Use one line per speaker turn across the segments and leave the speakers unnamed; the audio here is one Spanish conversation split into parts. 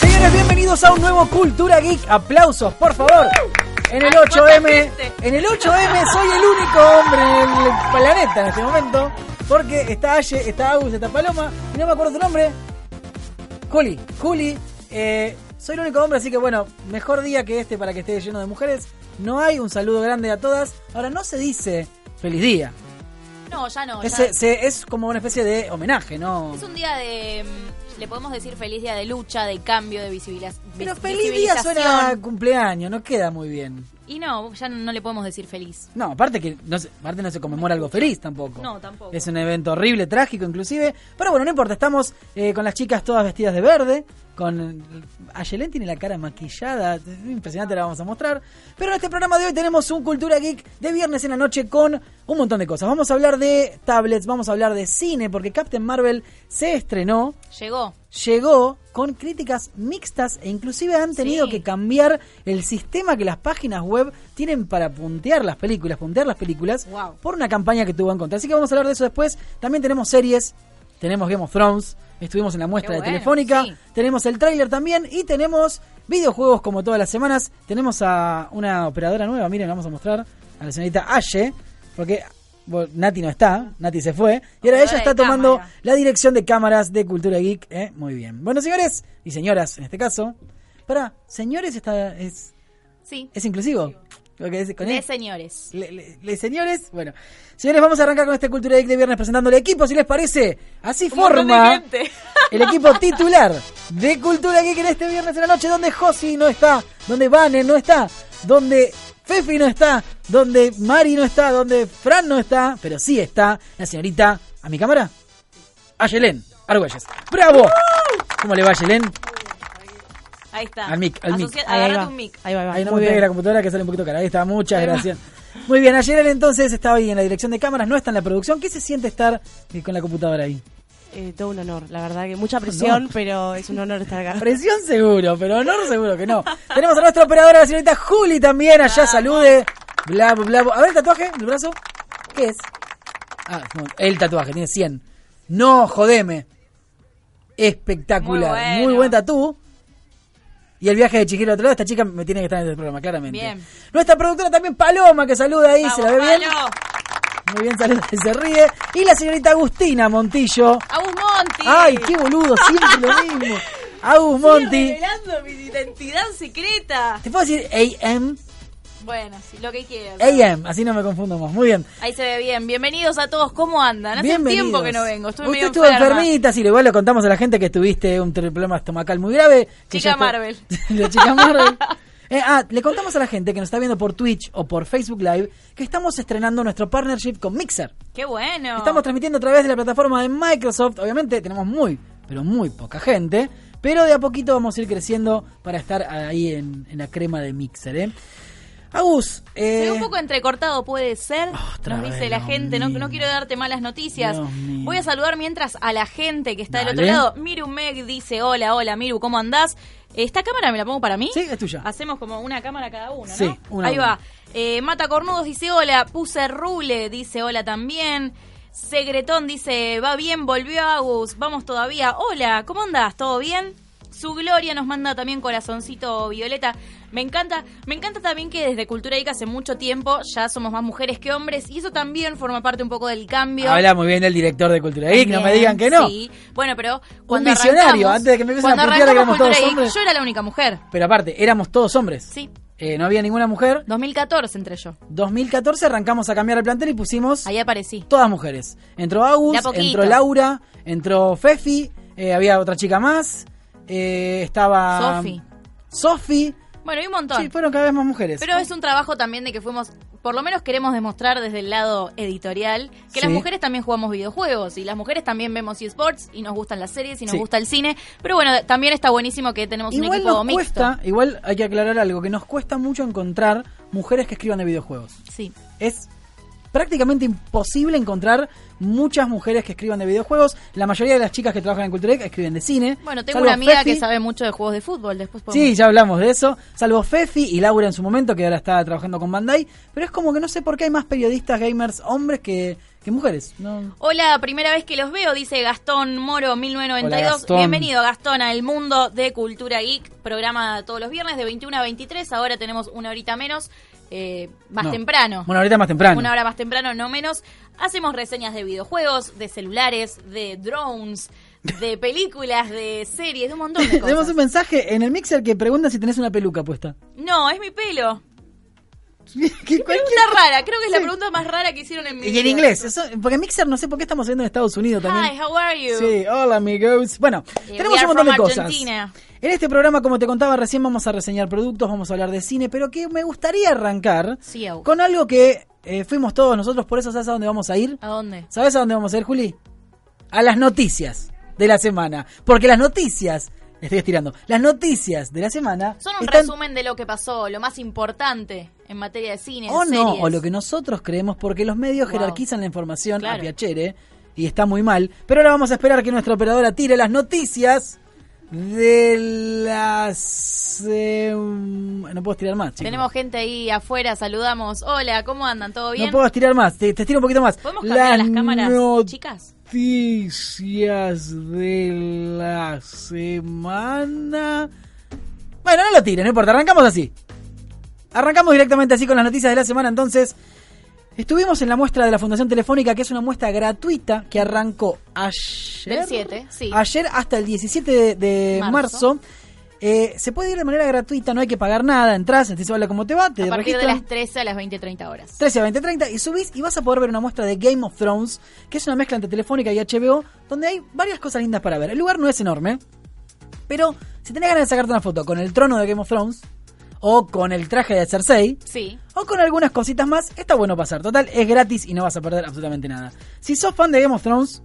Señores, bienvenidos a un nuevo Cultura Geek. Aplausos, por favor. En el
Ay, cuánta
8M,
gente.
en el 8M soy el único hombre en el planeta en este momento. Porque está Aye, está Agus, está Paloma. Y no me acuerdo tu nombre. Juli, Juli. eh, soy el único hombre, así que bueno, mejor día que este para que esté lleno de mujeres. No hay un saludo grande a todas. Ahora no se dice feliz día.
No, ya no. ya-
Es,
Es,
se- es como una especie de homenaje, ¿no?
un día de. mm, Le podemos decir feliz día de lucha, de cambio, de visibilización.
Pero feliz día suena a cumpleaños, no queda muy bien.
Y no, ya no le podemos decir feliz.
No, aparte que no se, aparte no se conmemora algo feliz tampoco.
No, tampoco.
Es un evento horrible, trágico inclusive. Pero bueno, no importa, estamos eh, con las chicas todas vestidas de verde. Con Ayelen tiene la cara maquillada, impresionante la vamos a mostrar. Pero en este programa de hoy tenemos un Cultura Geek de viernes en la noche con un montón de cosas. Vamos a hablar de tablets, vamos a hablar de cine, porque Captain Marvel se estrenó
Llegó.
llegó con críticas mixtas e inclusive han tenido
Sí.
que cambiar el sistema que las páginas web tienen para puntear las películas, puntear las películas
Wow.
por una campaña que tuvo en contra. Así que vamos a hablar de eso después. También tenemos series, tenemos Game of Thrones, estuvimos en la muestra
Qué
de
bueno,
Telefónica,
sí.
tenemos el tráiler también y tenemos videojuegos como todas las semanas. Tenemos a una operadora nueva, miren, la vamos a mostrar a la señorita Ashe, porque bueno, Nati no está, Nati se fue y ahora ella
Operadora
está
de
tomando
cámara.
la dirección de cámaras de Cultura Geek, ¿eh? muy bien. Bueno, señores y señoras, en este caso. Pará, señores está, es,
Sí.
es inclusivo. Lo que es- con E.
De
él-
señores.
le- le- le- señores, bueno. Señores, vamos a arrancar con este Cultura Geek de viernes presentando el equipo, si les parece. Así
Un montón de
forma
gente.
el equipo titular de Cultura Geek en este viernes en la noche, donde Josi no está, donde Vane no está, donde Fefi no está, donde Mari no está, donde Fran no está, pero sí está la señorita, a mi cámara, Ayelén Argüelles. ¡Bravo! ¿Cómo le va Ayelén?
Ahí está.
Al mic, al mic.
Asocia-
Ahí, ahí
agarrate
va.
un mic.
Ahí va, ahí va.
Ahí no
Ah, Muy
me pegue
bien.
la computadora que sale un poquito cara. Ahí está, muchas gracias. Muy bien, ayer él entonces estaba ahí en la dirección de cámaras, no está en la producción. ¿Qué se siente estar eh, con la computadora ahí?
Eh, todo un honor, la verdad que mucha presión,
honor.
pero es un honor estar acá.
Presión seguro, pero honor seguro que no. Tenemos a nuestra operadora, la señorita Juli también, allá salude. Bla, bla, bla. A ver el tatuaje, el brazo. ¿Qué es? Ah, no, el tatuaje, tiene 100. No, jodeme. Espectacular.
Muy bueno.
Muy buen tatú. Y el viaje de Chihiro al otro lado, esta chica me tiene que estar en este programa, claramente.
Bien.
Nuestra productora también, Paloma, que saluda ahí, se la ve
Vamos,
bien.
Palo.
Muy bien, saluda y se ríe. Y la señorita Agustina Montillo.
Agus Monti.
Ay, qué boludo, siempre lo mismo. Agus Monti.
Revelando mi identidad secreta.
Te puedo decir AM,
Bueno, sí, lo que quieras.
AM, así no me confundo más. Muy bien.
Ahí se ve bien. Bienvenidos a todos. ¿Cómo andan? Hace
Bienvenidos.
tiempo que no vengo. Estuve
Usted
medio
estuvo enfermita, sí, igual lo contamos a la gente que tuviste un tr- problema estomacal muy grave. que
Chica
ya está-
Marvel.
la chica Marvel. Eh, ah, le contamos a la gente que nos está viendo por Twitch o por Facebook Live que estamos estrenando nuestro partnership con Mixer.
Qué bueno.
Estamos transmitiendo a través de la plataforma de Microsoft. Obviamente tenemos muy, pero muy poca gente. Pero de a poquito vamos a ir creciendo para estar ahí en, en la crema de Mixer, ¿eh? Agus,
Se
eh,
ve un poco entrecortado, puede ser.
Otra
Nos dice
vez
la
lo
gente, no,
mismo.
no quiero darte malas noticias.
Dios mío.
Voy a saludar mientras a la gente que está del otro
Dale.
lado. Miru Meg dice, hola, hola, Miru, ¿cómo andás? ¿Esta cámara me la pongo para mí?
Sí, es tuya.
Hacemos como una cámara cada uno,
Sí,
¿no?
una
Ahí
a una.
va. Eh, Mata Cornudos dice hola. Puse Rule dice hola también. Segretón dice, va bien, volvió Agus, vamos todavía. Hola, ¿cómo andás? ¿Todo bien? Su Gloria nos manda también corazoncito violeta. Me encanta, me encanta también que desde Cultura Ica hace mucho tiempo ya somos más mujeres que hombres y eso también forma parte un poco del cambio.
Habla muy bien del director de Ah, Cultura Geek, no me digan que no.
Sí. Bueno, pero cuando
visionario,
arrancamos-
antes de que me empiecen a
cuando
putear de que
arrancamos
éramos todos
Cultura Geek,
hombres.
yo era la única mujer.
Pero aparte, éramos todos hombres.
Sí.
Eh, no había ninguna mujer.
2014 entre yo.
2014 arrancamos a cambiar el plantel y pusimos
Ahí aparecí.
todas mujeres. Entró
De
Agus,
a poquito.
entró Laura, entró Fefi, eh, había otra chica más, eh, estaba...
Sofi.
Sofi.
Bueno, hay un montón.
Sí, fueron cada vez más mujeres.
Pero es un trabajo también de que fuimos, por lo menos queremos demostrar desde el lado editorial que las
Sí.
mujeres también jugamos videojuegos y las mujeres también vemos eSports y nos gustan las series y nos
Sí.
gusta el cine. Pero bueno, también está buenísimo que tenemos un
Igual
equipo
nos
mixto.
cuesta, igual hay que aclarar algo, que nos cuesta mucho encontrar mujeres que escriban de videojuegos.
Sí.
es prácticamente imposible encontrar muchas mujeres que escriban de videojuegos. La mayoría de las chicas que trabajan en Culturec escriben de cine.
Bueno, tengo
Salvo
una amiga
Fefi.
que sabe mucho de juegos de fútbol. Después podemos-
Sí, ya hablamos de eso. Salvo Fefi y Laura en su momento, que ahora está trabajando con Bandai. Pero es como que no sé por qué hay más periodistas gamers hombres que, que mujeres. No.
Hola, primera vez que los veo, dice Gastón Moro 1992.
Hola, Gastón.
Bienvenido Gastón al mundo de Cultura Geek, programa todos los viernes de 21 a 23. Ahora tenemos una horita menos, eh, más
No.
temprano.
Bueno, ahorita más temprano.
Una hora más temprano, no menos. Hacemos reseñas de videojuegos, de celulares, de drones, de películas, de series, de un montón de
Tenemos
cosas.
un mensaje en el mixer que pregunta si tenés una peluca puesta.
No, es mi pelo.
Que cualquier-
Pregunta rara, creo que es la
Sí.
pregunta más rara que hicieron en mi
Y
vida.
en inglés. eso- porque Mixer no sé por qué estamos viendo en Estados Unidos también.
Hi, how are you?
Sí, hola amigos. Bueno,
Eh, we
tenemos
are
un montón de
from
cosas.
Argentina.
En este programa, como te contaba recién, vamos a reseñar productos, vamos a hablar de cine, pero que me gustaría arrancar
Sí, au.
con algo que eh, fuimos todos nosotros, por eso sabes a dónde vamos a ir.
¿A dónde?
¿Sabes a dónde vamos a ir, Juli? A las noticias de la semana. Porque las noticias, estoy estirando, las noticias de la semana
Son un
están-
resumen de lo que pasó, lo más importante en materia de cine.
o Oh, no,
series.
o lo que nosotros creemos, porque los medios
Wow.
jerarquizan la información a
Claro.
Piacere y está muy mal. Pero ahora vamos a esperar que nuestra operadora tire las noticias de las. eh, no puedo estirar más, chicos.
Tenemos gente ahí afuera, saludamos. Hola, ¿cómo andan? ¿Todo bien?
No puedo estirar más, te, te estiro un poquito más.
¿Podemos cambiar las cámaras,
no-
chicas?
Noticias de la semana. Bueno, no lo tires, no importa, arrancamos así. Arrancamos directamente así con las noticias de la semana, entonces. Estuvimos en la muestra de la Fundación Telefónica, que es una muestra gratuita que arrancó ayer.
Del 7, sí.
Ayer hasta el 17 de, de marzo.
Marzo.
Eh, se puede ir de manera gratuita, no hay que pagar nada, entras, te dice, hola, ¿cómo te va? Te
A partir de
registran.
las 13 a las 20, 30 horas.
13 a 20, 30 y subís y vas a poder ver una muestra de Game of Thrones, que es una mezcla entre Telefónica y HBO, donde hay varias cosas lindas para ver. El lugar no es enorme, pero si tenés ganas de sacarte una foto con el trono de Game of Thrones, o con el traje de Cersei,
Sí.
o con algunas cositas más, está bueno pasar. Total, es gratis y no vas a perder absolutamente nada. Si sos fan de Game of Thrones,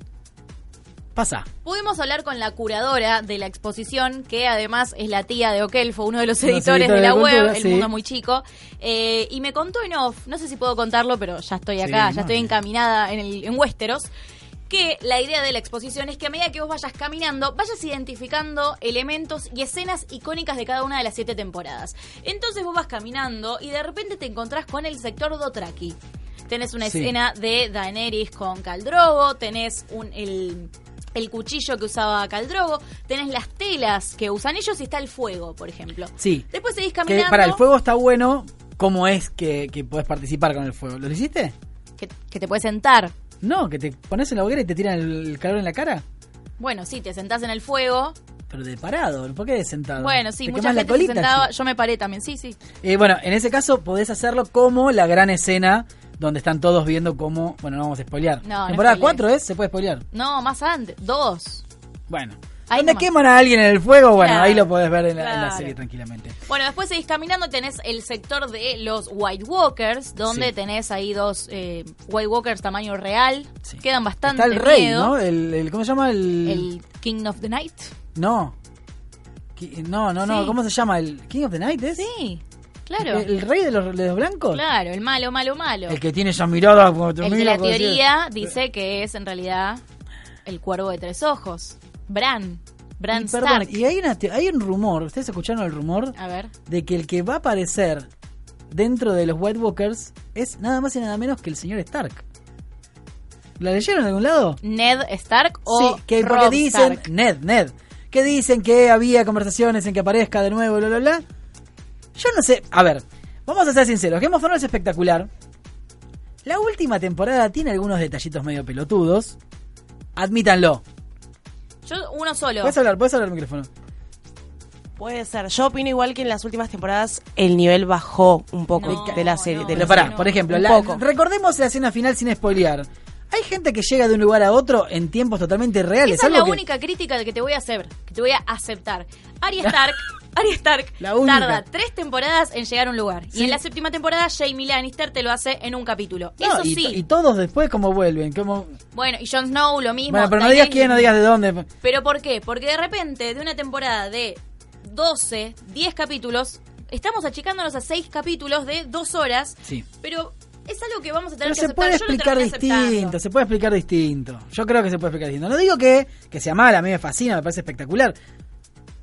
pasa.
Pudimos hablar con la curadora de la exposición, que además es la tía de Okelfo, uno de los
Uno de los
editores de
editores
la
de
web,
Cultura,
El
sí.
Mundo Muy Chico, eh, y me contó en off, no sé si puedo contarlo, pero ya estoy
Sí,
acá,
no,
ya estoy
bien.
encaminada en, el, en Westeros, que la idea de la exposición es que a medida que vos vayas caminando, vayas identificando elementos y escenas icónicas de cada una de las siete temporadas. Entonces vos vas caminando y de repente te encontrás con el sector Dotraki. Tenés una
Sí.
escena de Daenerys con Caldrogo, tenés un, el, el cuchillo que usaba Caldrogo, tenés las telas que usan ellos y está el fuego, por ejemplo.
Sí.
Después seguís
Que
caminando.
para el fuego está bueno, ¿cómo es que, que podés participar con el fuego? ¿Lo hiciste?
Que, que te puedes sentar.
No, que te pones en la hoguera y te tiran el calor en la cara.
Bueno, sí, te sentás en el fuego.
Pero de parado, ¿por qué de sentado?
Bueno,
Ah,
sí,
Te
mucha
quemás la
gente se
colita,
sentaba.
sí.
Yo me paré también, sí, sí.
Eh, bueno, en ese caso podés hacerlo como la gran escena donde están todos viendo cómo. Bueno, no vamos a spoilear.
No, no
Temporada
spoilees.
4 es, se puede spoilear.
No, más antes. Dos.
Bueno.
Ahí
donde
nomás.
queman a alguien en el fuego, bueno,
Claro,
ahí lo podés ver en la, en la
claro.
serie tranquilamente.
Bueno, después seguís caminando, tenés el sector de los White Walkers, donde
Sí.
tenés ahí dos eh, White Walkers tamaño real.
Sí.
Quedan bastante
Está el rey,
miedo.
¿no? El, el- ¿Cómo se llama? El.
El King of the Night.
No. Qui- No, no, no.
Sí.
¿Cómo se llama? ¿El King of the Night es?
Sí, claro.
¿El, el rey de los, de los blancos?
Claro, el malo, malo, malo.
El que tiene esa mirada como te
El que
mira,
la
como decir-
teoría dice que es en realidad el cuervo de tres ojos. Bran. Bran
y, perdón,
Stark.
y hay, una te- hay un rumor, ¿ustedes escucharon el rumor?
A ver.
De que el que va a aparecer dentro de los White Walkers es nada más y nada menos que el señor Stark. ¿La leyeron en algún lado?
Ned Stark o
sí, que porque
Robb
dicen.
Stark.
Ned, Ned. Que dicen que había conversaciones en que aparezca de nuevo, bla, bla, bla. Yo no sé. A ver, vamos a ser sinceros. Game of Thrones es espectacular. La última temporada tiene algunos detallitos medio pelotudos. Admítanlo.
Yo uno solo.
Puedes hablar, puedes hablar al micrófono.
Puede ser. Yo opino igual que en las últimas temporadas el nivel bajó un poco
No,
de la serie.
no,
de la
no,
Pero
serie.
pará, por ejemplo,
Un
la-
poco.
recordemos la escena final sin spoilear. Hay gente que llega de un lugar a otro en tiempos totalmente reales.
Esa es la
algo que-
única crítica que te voy a hacer, que te voy a aceptar. Arya Stark, Arya Stark
La única.
tarda tres temporadas en llegar a un lugar.
Sí.
Y en la séptima temporada, Jamie Lannister te lo hace en un capítulo.
No,
Eso
y,
sí.
y todos después como vuelven. Como...
Bueno, y Jon Snow lo mismo.
Bueno, pero no digas
Daenerys-
quién, no digas de dónde.
¿Pero por qué? Porque de repente, de una temporada de 12, 10 capítulos, estamos achicándonos a 6 capítulos de 2 horas.
Sí.
Pero es algo que vamos a tener
Pero
que
se
aceptar.
puede
Yo lo
explicar
terminé aceptando.
distinto, se puede explicar distinto. Yo creo que se puede explicar distinto. No digo que, que sea mala, a mí me fascina, me parece espectacular.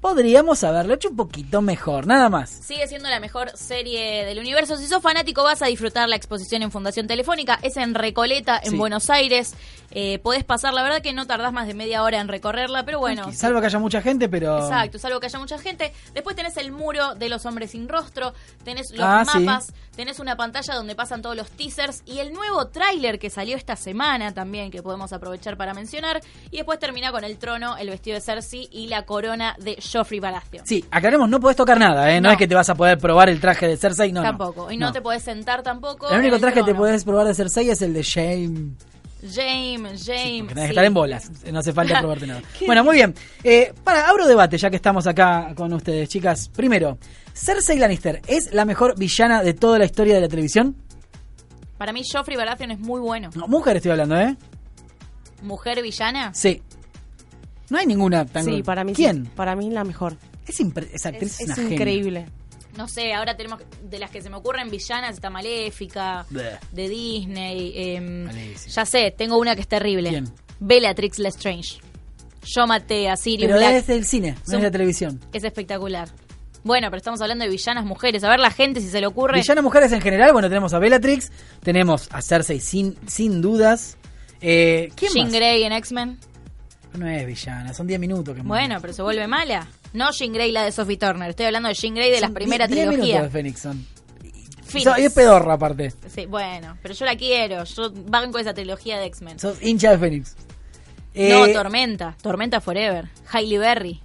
podríamos haberlo hecho un poquito mejor, nada más.
Sigue siendo la mejor serie del universo. Si sos fanático, vas a disfrutar la exposición en Fundación Telefónica. Es en Recoleta, en
Sí.
Buenos Aires. Eh, podés pasar, la verdad que no tardás más de media hora en recorrerla, pero bueno.
Salvo que haya mucha gente, pero.
Exacto, salvo que haya mucha gente. Después tenés el muro de los hombres sin rostro, tenés los
Ah, sí.
mapas, tenés una pantalla donde pasan todos los teasers y el nuevo tráiler que salió esta semana también, que podemos aprovechar para mencionar. Y después termina con el trono, el vestido de Cersei y la corona de Joffrey Baratheon.
Sí, aclaremos, no podés tocar nada, ¿eh? No,
No.
es que te vas a poder probar el traje de Cersei, no. no.
tampoco. Y no, te podés sentar tampoco. eh,
El único
en
traje que te
trono.
podés probar de Cersei es el de Shame.
James,
Sí,
James.
porque tenés que
sí.
estar en bolas, eh, no hace falta probarte nada. Bueno, muy bien. Eh, para, abro debate ya que estamos acá con ustedes, chicas. Primero, ¿Cersei Lannister es la mejor villana de toda la historia de la televisión?
Para mí, Joffrey Baratheon es muy bueno.
No, mujer estoy hablando, ¿eh?
Mujer villana.
Sí. No hay ninguna tan...
Sí, para mí sí.
¿Quién?
Para mí es la mejor.
Es impre- esa actriz
Es,
es una
es
genia.
increíble.
No sé, ahora tenemos. que- De las que se me ocurren, villanas está Maléfica,
Bleh.
de Disney. em,
Malísima.
ya sé, tengo una que es terrible.
¿Quién?
Bellatrix Lestrange. Yo maté a Sirius
Pero
Black.
es del cine, no
Son-
es de la televisión.
Es espectacular. Bueno, pero estamos hablando de villanas mujeres. A ver, la gente, si se le ocurre.
Villanas mujeres en general, bueno, tenemos a Bellatrix, tenemos a Cersei sin, sin dudas. Eh, ¿Quién
Jean
más?
Grey en X-Men.
No es villana, son 10 minutos que
Bueno, pero se vuelve mala. No Jean Grey, la de Sophie Turner. Estoy hablando de Jean Grey de la primera
minutos de
trilogía.
Fénix son.
Phoenix.
So- y es pedorra aparte.
Sí, bueno, pero yo la quiero. Yo banco esa trilogía de X-Men.
Sos hincha de Fénix.
no,
Eh,
Tormenta. Tormenta Forever. Hailey Berry.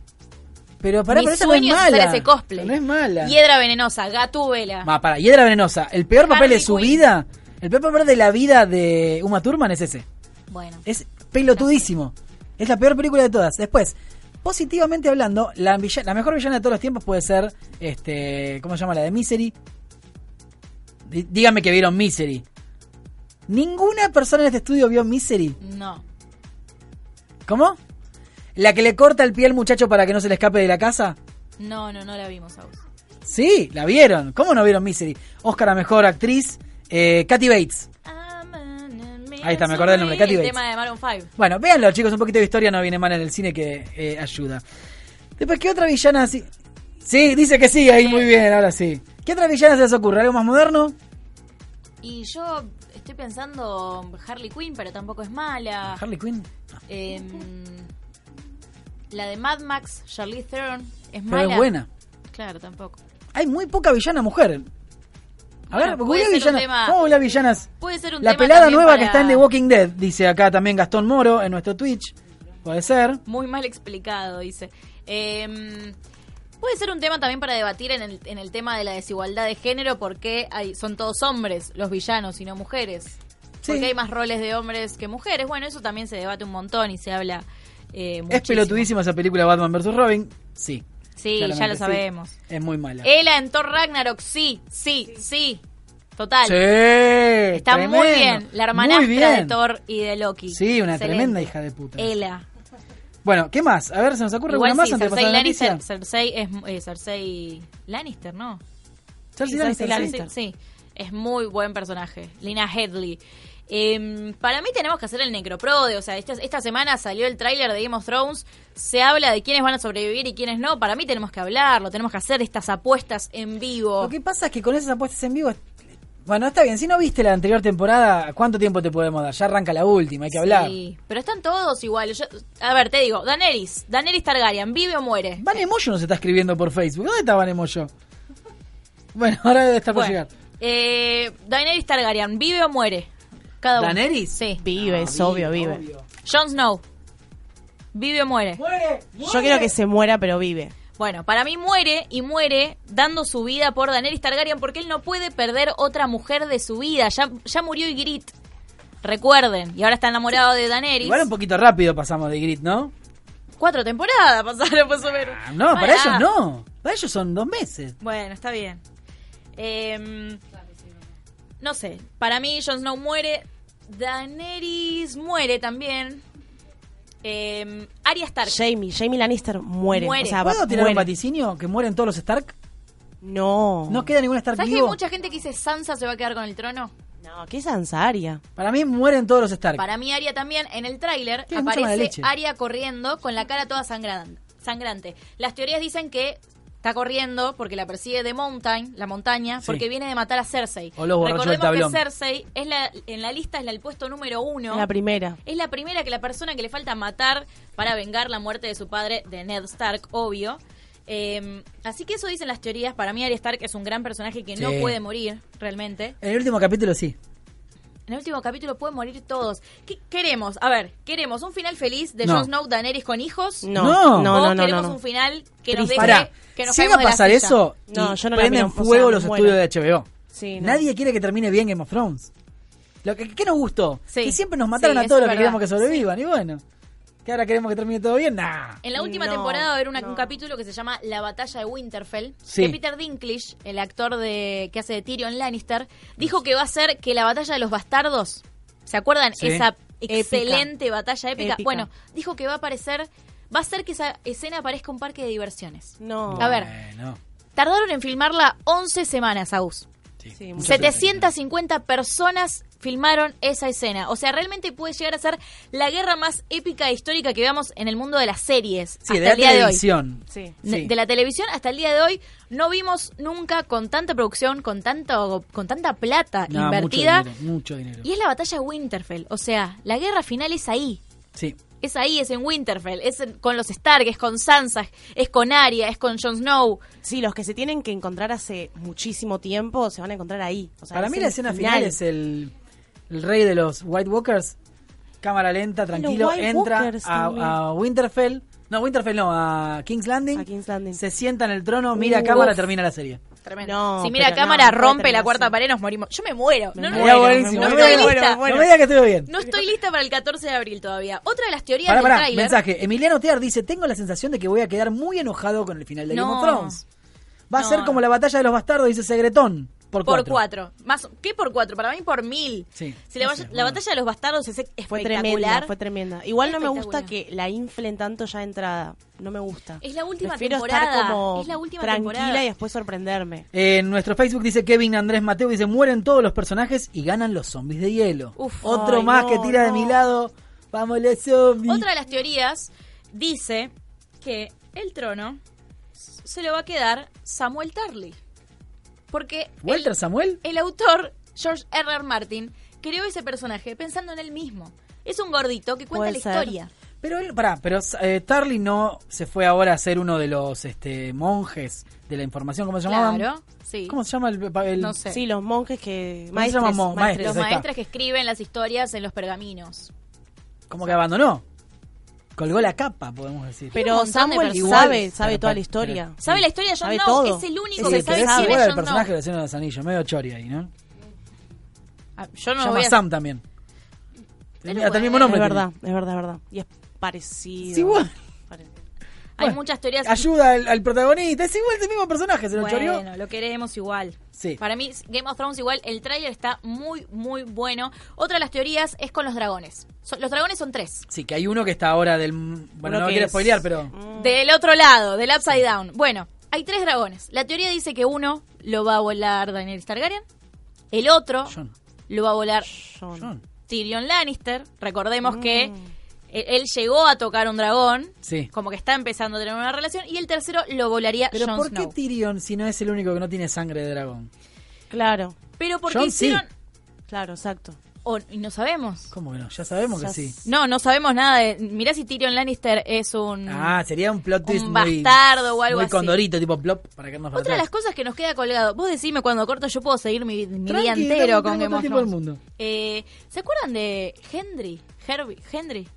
Pero pará,
Mi
pero esa no es
sueño es
mala.
hacer ese cosplay.
No es mala.
Hiedra Venenosa. Gatúbela.
Va, para, Hiedra Venenosa. El peor papel de
Harley
su
Quinn.
vida, el peor papel de la vida de Uma Thurman es ese.
bueno.
Es pelotudísimo. Es la peor película de todas. Después, positivamente hablando, la, villa- la mejor villana de todos los tiempos puede ser, este, ¿cómo se llama? La de Misery. Dí- Díganme que vieron Misery. Ninguna persona en este estudio vio Misery.
No.
¿Cómo? La que le corta el pie al muchacho para que no se le escape de la casa.
No, no, no la vimos, Aus.
Sí, la vieron. ¿Cómo no vieron Misery? Oscar a mejor actriz, eh, Kathy Bates. Ahí está, me acordé del nombre, Kathy
El
Bates.
tema de Maroon 5.
Bueno, véanlo, chicos, un poquito de historia no viene mal en el cine que eh, ayuda. Después, ¿qué otra villana así? Sí, dice que sí, ahí muy bien, ahora sí. ¿Qué otra villana se les ocurre? ¿Algo más moderno?
Y yo estoy pensando Harley Quinn, pero tampoco es mala.
Harley Quinn.
Em, la de Mad Max, Charlize Theron,
Pero
es mala.
es buena.
Claro, tampoco.
Hay muy poca villana mujer. A ver,
Bueno,
googlea
Ah, puede ser un
villanas.
tema-
¿Cómo googlea villanas?
Puede ser un
La
tema
pelada
también
nueva
para-
que está en The Walking Dead, dice acá también Gastón Moro en nuestro Twitch. Puede ser.
Muy mal explicado, dice. Em, puede ser un tema también para debatir en el, en el tema de la desigualdad de género, porque hay, son todos hombres los villanos y no mujeres.
Sí.
Porque hay más roles de hombres que mujeres. Bueno, eso también se debate un montón y se habla eh,
¿Es
muchísimo.
pelotudísima esa película Batman vs. Robin? Sí.
Sí,
Claramente
ya lo
sí.
sabemos.
Es muy mala.
Ela en Thor Ragnarok, sí, sí, sí. Total.
Sí,
Está muy
tremendo.
bien. La
Muy
hermanastra de
bien.
Thor y de Loki.
Sí, una
Excelente.
tremenda hija de puta.
Ela.
Bueno, ¿qué más? A ver, ¿se nos ocurre
Igual
alguna más
sí,
antes de
Cersei
pasar a la
Lannister.
noticia?
Cersei es eh, Cersei Lannister, ¿no?
Cersei
Sí,
Lannister,
Cersei
sí.
Lannister.
Sí, es muy buen personaje. Lina Headley. Em, para mí tenemos que hacer el necroprode. O sea, esta, esta semana salió el tráiler de Game of Thrones. Se habla de quiénes van a sobrevivir y quiénes no. Para mí tenemos que hablarlo. Tenemos que hacer estas apuestas en
Oh.
vivo.
Lo que pasa es que con esas apuestas en vivo... Bueno, está bien. Si no viste la anterior temporada, ¿cuánto tiempo te podemos dar? Ya arranca la última, hay que hablar.
Sí, pero están todos iguales. Yo- a ver, te digo, Daenerys, Daenerys Targaryen, ¿vive o muere?
Van Emoyo nos está escribiendo por Facebook. ¿Dónde está Van Emoyo? Bueno, ahora debe estar por
Bueno,
llegar.
eh, Daenerys Targaryen, ¿vive o muere? Cada uno.
¿Daenerys?
Sí.
Vive, es
Ah,
obvio, vive.
Jon Snow, ¿vive o muere?
¡Muere!
Yo quiero que se muera, pero vive.
Bueno, para mí muere y muere dando su vida por Daenerys Targaryen porque él no puede perder otra mujer de su vida. Ya, ya murió Ygritte. Recuerden, y ahora está enamorado de Daenerys.
Igual un poquito rápido pasamos de Grit, ¿no?
Cuatro temporadas pasaron, pues o menos.
Ah, No, para
Pará.
ellos no. Para ellos son dos meses.
Bueno, está bien. Em, no sé, para mí Jon Snow muere, Daenerys muere también. Em, Arya Stark.
Jamie, Jamie Lannister muere.
Muere.
O sea, Ah, va-
¿Puedo tirar un
muere.
vaticinio que mueren todos los Stark?
No.
No queda ningún Stark
¿Sabes que hay
vivo.
mucha gente que dice Sansa se va a quedar con el trono?
No, ¿qué es Ansaria?
Para mí mueren todos los Stark.
Para mí Arya también en el tráiler
Tiene mucha mala
aparece
leche.
Arya corriendo con la cara toda sangrada- sangrando. sangrante. Las teorías dicen que está corriendo porque la persigue de Mountain, la montaña,
Sí.
porque viene de matar a Cersei.
O los borrachos del tablón.
Recordemos que Cersei es la, en la lista es la- el puesto número uno.
La primera.
Es la primera que la persona que le falta matar para vengar la muerte de su padre, de Ned Stark, obvio. Eh, así que eso dicen las teorías. Para mí, Arya Stark es un gran personaje que no
Sí.
puede morir, realmente.
En el último capítulo sí.
En el último capítulo pueden morir todos. ¿Qué queremos? A ver, ¿queremos un final feliz de
No.
Jon Snow, Daenerys con hijos?
No,
No.
no,
¿O
no, no. no,
queremos un final que nos
Triste.
deje
Pará,
que nos
si llega
caigamos
a
de la
pasar
silla?
eso,
No, yo no la
prenden
miro, o
fuego
sea,
los
muero.
estudios de HBO.
Sí, no.
Nadie quiere que termine bien Game of Thrones. Lo que, ¿qué nos gustó,
Sí.
que siempre nos mataron
Sí,
a todos
eso
los que
es
queríamos que
verdad.
sobrevivan. Y bueno, que ahora queremos que termine todo bien, nah.
En la última
No,
temporada va a haber una- un
no.
capítulo que se llama La batalla de Winterfell.
Sí.
Que Peter Dinklage, el actor de que hace de Tyrion Lannister, dijo que va a ser que la batalla de los bastardos, ¿se acuerdan?
Sí.
Esa
Épica.
excelente batalla épica.
Épica.
Bueno, dijo que va a aparecer, va a ser que esa escena aparezca un parque de diversiones.
No.
Ah,
A ver.
Bueno,
Tardaron en filmarla 11 semanas, Agus.
sí.
Sí,
Muchas gracias.
750 personas filmaron esa escena. O sea, realmente puede llegar a ser la guerra más épica e histórica que veamos en el mundo de las series
Sí,
hasta
de la
el día de hoy.
televisión.
Sí.
Sí.
De la televisión hasta el día de hoy no vimos nunca con tanta producción, con tanto, con tanta plata
No,
invertida.
Mucho dinero. Mucho dinero.
Y es la batalla de Winterfell. O sea, la guerra final es ahí.
Sí.
Es ahí, es en Winterfell. Es en- con los Stark, es con Sansa, es con Arya, es con Jon Snow.
Sí, los que se tienen que encontrar hace muchísimo tiempo se van a encontrar ahí. O sea,
Para
es
mí la
el
escena final, es el, el rey de los White Walkers. Cámara lenta, tranquilo.
White
Entra
Walkers
a,
también.
a Winterfell. No, Winterfell no, a King's Landing.
A King's Landing.
Se sienta en el trono, mira a
Uf.
cámara, termina la serie.
Tremendo.
No,
si mira
pero
cámara,
no, no puede
rompe la
terminar
cuarta
así.
pared, nos morimos. Yo me muero. No,
Me
no,
Estaría
muero,
buenísimo. No
me
me
muero.
digas-
Estoy lista.
no me digas que estuvo bien.
No estoy lista para el 14 de abril todavía. Otra de las teorías
Pará,
del
pará,
tráiler-
mensaje. Emiliano Tear dice, tengo la sensación de que voy a quedar muy enojado con el final de Game
No.
of Thrones. Va a ser
No.
como la batalla de los bastardos, dice Segretón. Por cuatro.
Por cuatro. Más, ¿Qué por cuatro? Para mí por mil.
Sí.
Si la,
No
vaya-
sé,
la
bueno.
batalla de los bastardos es espectacular.
Fue tremenda, fue tremenda. Igual no me gusta
Espectacular.
que la inflen tanto ya de entrada. No me gusta.
Es la última
Prefiero
temporada.
Estar como
Es la última
tranquila
temporada.
y después sorprenderme.
Eh, en nuestro Facebook dice Kevin Andrés Mateo, dice, mueren todos los personajes y ganan los zombies de hielo.
Uf.
Otro
Ay,
más
no,
que tira de
no.
mi lado. Vamos los zombies.
Otra de las teorías dice que el trono s- se lo va a quedar Samuel Tarly. Porque el,
¿Walter Samuel?
el autor, George R. R. Martin, creó ese personaje pensando en él mismo. Es un gordito que cuenta
Puede
la
ser.
historia.
Pero él, pará, pero eh, Tarly no se fue ahora a ser uno de los este, monjes de la información, ¿cómo se llamaban?
Claro, sí.
¿Cómo se llama el, el-
No sé.
Sí, los monjes que...
¿Cómo se
Maestres,
llama mo-
maestres.
Los
Ahí está.
maestros que escriben las historias en los pergaminos.
Como que abandonó. Colgó la capa, podemos decir.
un
Pero
montón de
Samuel
personas.
sabe, sabe
Pero,
toda
pero-
la historia.
¿Sabe la historia de Jon
Sabe
Snow?
todo.
Es el único que
Sí,
pero
sabe
es
quién
igual
es
al
Jon
personaje de
Snow.
los Señores de los Anillos, medio chori ahí, ¿no?
Ah, Yo no
Se llama
voy a...
Sam también.
Pero
Hasta el mismo
bueno,
nombre.
es
tiene.
verdad, es verdad, es verdad. Y es parecido.
Es igual.
Pare-
Hay
Bueno,
muchas teorías.
Ayuda al, al protagonista, es igual, es el mismo personaje, se lo choreó.
Bueno, lo queremos igual.
Sí.
Para mí, Game of Thrones igual, el tráiler está muy, muy bueno. Otra de las teorías es con los dragones. So- los dragones son tres.
Sí, que hay uno que está ahora del... Bueno,
Uno
no
que
quiero
es-
spoilear, pero...
Del otro lado, del Upside Down. Bueno, hay tres dragones. La teoría dice que uno lo va a volar Daenerys Targaryen. El otro
John,
lo va a volar
John.
John.
Tyrion Lannister. Recordemos que él, él llegó a tocar un dragón.
Mm. Sí.
Como que está empezando a tener una relación. Y el tercero lo volaría
Pero
Jon
¿por qué
Snow.
Tyrion si no es el único que no tiene sangre de dragón?
Claro,
Pero porque
Jon sí.
hicieron...
claro, exacto.
o- y no sabemos.
¿Cómo que no? Ya sabemos que
Ya
sí.
No, no sabemos nada de... Mirá si Tyrion Lannister es un...
Ah, sería un plot
Un
twist muy...
bastardo o algo
muy
así.
condorito, tipo plop, para que nos
Otra de las cosas que nos queda colgado. Vos decime cuando corto, yo puedo seguir mi, mi día
Tranqui,
entero
tenemos
con Game
todo el
of
tiempo del
Thrones.
mundo.
Eh, ¿Se acuerdan de Henry? Herbie, Henry.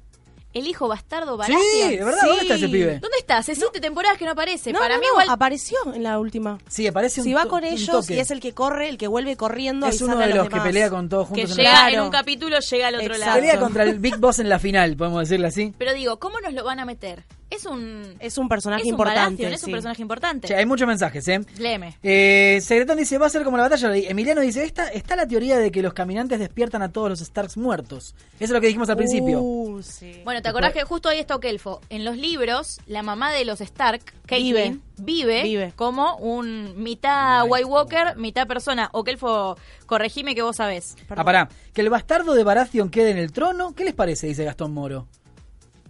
El hijo bastardo
Sí,
Baratheon.
de verdad, ¿dónde está ese pibe?
¿Dónde está? Hace siete temporadas que no aparece.
No,
Para
no,
mí
no,
igual...
apareció en la última.
Sí, aparece un
Si va
to-
con
un
ellos
toque.
y es el que corre, el que vuelve corriendo a
Es uno
avisarle
de
a
los, que
demás.
pelea con todos
que
juntos. en la-
llega en
Claro.
un capítulo, llega al otro
Exacto.
lado.
Pelea contra el Big Boss en la final, podemos decirle así.
Pero digo, ¿cómo nos lo van a meter? Es un...
Es un personaje
es un
importante.
Baratheon, es un
sí.
personaje importante.
Che, hay muchos mensajes, ¿eh?
Léeme.
Eh, Segretón dice, va a ser como la batalla. Y Emiliano dice, esta está la teoría de que los caminantes despiertan a todos los Starks muertos. Eso es lo que dijimos al principio.
Uh, sí.
Bueno, ¿te acordás
Después-
que justo ahí está Okelfo? En los libros, la mamá de los Stark, Caitlyn, vive,
Vive.
como un mitad White Walker, mitad persona. Okelfo, corregime que vos sabés.
Perdón.
Ah, pará. Que el bastardo de Baratheon quede en el trono. ¿Qué les parece? Dice Gastón Moro.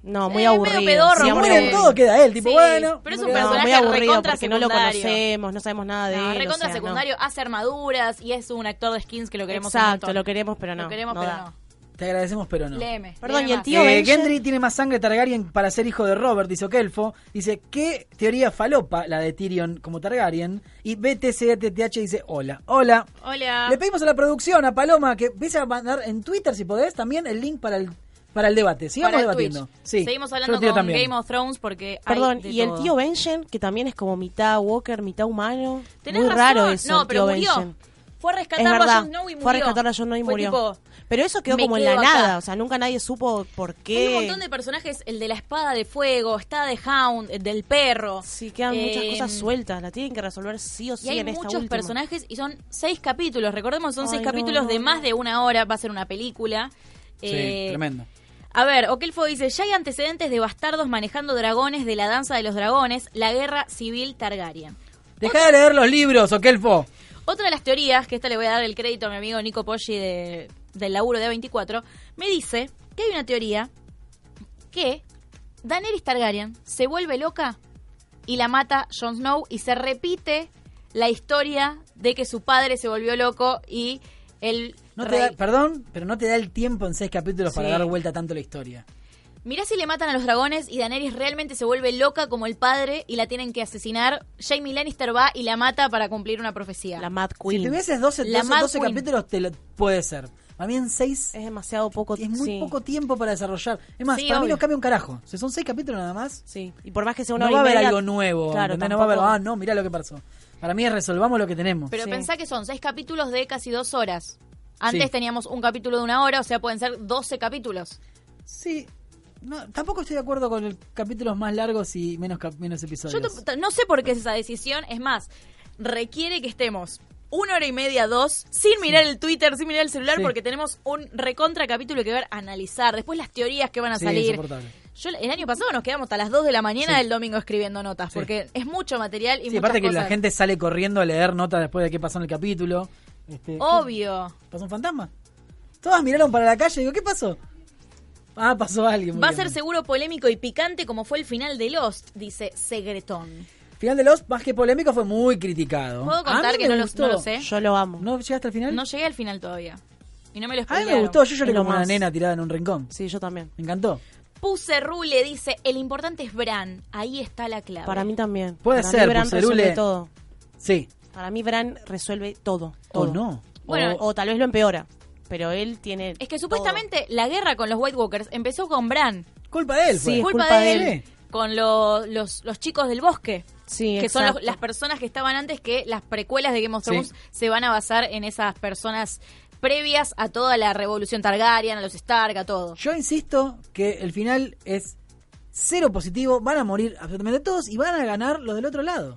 No, muy
Eh, medio
aburrido.
pedorro,
Si
Hombre.
mueren todos, queda él. Tipo,
Sí,
bueno.
pero es un
no,
personaje
muy aburrido
recontra
porque no lo
secundario.
conocemos, no sabemos nada de
No,
él. o
recontra
sea, no.
secundario, hace armaduras y es un actor de skins que lo queremos un
Exacto,
montón.
lo queremos, pero no.
Lo queremos,
no
pero
da.
no.
Te agradecemos, pero no.
Léeme.
Perdón,
léeme
¿y el
más.
tío?
Eh,
Benjen.
Gendry tiene más sangre Targaryen para ser hijo de Robert, dice Okelfo. Dice, ¿qué teoría falopa la de Tyrion como Targaryen? Y BTCTTH dice, hola, hola.
Hola.
Le pedimos a la producción, a Paloma, que empiece a mandar en Twitter, si podés, también el link para el, para el debate. Sigamos
Para el
debatiendo.
Twitch.
Sí,
Seguimos
yo
hablando
lo tiro
con
también.
Game of Thrones porque hay
Perdón,
de
y el
todo.
tío Benjen, que también es como mitad Walker, mitad humano.
Tenés
Muy
razón.
raro eso.
No,
el
pero
tío
murió.
Benjen.
Fue a
Es
rescatarlo a
verdad.
Jon Snow y murió.
Fue a rescatar a John Snow y
Fue
murió.
tipo,
pero eso quedó
me
como en la
quedo acá.
nada. O sea, nunca nadie supo por
Hay
qué.
un montón de personajes, el de la espada de fuego, está de Hound, el del perro.
Sí, quedan muchas
Eh,
cosas sueltas. La tienen que resolver sí o sí
Y hay
en esta
muchos
última.
personajes y son seis capítulos. Recordemos, son
Ay,
seis
no,
capítulos
no,
de
no.
más de una hora. Va a ser una película.
Sí,
Eh,
tremendo.
A ver, Okelfo dice, ya hay antecedentes de bastardos manejando dragones de la danza de los dragones, la guerra civil Targaryen.
Deja de leer los libros, Okelfo.
Otra de las teorías, que esta le voy a dar el crédito a mi amigo Nico Poggi de, del laburo de A24, me dice que hay una teoría que Daenerys Targaryen se vuelve loca y la mata Jon Snow y se repite la historia de que su padre se volvió loco y el
No te
rey.
da- perdón, pero no te da el tiempo en seis capítulos para
Sí.
dar vuelta tanto la historia.
Mirá si le matan a los dragones y Daenerys realmente se vuelve loca como el padre y la tienen que asesinar. Jaime Lannister va y la mata para cumplir una profecía.
La Mad
Si
Queen.
tuvieses 12,
La
12,
Mad
12
Queen.
capítulos, te lo, puede ser. Más bien 6
Es demasiado poco.
es muy
sí.
poco tiempo para desarrollar. Es más,
Eh, Sí,
para mí
obvio.
no cambia un carajo. Si son 6 capítulos nada más,
Sí. Y por más que sea una
no
hora
va a
y
haber
media-
algo nuevo.
Claro,
¿entendés? no va a haber,
tampoco-
ah, no, mirá lo que pasó. Para mí es resolvamos lo que tenemos.
Pero
Sí.
pensá que son seis capítulos de casi dos horas. Antes
Sí.
teníamos un capítulo de una hora, o sea, pueden ser 12 capítulos.
Sí. No, tampoco estoy de acuerdo con el capítulos más largos y menos, cap- menos episodios.
Yo t- t- no sé por qué es esa decisión. Es más, requiere que estemos una hora y media, dos, sin mirar el Twitter, sin mirar el celular,
Sí.
porque tenemos un recontra capítulo que ver, analizar. Después las teorías que van a
Sí,
salir.
insoportable.
Yo el año pasado nos quedamos hasta las 2 de la mañana
Sí.
del domingo escribiendo notas,
Sí.
porque es mucho material y
Sí,
muchas
aparte que
cosas.
la gente sale corriendo a leer notas después de qué pasó en el capítulo. Este,
Oh. Obvio.
¿Pasó un fantasma? Todas miraron para la calle y digo, ¿qué pasó? Ah, pasó alguien. muy
Va a
bien.
ser seguro polémico y picante como fue el final de Lost, dice Segretón.
Final de Lost, más que polémico, fue muy criticado.
¿Puedo
A mí
contar que
me
no lo-
gustó.
no lo sé?
Yo lo amo.
Ah, ¿No llegaste al final?
No llegué al final todavía. Y no me
a
lo
mí
spoilearon.
me gustó, yo lloré
Es lo
como una
más.
nena tirada en un rincón.
Sí, yo también.
Me encantó.
Puse Rule, dice, el importante es Bran. Ahí está la clave.
Para mí también.
Puede
Para
ser,
mí Bran
Pucerule.
resuelve todo.
Sí.
Para mí Bran resuelve todo.
¿O
todo.
no?
Bueno,
O, o tal vez lo empeora. Pero él tiene.
Es que
todo.
supuestamente la guerra con los White Walkers empezó con Bran.
Culpa de él.
Sí,
fue.
es
culpa,
culpa
de él.
de
él.
Con lo- los, los chicos del bosque.
Sí,
que son los-
exacto.
las personas que estaban antes que las precuelas de Game of Thrones
Sí.
se van a basar en esas personas previas a toda la revolución Targaryen, a los Stark, a todo.
Yo insisto que el final es cero positivo. Van a morir absolutamente todos y van a ganar los del otro lado.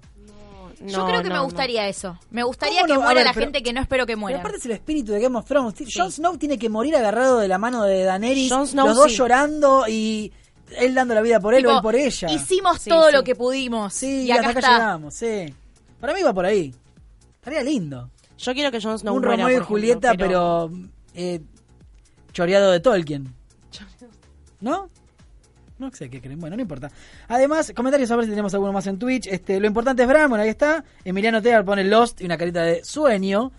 Yo
No,
creo que
no,
me
no.
gustaría eso. Me gustaría
¿Cómo
que
no? A
muera
ver,
la
pero-
gente que no espero que
Pero
muera.
aparte es el espíritu de Game of Thrones. Ti- Jon Snow tiene que morir agarrado de la mano de Daenerys.
Jon Snow,
los dos
sí.
llorando y él dando la vida por él o
Tipo,
él por ella.
Hicimos
Sí,
todo
sí.
lo que pudimos.
Sí,
y acá,
hasta acá
está.
llegamos, sí. Para mí va por ahí. Estaría lindo.
Yo quiero que Jon Snow
un
muera,
Romeo y
por ejemplo,
Julieta, pero, eh, choreado de Tolkien. ¿No? No sé qué creen. Bueno, no importa. Además, comentarios a ver si tenemos alguno más en Twitch. Este, lo importante es Bram, bueno, ahí está. Emiliano Tegar pone Lost y una carita de sueño.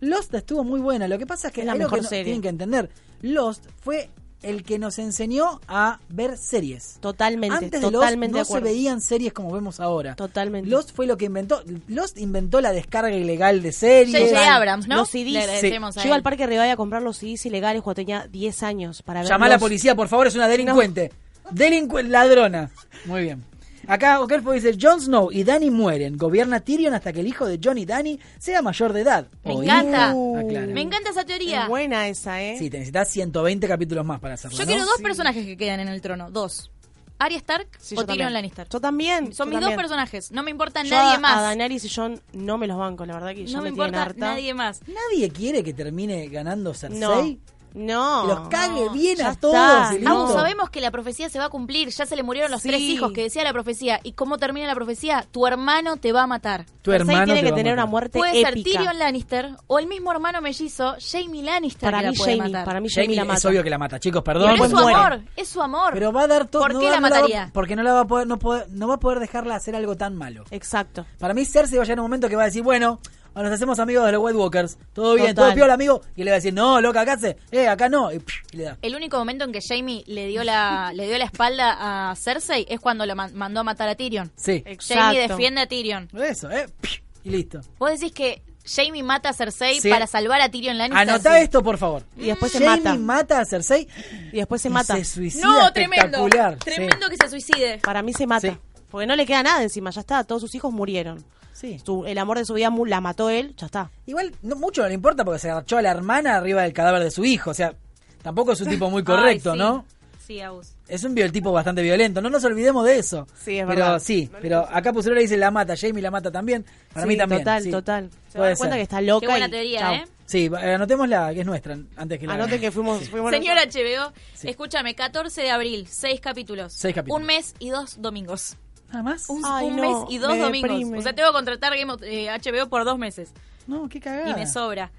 Lost estuvo muy buena. Lo que pasa es que
Es la
hay algo
mejor
que no-
serie.
tienen que entender. Lost fue el que nos enseñó a ver series.
Totalmente,
Antes de
totalmente de
Lost no se
acuerdo.
veían series como vemos ahora.
Totalmente.
Lost fue lo que inventó. Lost inventó la descarga ilegal de series.
J.J. Abrams, ¿no?
Los CDs.
Le agradecemos
Yo
a
iba
él.
al Parque Rivadavia a comprar los CDs ilegales cuando tenía 10 años para ver.
Llamá a la
los-
policía, por favor, es una delincuente. Delincuente, ladrona. Muy bien. Acá Okelfo dice, Jon Snow y Dany mueren. Gobierna Tyrion hasta que el hijo de Jon y Dany sea mayor de edad.
Me
O
encanta.
hijo. Aclara.
Me encanta esa teoría.
Es buena esa, ¿eh?
Sí, te necesitas 120 capítulos más para hacerlo,
Yo
¿no?
quiero dos
Sí.
personajes que quedan en el trono. Dos. Arya Stark
Sí, yo
o Tyrion
también.
Lannister.
Yo también.
Son
yo
mis dos
también.
personajes. No me importa
Yo
nadie
a-
más.
A Daenerys y John no me los banco, la verdad que ya
no me
tienen
importa
harta.
nadie más.
Nadie quiere que termine ganando Cersei.
No. No.
Que los cague
No,
bien
ya
a
está.
todos. y
No.
Agus,
listo.
sabemos que la profecía se va a cumplir. Ya se le murieron los
Sí.
tres hijos que decía la profecía. ¿Y cómo termina la profecía? Tu hermano te va a matar.
Tu
Cersei
hermano
tiene
te
que
va a
tener
matar.
una muerte
Puede ser
épica.
Tyrion Lannister o el mismo hermano mellizo, Jamie Lannister,
para
que la
mí
puede
Jamie,
matar.
para mí Jamie,
Jamie
la mata.
es obvio que la mata, chicos,
Pero
perdón.
es
Después
su
Bueno.
muere.
amor, es su amor.
Pero va a dar todo.
¿Por
no
qué
va-
la
no va-
mataría?
porque no la va a poder, no, puede- no va a poder dejarla hacer algo tan malo.
Exacto.
Para mí Cersei va a llegar un momento que va a decir, bueno, nos hacemos amigos de los White Walkers. Todo bien,
Total.
todo piola, amigo. Y le va a decir, no, loca, acá se, eh, acá no. Y, psh, y le da.
El único momento en que Jamie le dio la, le dio la espalda a Cersei es cuando lo man- mandó a matar a Tyrion.
Sí.
Jamie
Exacto.
defiende a Tyrion.
Eso, eh. psh, y listo.
Vos decís que Jamie mata a Cersei
Sí.
para salvar a Tyrion Lannister.
Anotá este esto, por favor.
Y después se
Jamie
mata.
a Cersei.
Y después se
y
mata.
Se suicida.
No, tremendo.
espectacular. Sí.
Tremendo que se suicide.
Para mí se mata.
Sí.
Porque no le queda nada encima, ya está. Todos sus hijos murieron.
Sí.
Su- el amor de su vida mu- la mató él, ya está.
Igual no, mucho no le importa porque se agachó a la hermana arriba del cadáver de su hijo. O sea, tampoco es un tipo muy correcto,
Ay, sí.
¿no?
Sí, Agus.
Es un biotipo bastante violento, no nos olvidemos de eso.
Sí,
pero
es verdad.
sí, pero acá pusieron dice la mata, Jamie la mata también. Para
Sí,
mí también.
Total,
sí.
total. Se
Puede
dan cuenta
ser.
que está loca.
Qué buena
y-
teoría,
chao.
¿eh?
Sí, eh, anotémosla, que es nuestra, antes que la.
Anoten que fuimos. fuimos
Señora HBO,
Sí.
escúchame, 14 de abril, 6 capítulos.
Seis capítulos.
Un mes y dos domingos.
¿Nada más?
Un,
Ay,
un
no,
mes y dos
me
domingos.
deprime.
O sea, tengo que contratar Game of- eh, HBO por dos meses.
No, qué cagada.
Y me sobra.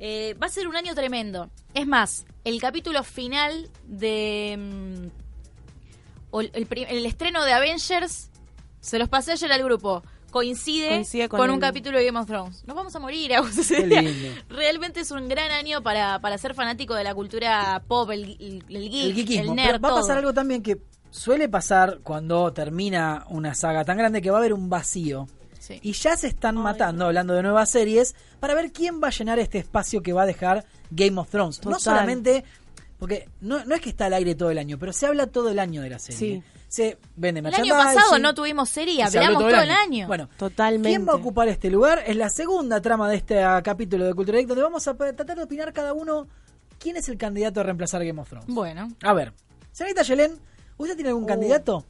Eh, va a ser un año tremendo. Es más, el capítulo final de. mm, o el, el pri- el estreno de Avengers se los pasé ayer al grupo. Coincide,
Coincide
con,
con
un
el-
capítulo de Game of Thrones. Nos vamos a morir, Agus, ese
Qué
día.
lindo.
Realmente es un gran año para, para ser fanático de la cultura pop, el, el- el geek,
el
el,
geekismo. Pero
nerd.
va a pasar
todo.
algo también que suele pasar cuando termina una saga tan grande que va a haber un vacío.
Sí.
Y ya se están matando, hablando de nuevas series, para ver quién va a llenar este espacio que va a dejar Game of Thrones. No
Total.
solamente, porque no, no es que está al aire todo el año, pero se habla todo el año de la serie.
Sí.
Se vende
El año pasado no tuvimos serie, hablamos todo, el año.
Bueno,
Totalmente.
¿quién va a ocupar este lugar? Es la segunda trama de este ah, capítulo de Cultura Direct, donde vamos a pa- tratar de opinar cada uno quién es el candidato a reemplazar Game of Thrones.
Bueno.
A ver, señorita Yelén, ¿usted tiene algún candidato?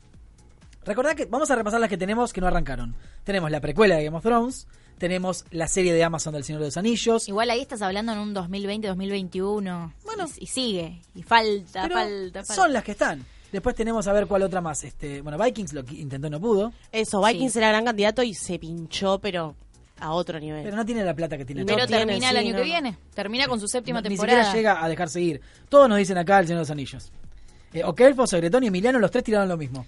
Recordad que vamos a repasar las que tenemos que no arrancaron. Tenemos la precuela de Game of Thrones, tenemos la serie de Amazon del Señor de los Anillos.
Igual ahí estás hablando en un 2020, 2021.
Bueno.
Y, y sigue. Y falta,
pero
falta, falta.
son las que están. Después tenemos a ver cuál otra más. Este, bueno, Vikings lo qui- intentó no pudo,
Eso, Vikings
Sí.
era gran candidato y se pinchó, pero a otro nivel.
pero no tiene la plata que tiene.
Pero
Tolkien.
no tiene,
termina el
sí,
año
no,
que
no.
viene. Termina con su séptima
No,
temporada.
Ni siquiera llega a dejar seguir. Todos nos dicen acá el Señor de los Anillos. Eh, Okelfo, Segretón y Emiliano, los tres tiraron lo mismo.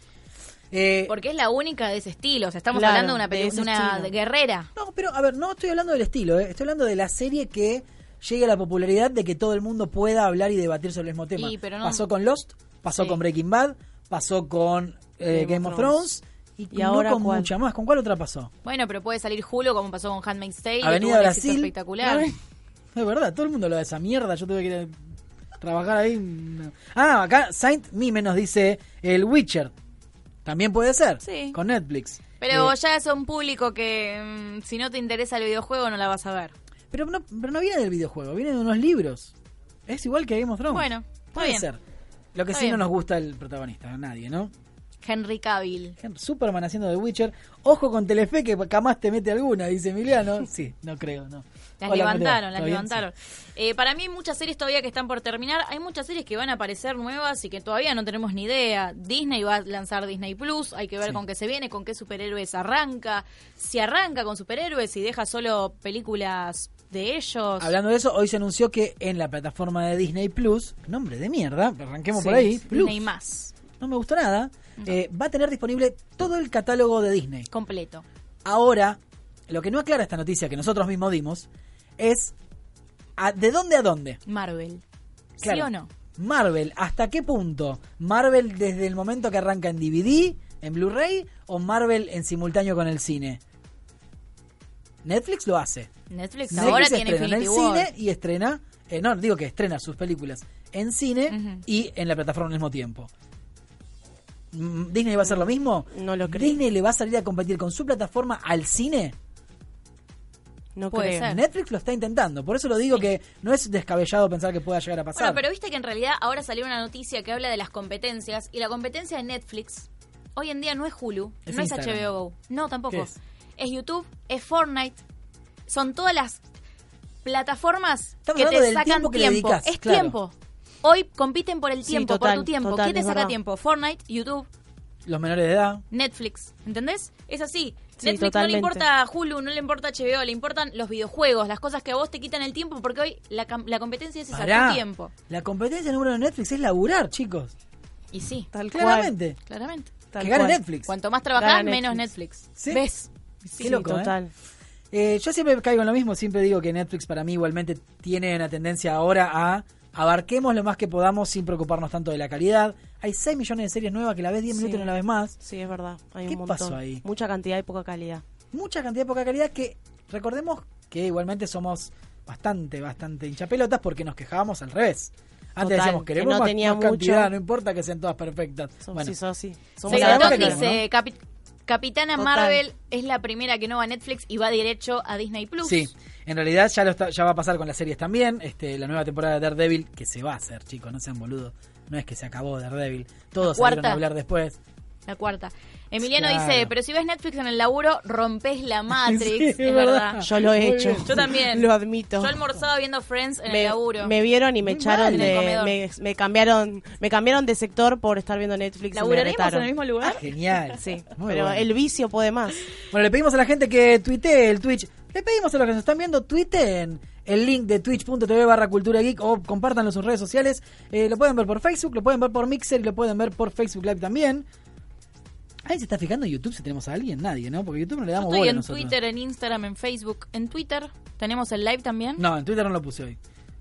Eh,
Porque es la única de ese estilo. O sea, estamos
Claro,
hablando de una,
de
peli-
ese
una
estilo.
guerrera.
No, pero a ver, no estoy hablando del estilo, ¿eh? estoy hablando de la serie que llegue a la popularidad de que todo el mundo pueda hablar y debatir sobre el mismo tema.
Y, pero no.
Pasó con Lost, pasó
Sí.
con Breaking Bad, pasó con eh, Game, of Thrones, y,
¿Y
no
ahora
con
cuál?
mucha más. ¿Con cuál otra pasó?
Bueno, pero puede salir Julio como pasó con Handmaid's Tale. que tuvo
Avenida
un éxito
Brasil.
espectacular.
De verdad, todo el mundo lo de esa mierda. Yo tuve que ir a trabajar ahí. No. Ah, acá Saint Mime nos dice el Witcher. También puede ser.
Sí.
Con Netflix.
Pero
Eh,
ya es un público que mm, si no te interesa el videojuego no la vas a ver.
pero, no, pero no viene del videojuego, viene de unos libros. Es igual que Game of Thrones.
Bueno, está
puede
bien.
ser. Lo que
Está
sí
bien.
no nos gusta el protagonista, a nadie, ¿no?
Henry Cavill.
Superman haciendo de Witcher. Ojo con Telefe que jamás te mete alguna, dice Emiliano. Sí, no creo, no. Hola,
Las
¿cómo te va?
levantaron, las
¿Todo bien?
levantaron. Eh, para mí hay muchas series todavía que están por terminar. Hay muchas series que van a aparecer nuevas y que todavía no tenemos ni idea. Disney va a lanzar Disney Plus. Hay que ver
Sí.
con qué se viene, con qué superhéroes arranca. Si arranca con superhéroes y deja solo películas de ellos.
Hablando de eso, hoy se anunció que en la plataforma de Disney Plus, nombre de mierda, arranquemos
Sí,
por ahí,
sí,
Plus,
Disney más.
no me gustó nada, eh, va a tener disponible todo el catálogo de Disney.
Completo.
Ahora, lo que no aclara esta noticia que nosotros mismos dimos es a- de dónde a dónde.
Marvel. ¿Sí
Claro.
o no?
Marvel, ¿hasta qué punto? ¿Marvel desde el momento que arranca en DVD, en Blu-ray, o Marvel en simultáneo con el cine? Netflix lo hace.
Netflix,
Netflix
ahora tiene
estrena en el
Infinity War.
cine y estrena, eh, no, digo que estrena sus películas en cine
Ujú.
y en la plataforma al mismo tiempo. Mm, ¿Disney va a hacer lo mismo?
No lo creo.
¿Disney le va a salir a competir con su plataforma al cine?
No
Puede
creo.
ser.
Netflix lo está intentando, por eso lo digo que no es descabellado pensar que pueda llegar a pasar.
Bueno, pero viste que en realidad ahora salió una noticia que habla de las competencias y la competencia de Netflix hoy en día no es Hulu,
Es
no
Instagram.
es HBO Go, no tampoco.
¿Qué
Es?
es?
YouTube, es Fortnite. Son todas las plataformas
Estamos
que
hablando
te
del
sacan
tiempo
tiempo.
que le dedicás,
es
claro.
tiempo. Hoy compiten por el tiempo,
total,
por tu tiempo.
total,
¿Quién te
es
saca
verdad.
tiempo? Fortnite, YouTube,
Los menores de edad.
Netflix. ¿Entendés? Es así.
Sí,
Netflix
totalmente.
no le importa Hulu, no le importa HBO, le importan los videojuegos, las cosas que a vos te quitan el tiempo, porque hoy la, cam- la competencia es esa,
Pará.
tu tiempo.
La competencia número de Netflix es laburar, chicos.
Y sí,
Tal
Claramente.
claramente.
Tal
que gane
cual.
Netflix.
Cuanto más trabajás,
Gana
menos
Netflix.
Netflix.
Sí.
¿Ves?
Qué
Sí,
loco, ¿eh?
total.
Eh, yo siempre caigo en lo mismo, siempre digo que Netflix para mí igualmente tiene una tendencia ahora a abarquemos lo más que podamos sin preocuparnos tanto de la calidad. Hay 6 millones de series nuevas que la ves 10
Sí.
minutos y no la ves más.
Sí, es verdad. Hay
¿Qué
un montón.
pasó ahí?
Mucha cantidad y poca calidad.
Mucha cantidad de poca calidad que recordemos que igualmente somos bastante, bastante hinchapelotas porque nos quejábamos al revés. Antes
Total,
decíamos,
que
queremos
no
más,
tenía
más cantidad,
mucho.
no importa que sean todas perfectas.
Som-
bueno,
sí, so- sí.
Somos
Segretón
adeptos, claro,
dice, "Capi- Capitana
Total.
Marvel es la primera que no va a Netflix y va derecho a Disney Plus.
Sí, en realidad ya, lo está- ya va a pasar con las series también. Este, la nueva temporada de Daredevil, que se va a hacer, chicos, no sean boludos. No es que se acabó Daredevil. Todos
Cuarta.
salieron a hablar después.
La cuarta. Emiliano
Claro.
dice, pero si ves Netflix en el laburo, rompes la Matrix.
Sí,
es
es
verdad.
verdad.
Yo lo he
Muy
hecho.
bien.
Yo también.
Lo admito.
Yo almorzaba viendo Friends en
me,
el laburo.
me vieron y me
Muy mal.
echaron
En el
de,
comedor.
me, me cambiaron me cambiaron de sector por estar viendo Netflix y me
¿Laburaremos en
retaron.
el mismo
Ah,
lugar?
genial.
Sí,
Muy
pero
bueno.
el vicio puede más.
Bueno, le pedimos a la gente que tuitee el Twitch. Le pedimos a los que nos están viendo, tuiteen el link de twitch.tv barra cultura geek o compártanlo en sus redes sociales. Eh, lo pueden ver por Facebook, lo pueden ver por Mixer y lo pueden ver por Facebook Live también. Ahí se está fijando en YouTube si tenemos a alguien, nadie, ¿no? Porque YouTube no le
Yo
damos
estoy
bola
en
nosotros.
Twitter, en Instagram, en Facebook. En Twitter tenemos el live también.
No, en Twitter no lo puse hoy.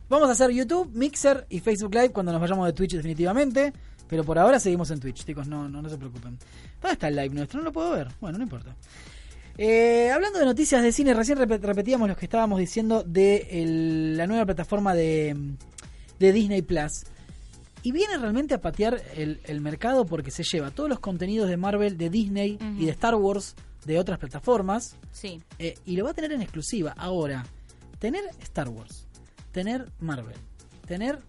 Vamos a hacer YouTube, Mixer y Facebook Live cuando nos vayamos de Twitch definitivamente. Pero por ahora seguimos en Twitch, chicos, no, no, no se preocupen. ¿Dónde está el live nuestro? No lo puedo ver. Bueno, no importa. Eh, hablando de noticias de cine, recién rep- repetíamos lo que estábamos diciendo de el- la nueva plataforma de, de Disney Plus. Y viene realmente a patear el, el mercado porque se lleva todos los contenidos de Marvel, de Disney y
Ujú.
de Star Wars de otras plataformas.
Sí.
Eh, y lo va a tener en exclusiva. Ahora, tener Star Wars, tener Marvel, tener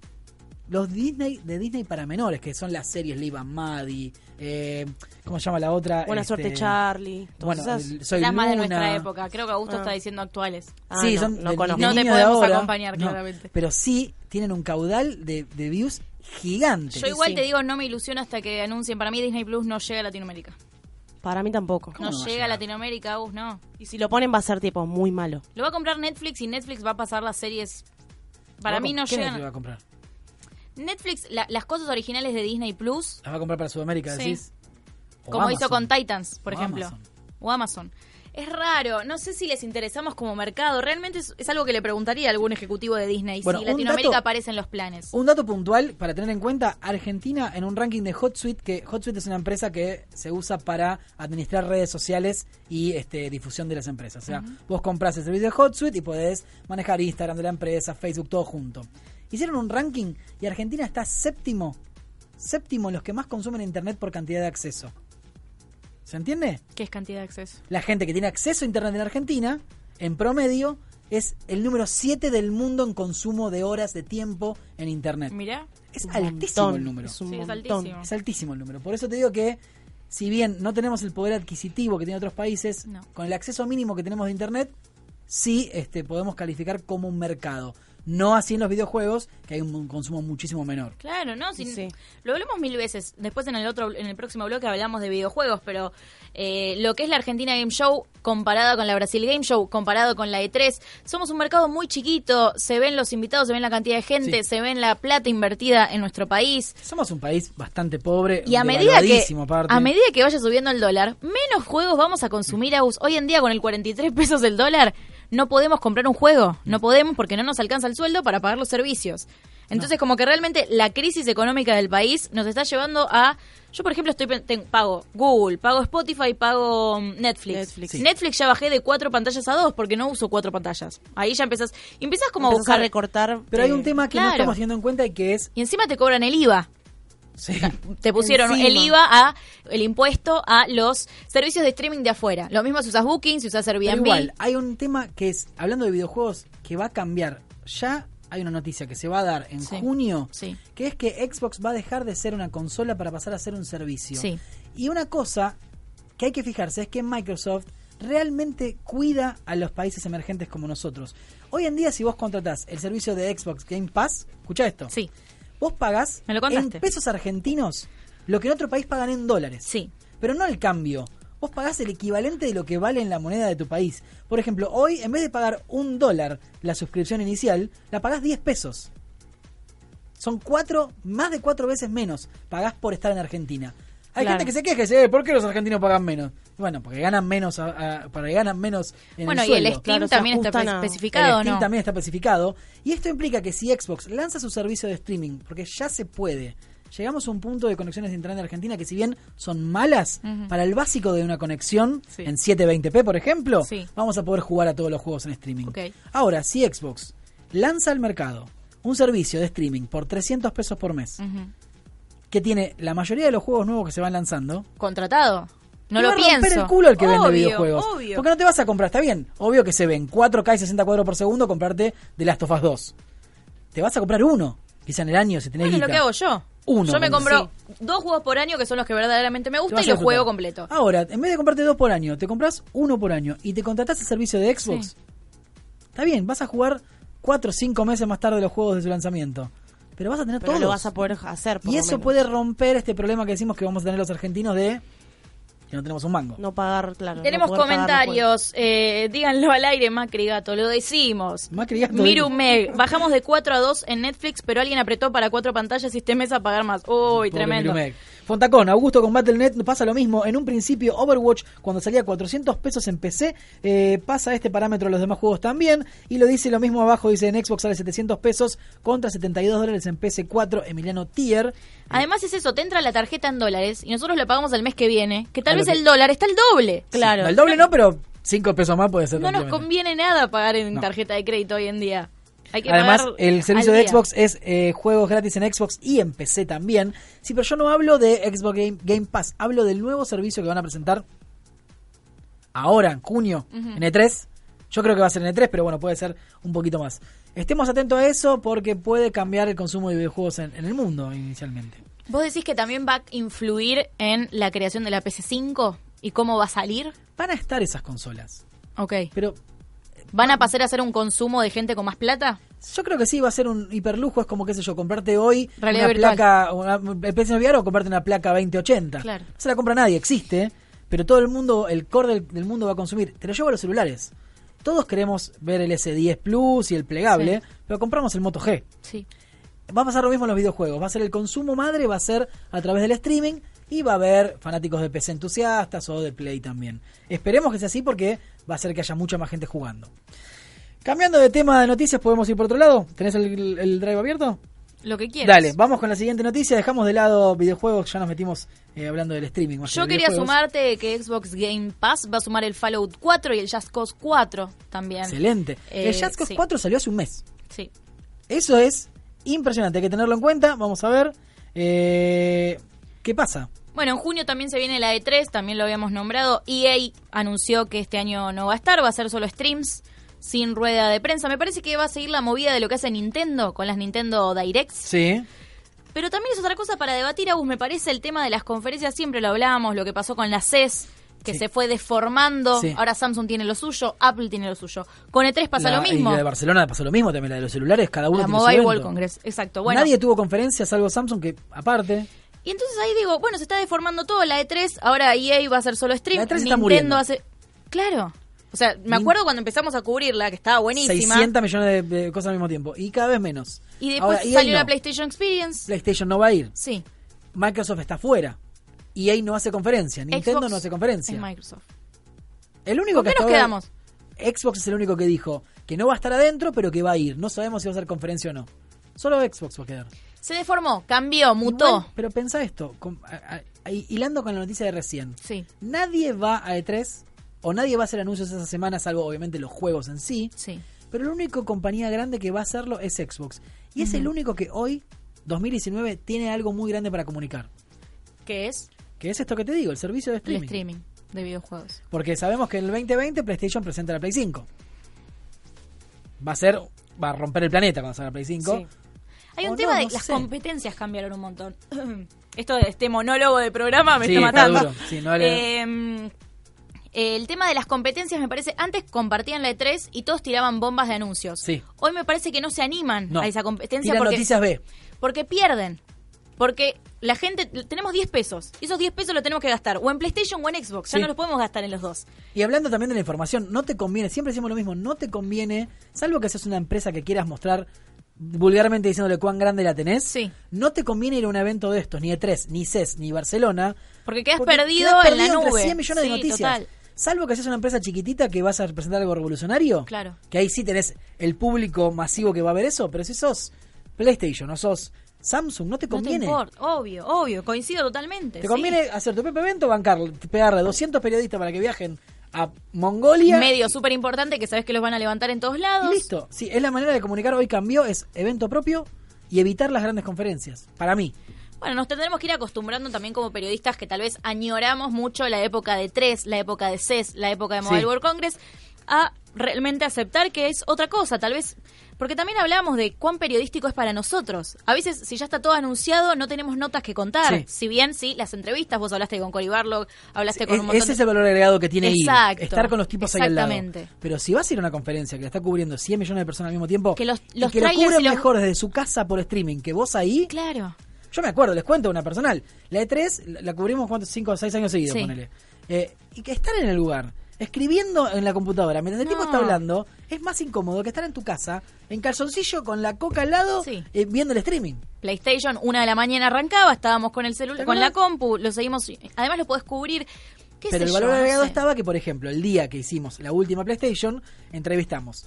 los Disney de Disney para menores, que son las series Live and Maddie, eh, ¿cómo se llama la otra?
Buena
Este,
suerte Charlie. Todas
Bueno,
esas.
el- soy
Las más de
Luna.
nuestra época. Creo que Augusto
Ah.
está diciendo actuales.
Ah,
sí,
no,
son
no
de-
conozco.
de
No te
niños de
podemos
ahora.
acompañar, claramente.
Pero sí tienen un caudal de, de views gigante.
Yo igual
sí.
te digo, no me ilusiono hasta que anuncien. Para mí Disney Plus no llega a Latinoamérica.
Para mí tampoco.
¿Cómo
No,
no va a
llega a
llegar?
Latinoamérica, Agus, no.
Y si lo ponen va a ser tipo muy malo.
Lo va a comprar Netflix y Netflix va a pasar las series. Para mí no
¿Qué
llegan.
Netflix va a comprar?
Netflix, la- las cosas originales de Disney Plus,
¿Las va a comprar para Sudamérica,
Sí.
decís? O
como hizo
Amazon.
con Titans, por
O
ejemplo.
Amazon.
O Amazon. Es raro, no sé si les interesamos como mercado. Realmente es, es algo que le preguntaría a algún ejecutivo de Disney.
Bueno,
si
un
Latinoamérica
dato-
aparece en los planes.
Un dato puntual para tener en cuenta, Argentina en un ranking de HotSuite, que HotSuite es una empresa que se usa para administrar redes sociales y este, difusión de las empresas. O sea, vos compras el servicio de HotSuite y podés manejar Instagram de la empresa, Facebook, todo junto. Hicieron un ranking y Argentina está séptimo, séptimo en los que más consumen Internet por cantidad de acceso. ¿Se entiende?
¿Qué es cantidad de acceso?
La gente que tiene acceso a Internet en Argentina, en promedio, es el número 7 del mundo en consumo de horas de tiempo en Internet.
Mirá.
Es
Un
altísimo
montón,
el número.
Es un
Sí, es
montón.
altísimo.
Es altísimo el número. Por eso te digo que, si bien no tenemos el poder adquisitivo que tienen otros países,
No.
con el acceso mínimo que tenemos de Internet, sí este, podemos calificar como un mercado. No así en los videojuegos, que hay un consumo muchísimo menor.
Claro, no, si-
Sí.
lo hablamos mil veces. Después en el otro, en el próximo bloque hablamos de videojuegos, pero eh, lo que es la Argentina Game Show comparada con la Brasil Game Show, comparado con la E3, somos un mercado muy chiquito. Se ven los invitados, se ven la cantidad de gente,
Sí.
se ven la plata invertida en nuestro país.
Somos un país bastante pobre,
Y a medida, que,
devaluadísimo aparte.
a medida que vaya subiendo el dólar, menos juegos vamos a consumir, Agus. Hoy en día, con el 43 pesos del dólar, no podemos comprar un juego. No podemos porque no nos alcanza el sueldo para pagar los servicios. Entonces, como que realmente la crisis económica del país nos está llevando a... Yo, por ejemplo, estoy pen- ten- pago Google, pago Spotify, pago mm, Netflix.
Netflix.
Netflix.
Sí.
ya bajé de cuatro pantallas a dos porque no uso cuatro pantallas. Ahí ya empezás... y Empezás como
Empezás
a
a
buscar...
recortar.
Pero hay
eh,
un tema que no
claro.
estamos teniendo en cuenta y que es...
Y encima te cobran el IVA.
Sí,
te pusieron
Encima.
el IVA a el impuesto a los servicios de streaming de afuera. Lo mismo si usas Booking, si usas
pero
Airbnb.
igual, hay un tema que es, hablando de videojuegos, que va a cambiar. Ya hay una noticia que se va a dar en
Sí.
junio
Sí.
que es que Xbox va a dejar de ser una consola para pasar a ser un servicio.
Sí.
Y una cosa que hay que fijarse es que Microsoft realmente cuida a los países emergentes como nosotros. Hoy en día si vos contratás el servicio de Xbox Game Pass, escucha esto,
Sí.
Vos pagás
Me lo
en
contaste.
pesos argentinos lo que en otro país pagan en dólares.
Sí.
Pero no el cambio. Vos pagás el equivalente de lo que vale en la moneda de tu país. Por ejemplo, hoy en vez de pagar un dólar la suscripción inicial, la pagás 10 pesos. Son cuatro, más de cuatro veces menos pagás por estar en Argentina. Hay
Claro.
gente que se queja y dice, "Eh, ¿por qué los argentinos pagan menos? Bueno, porque ganan menos, a- a- para que ganan menos en
Bueno,
el
y el
sueldo.
Steam
claro, se
también está
ajustan a-
especificado,
El Steam
¿no?
también está especificado. Y esto implica que si Xbox lanza su servicio de streaming, porque ya se puede, llegamos a un punto de conexiones de internet de Argentina que si bien son malas,
Ujú.
para el básico de una conexión
Sí.
en 720p, por ejemplo,
Sí.
vamos a poder jugar a todos los juegos en streaming.
Ok.
Ahora, si Xbox lanza al mercado un servicio de streaming por 300 pesos por mes,
Ujú.
que tiene la mayoría de los juegos nuevos que se van lanzando,
Contratado. No
te
lo
va a romper
pienso.
el culo el que vende
Obvio,
videojuegos.
obvio.
Porque no te vas a comprar, está bien. Obvio que se ven 4K y 60 cuadros por segundo comprarte de Last of Us 2. Te vas a comprar uno, quizá en el año si tenés
Bueno, es lo
guita.
que hago yo.
Uno,
yo me
bueno,
compro dos juegos por año que son los que verdaderamente me
Te
gustan
vas
y
a
los
disfrutar.
juego completo.
Ahora, en vez de comprarte dos por año, te compras uno por año y te contratás el servicio de Xbox.
Sí.
Está bien, vas a jugar 4 o 5 meses más tarde los juegos de su lanzamiento. Pero vas a tener
Pero
todos.
lo vas a poder hacer. por
y
lo
eso
menos.
puede romper este problema que decimos que vamos a tener los argentinos de que no tenemos un mango.
No pagar, claro. no
Tenemos
poder pagar los
comentarios,
juegos.
eh, díganlo al aire, Macri Gato, lo decimos.
Macri Gato,
Miru
dijo.
Meg, bajamos de 4 a 2 en Netflix, pero alguien apretó para cuatro pantallas y este mes a pagar más. Uy,
Pobre
tremendo.
Milumec. Fontacón, Augusto con Battle.net pasa lo mismo. En un principio, Overwatch, cuando salía a 400 pesos en PC, eh, pasa este parámetro a los demás juegos también. Y lo dice lo mismo abajo: dice en Xbox sale 700 pesos contra 72 dólares en PC4. Emiliano Tier.
Además es eso, te entra la tarjeta en dólares y nosotros la pagamos el mes que viene, que
A
tal
lo
vez
que-
el dólar está el doble.
Sí, el doble no, pero 5 pesos más puede ser.
No nos
tranquilamente.
conviene nada pagar en
No.
tarjeta de crédito hoy en día. Hay que
Además,
pagar
el servicio
al
de
día.
Xbox es eh, juegos gratis en Xbox y en PC también. Sí, pero yo no hablo de Xbox Game, Game Pass, hablo del nuevo servicio que van a presentar ahora, en junio, en E3. Yo creo que va a ser en E3, pero bueno, puede ser un poquito más. Estemos atentos a eso porque puede cambiar el consumo de videojuegos en, en el mundo inicialmente.
¿Vos decís que también va a influir en la creación de la PC5 y cómo va a salir?
Van a estar esas consolas,
Ok.
pero
¿Van a pasar a hacer un consumo de gente con más plata?
yo creo que sí va a ser un hiperlujo. Es como, qué sé yo, comprarte hoy
Realidad
una
virtual.
placa, una PlayStation VR o comprarte una placa 2080.
Claro.
No se la compra nadie, existe, pero todo el mundo, el core del, del mundo va a consumir. Te lo llevo a los celulares. Todos queremos ver el S10 Plus y el plegable,
Sí.
pero compramos el Moto G.
Sí.
Va a pasar lo mismo en los videojuegos. Va a ser el consumo madre, va a ser a través del streaming y va a haber fanáticos de PC entusiastas o de Play también. Esperemos que sea así porque va a hacer que haya mucha más gente jugando. Cambiando de tema de noticias, podemos ir por otro lado. ¿Tenés el, el drive abierto?
Lo que quieras.
Dale, vamos con la siguiente noticia. Dejamos de lado videojuegos, ya nos metimos eh, hablando del streaming. más que
Yo
de
quería
videojuegos.
sumarte que Xbox Game Pass va a sumar el Fallout 4 y el Just Cause 4 también.
Excelente.
Eh,
el Just Cause
sí.
4 salió hace un mes.
Sí.
Eso es impresionante, hay que tenerlo en cuenta. Vamos a ver eh, qué pasa.
Bueno, en junio también se viene la E3, también lo habíamos nombrado. EA anunció que este año no va a estar, va a ser solo streams sin rueda de prensa. Me parece que va a seguir la movida de lo que hace Nintendo con las Nintendo Directs.
Sí.
Pero también es otra cosa para debatir, Agus, me parece el tema de las conferencias, siempre lo hablábamos, lo que pasó con la CES, que
Sí.
se fue deformando.
Sí.
Ahora Samsung tiene lo suyo, Apple tiene lo suyo. Con E3 pasa
La-
lo mismo.
Y la de Barcelona pasó lo mismo también, la de los celulares, cada uno
La
tiene su
Mobile
evento.
World Congress, exacto. Bueno,
Nadie tuvo conferencia salvo Samsung, que aparte.
Y entonces ahí digo, bueno, se está deformando todo. La E3, ahora EA va a ser solo stream.
La E3 está
Nintendo
muriendo.
hace. Claro. O sea, me
Nin-
acuerdo cuando empezamos a cubrirla, que estaba buenísima.
600 millones de, de cosas al mismo tiempo. Y cada vez menos.
Y después
Ahora, EA
salió
no.
la PlayStation Experience.
PlayStation no va a ir.
sí.
Microsoft está fuera. EA no hace conferencia. Nintendo
Xbox
no hace
es
conferencia.
Microsoft.
El único
¿Con
que
qué
hasta
nos
ahora-
quedamos?
Xbox es el único que dijo que no va a estar adentro, pero que va a ir. No sabemos si va a hacer conferencia o no. Solo Xbox va a quedar.
Se deformó, cambió, mutó.
Igual, pero pensá esto, con- a- a- hilando con la noticia de recién.
Sí,
Nadie va a E3 o nadie va a hacer anuncios esa semana, salvo obviamente los juegos en sí.
sí.
Pero la única compañía grande que va a hacerlo es Xbox. Y es el único que hoy, 2019, tiene algo muy grande para comunicar.
¿Qué es?
Que es esto que te digo, el servicio de
El
streaming.
streaming de videojuegos.
Porque sabemos que en el 2020 PlayStation presenta la Play 5. Va a ser, va a romper el planeta cuando salga la Play 5.
Sí.
Hay un
Oh,
tema
no,
de
no
que las
sé.
competencias cambiaron un montón. Esto de este monólogo de programa me
Sí,
está
está
matando.
duro. Sí, no le-
Eh, el tema de las competencias me parece, antes compartían la E E3 y todos tiraban bombas de anuncios.
Sí.
Hoy me parece que no se animan
No.
a esa competencia
Tiran
porque,
noticias B.
Porque pierden. Porque la gente, tenemos 10 pesos. Y esos 10 pesos los tenemos que gastar. O en PlayStation o en Xbox. Ya
Sí.
no los podemos gastar en los dos.
Y hablando también de la información, no te conviene, siempre decimos lo mismo, no te conviene, salvo que seas una empresa que quieras mostrar vulgarmente diciéndole cuán grande la tenés,
Sí.
no te conviene ir a un evento de estos, ni E3, ni CES, ni Barcelona,
Porque quedas
porque
perdido
quedás
en la
entre
nube.
100 millones
sí,
de noticias.
total.
Salvo que seas una empresa chiquitita que vas a representar algo revolucionario,
Claro.
que ahí sí tenés el público masivo que va a ver eso, pero si sos PlayStation o sos Samsung, no te
No te
conviene.
importa. Obvio, obvio. Coincido totalmente.
Te
sí.
conviene hacer tu propio evento, bancar, pegarle 200 periodistas para que viajen a Mongolia.
Medio súper importante que sabes que los van a levantar en todos lados.
Y listo. Sí, es la manera de comunicar hoy cambió, es evento propio y evitar las grandes conferencias. Para mí.
Bueno, nos tendremos que ir acostumbrando también como periodistas que tal vez añoramos mucho la época de 3, la época de CES, la época de Mobile
Sí.
World Congress, a realmente aceptar que es otra cosa, tal vez. Porque también hablamos de cuán periodístico es para nosotros. A veces, si ya está todo anunciado, no tenemos notas que contar.
Sí.
Si bien, sí, las entrevistas, vos hablaste con Cory Barlog, hablaste con
E-
un montón
ese
de-
es el valor agregado que tiene ir,
Exacto,
estar con los tipos ahí al lado.
exactamente.
Pero si vas a ir a una conferencia que la está cubriendo 100 millones de personas al mismo tiempo,
Que los-
y
los
que lo
trailers
cubren
y los-
mejor desde su casa por streaming que vos ahí,
Claro.
yo me acuerdo, les cuento una personal. La E3 la- la cubrimos cuántos, 5 o 6 años seguidos,
Sí.
ponele. Eh, y que estar en el lugar, escribiendo en la computadora, mientras el
No.
tipo está hablando, es más incómodo que estar en tu casa, en calzoncillo, con la coca al lado,
Sí.
eh, viendo el streaming.
PlayStation, una de la mañana arrancaba, estábamos con el celular,
¿Te
con la
acordás?
compu, lo seguimos. Además, lo podés cubrir. ¿Qué sé
Pero el
yo?
valor
No
agregado
sé.
estaba que, por ejemplo, el día que hicimos la última PlayStation, entrevistamos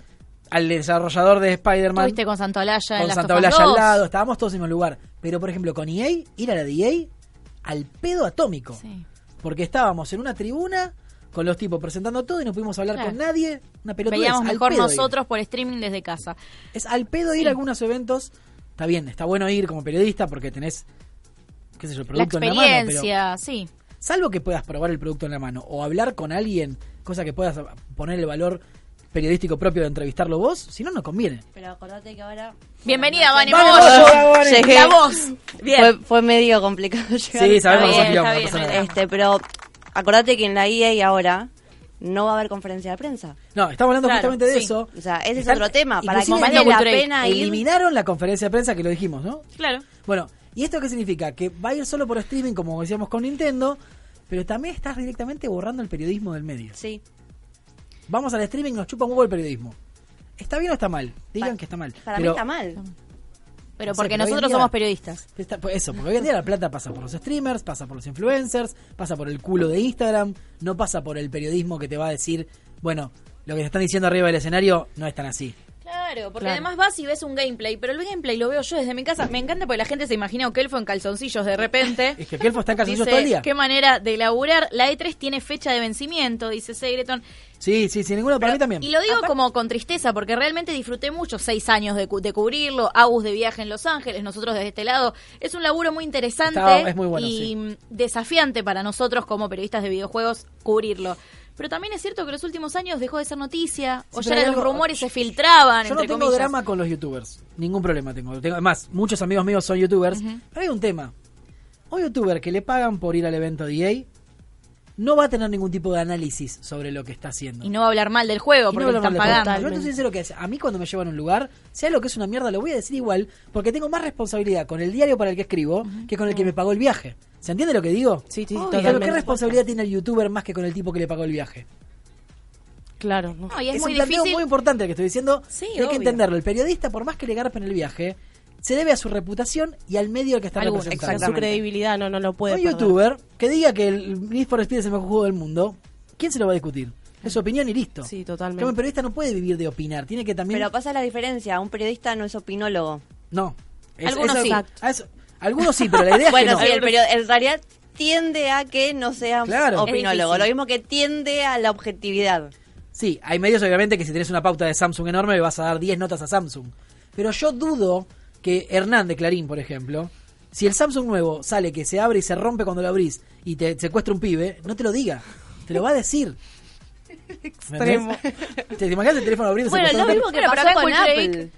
al desarrollador de Spider-Man
Estuviste con Santaolalla en
con
las
Santa
Tofas
Blaya al
2.
lado, estábamos todos en el mismo lugar. Pero, por ejemplo, con EA, ir a la DA al pedo atómico.
Sí.
Porque estábamos en una tribuna con los tipos presentando todo y no pudimos hablar
Claro.
con nadie. Una pelota
Veíamos mejor
pedo ir.
nosotros por streaming desde casa.
Es al pedo ir a algunos eventos. Está bien, está bueno ir como periodista porque tenés, qué sé yo, el
La
producto en la mano. pero-
experiencia, sí.
Salvo que puedas probar el producto en la mano o hablar con alguien, cosa que puedas poner el valor periodístico propio de entrevistarlo vos, si no, no conviene.
Pero acordate que ahora.
Bienvenida, Vani
Vale,
Moyo.
Moyo, Vani.
Llegué.
La voz. Bien.
Fue, fue medio complicado llegar.
Sí,
está
sabemos que
bien,
son quilombos, no
está
pasa
bien,
nada.
Este, pero acordate que en la IA y ahora no va a haber conferencia de prensa.
No, estamos hablando
Claro,
justamente de
sí.
eso.
O sea, ese es
Están-
otro tema. Para que
inclusive
valga
Compañía
la
Cultural
pena ir.
Eliminaron la conferencia de prensa que lo dijimos, ¿no?
Claro.
Bueno, ¿y esto qué significa? Que va a ir solo por streaming, como decíamos con Nintendo, pero también estás directamente borrando el periodismo del medio.
Sí.
Vamos al streaming, nos chupa un huevo el periodismo. ¿Está bien o está mal? Digan
Pa-
que está mal.
Para mí
Pero-
está mal.
Pero
No sé, pero
porque
hoy en
nosotros
día-
somos periodistas.
Está- pues eso, porque hoy en día la plata pasa por los streamers, pasa por los influencers, pasa por el culo de Instagram, no pasa por el periodismo que te va a decir, bueno, lo que te están diciendo arriba del escenario no es tan así.
Claro, porque
Claro.
además vas y ves un gameplay, pero el gameplay lo veo yo desde mi casa. Me encanta porque la gente se imagina a fue en calzoncillos de repente.
Es que aquel fue está en calzoncillos
Dice,
todo el día.
qué manera de laburar. La E3 tiene fecha de vencimiento, dice Segreton.
Sí, sí, sin ninguna para mí también.
Y lo digo como con tristeza, porque realmente disfruté mucho seis años de, cu- de cubrirlo, Agus de viaje en Los Ángeles, nosotros desde este lado. Es un laburo muy interesante
Está- es muy bueno,
y
sí.
mm, desafiante para nosotros como periodistas de videojuegos cubrirlo. Pero también es cierto que en los últimos años dejó de ser noticia, o
Sí,
ya
pero hay
los
algo-
rumores se filtraban,
Yo no
entre
tengo
comillas.
drama con los youtubers. Ningún problema tengo. tengo además, muchos amigos míos son youtubers. Pero hay un tema. Un youtuber que le pagan por ir al evento DA no va a tener ningún tipo de análisis sobre lo que está haciendo.
Y no va a hablar mal del juego,
Y
porque
no
lo
hablo
están
mal de
pagando.
Yo estoy sincero que a mí cuando me llevan a un lugar, sea lo que es una mierda, lo voy a decir igual, porque tengo más responsabilidad con el diario para el que escribo que con el que me pagó el viaje. ¿Se entiende lo que digo?
Sí, sí,
Obvio.
totalmente.
Pero ¿qué responsabilidad tiene el youtuber más que con el tipo que le pagó el viaje?
Claro, no.
No, y es,
es
muy
un planteo
difícil.
muy importante el que estoy diciendo.
Sí,
hay
obvio.
que entenderlo. El periodista, por más que le garpen el viaje, se debe a su reputación y al medio al que está
Alguno,
representando.
Su credibilidad no, no lo puede.
Un
perder.
youtuber que diga que el Need for Speed es el mejor juego del mundo, ¿quién se lo va a discutir? Es su opinión y listo.
Sí, totalmente.
Como el periodista no puede vivir de opinar, tiene que también...
Pero pasa la diferencia. Un periodista no es opinólogo.
No.
Algunos sí.
a eso- ah, algunos sí, pero la idea
Bueno,
es que
sí,
no.
el perio- en realidad tiende a que no sea
Claro.
opinólogo.
Es
Lo
difícil.
mismo que tiende a la objetividad.
Sí, hay medios obviamente que si tenés una pauta de Samsung enorme le vas a dar 10 notas a Samsung. Pero yo dudo que Hernán de Clarín, por ejemplo, si el Samsung nuevo sale que se abre y se rompe cuando lo abrís y te secuestra un pibe, no te lo diga. Te lo va a decir. ¿Me entendés? ¿Te, te imaginas el teléfono abriendo
Bueno,
secuestrando
lo
un pibe?
mismo que
Bueno, pero
pasó
acá
con
en Wolf
Apple.
Creek-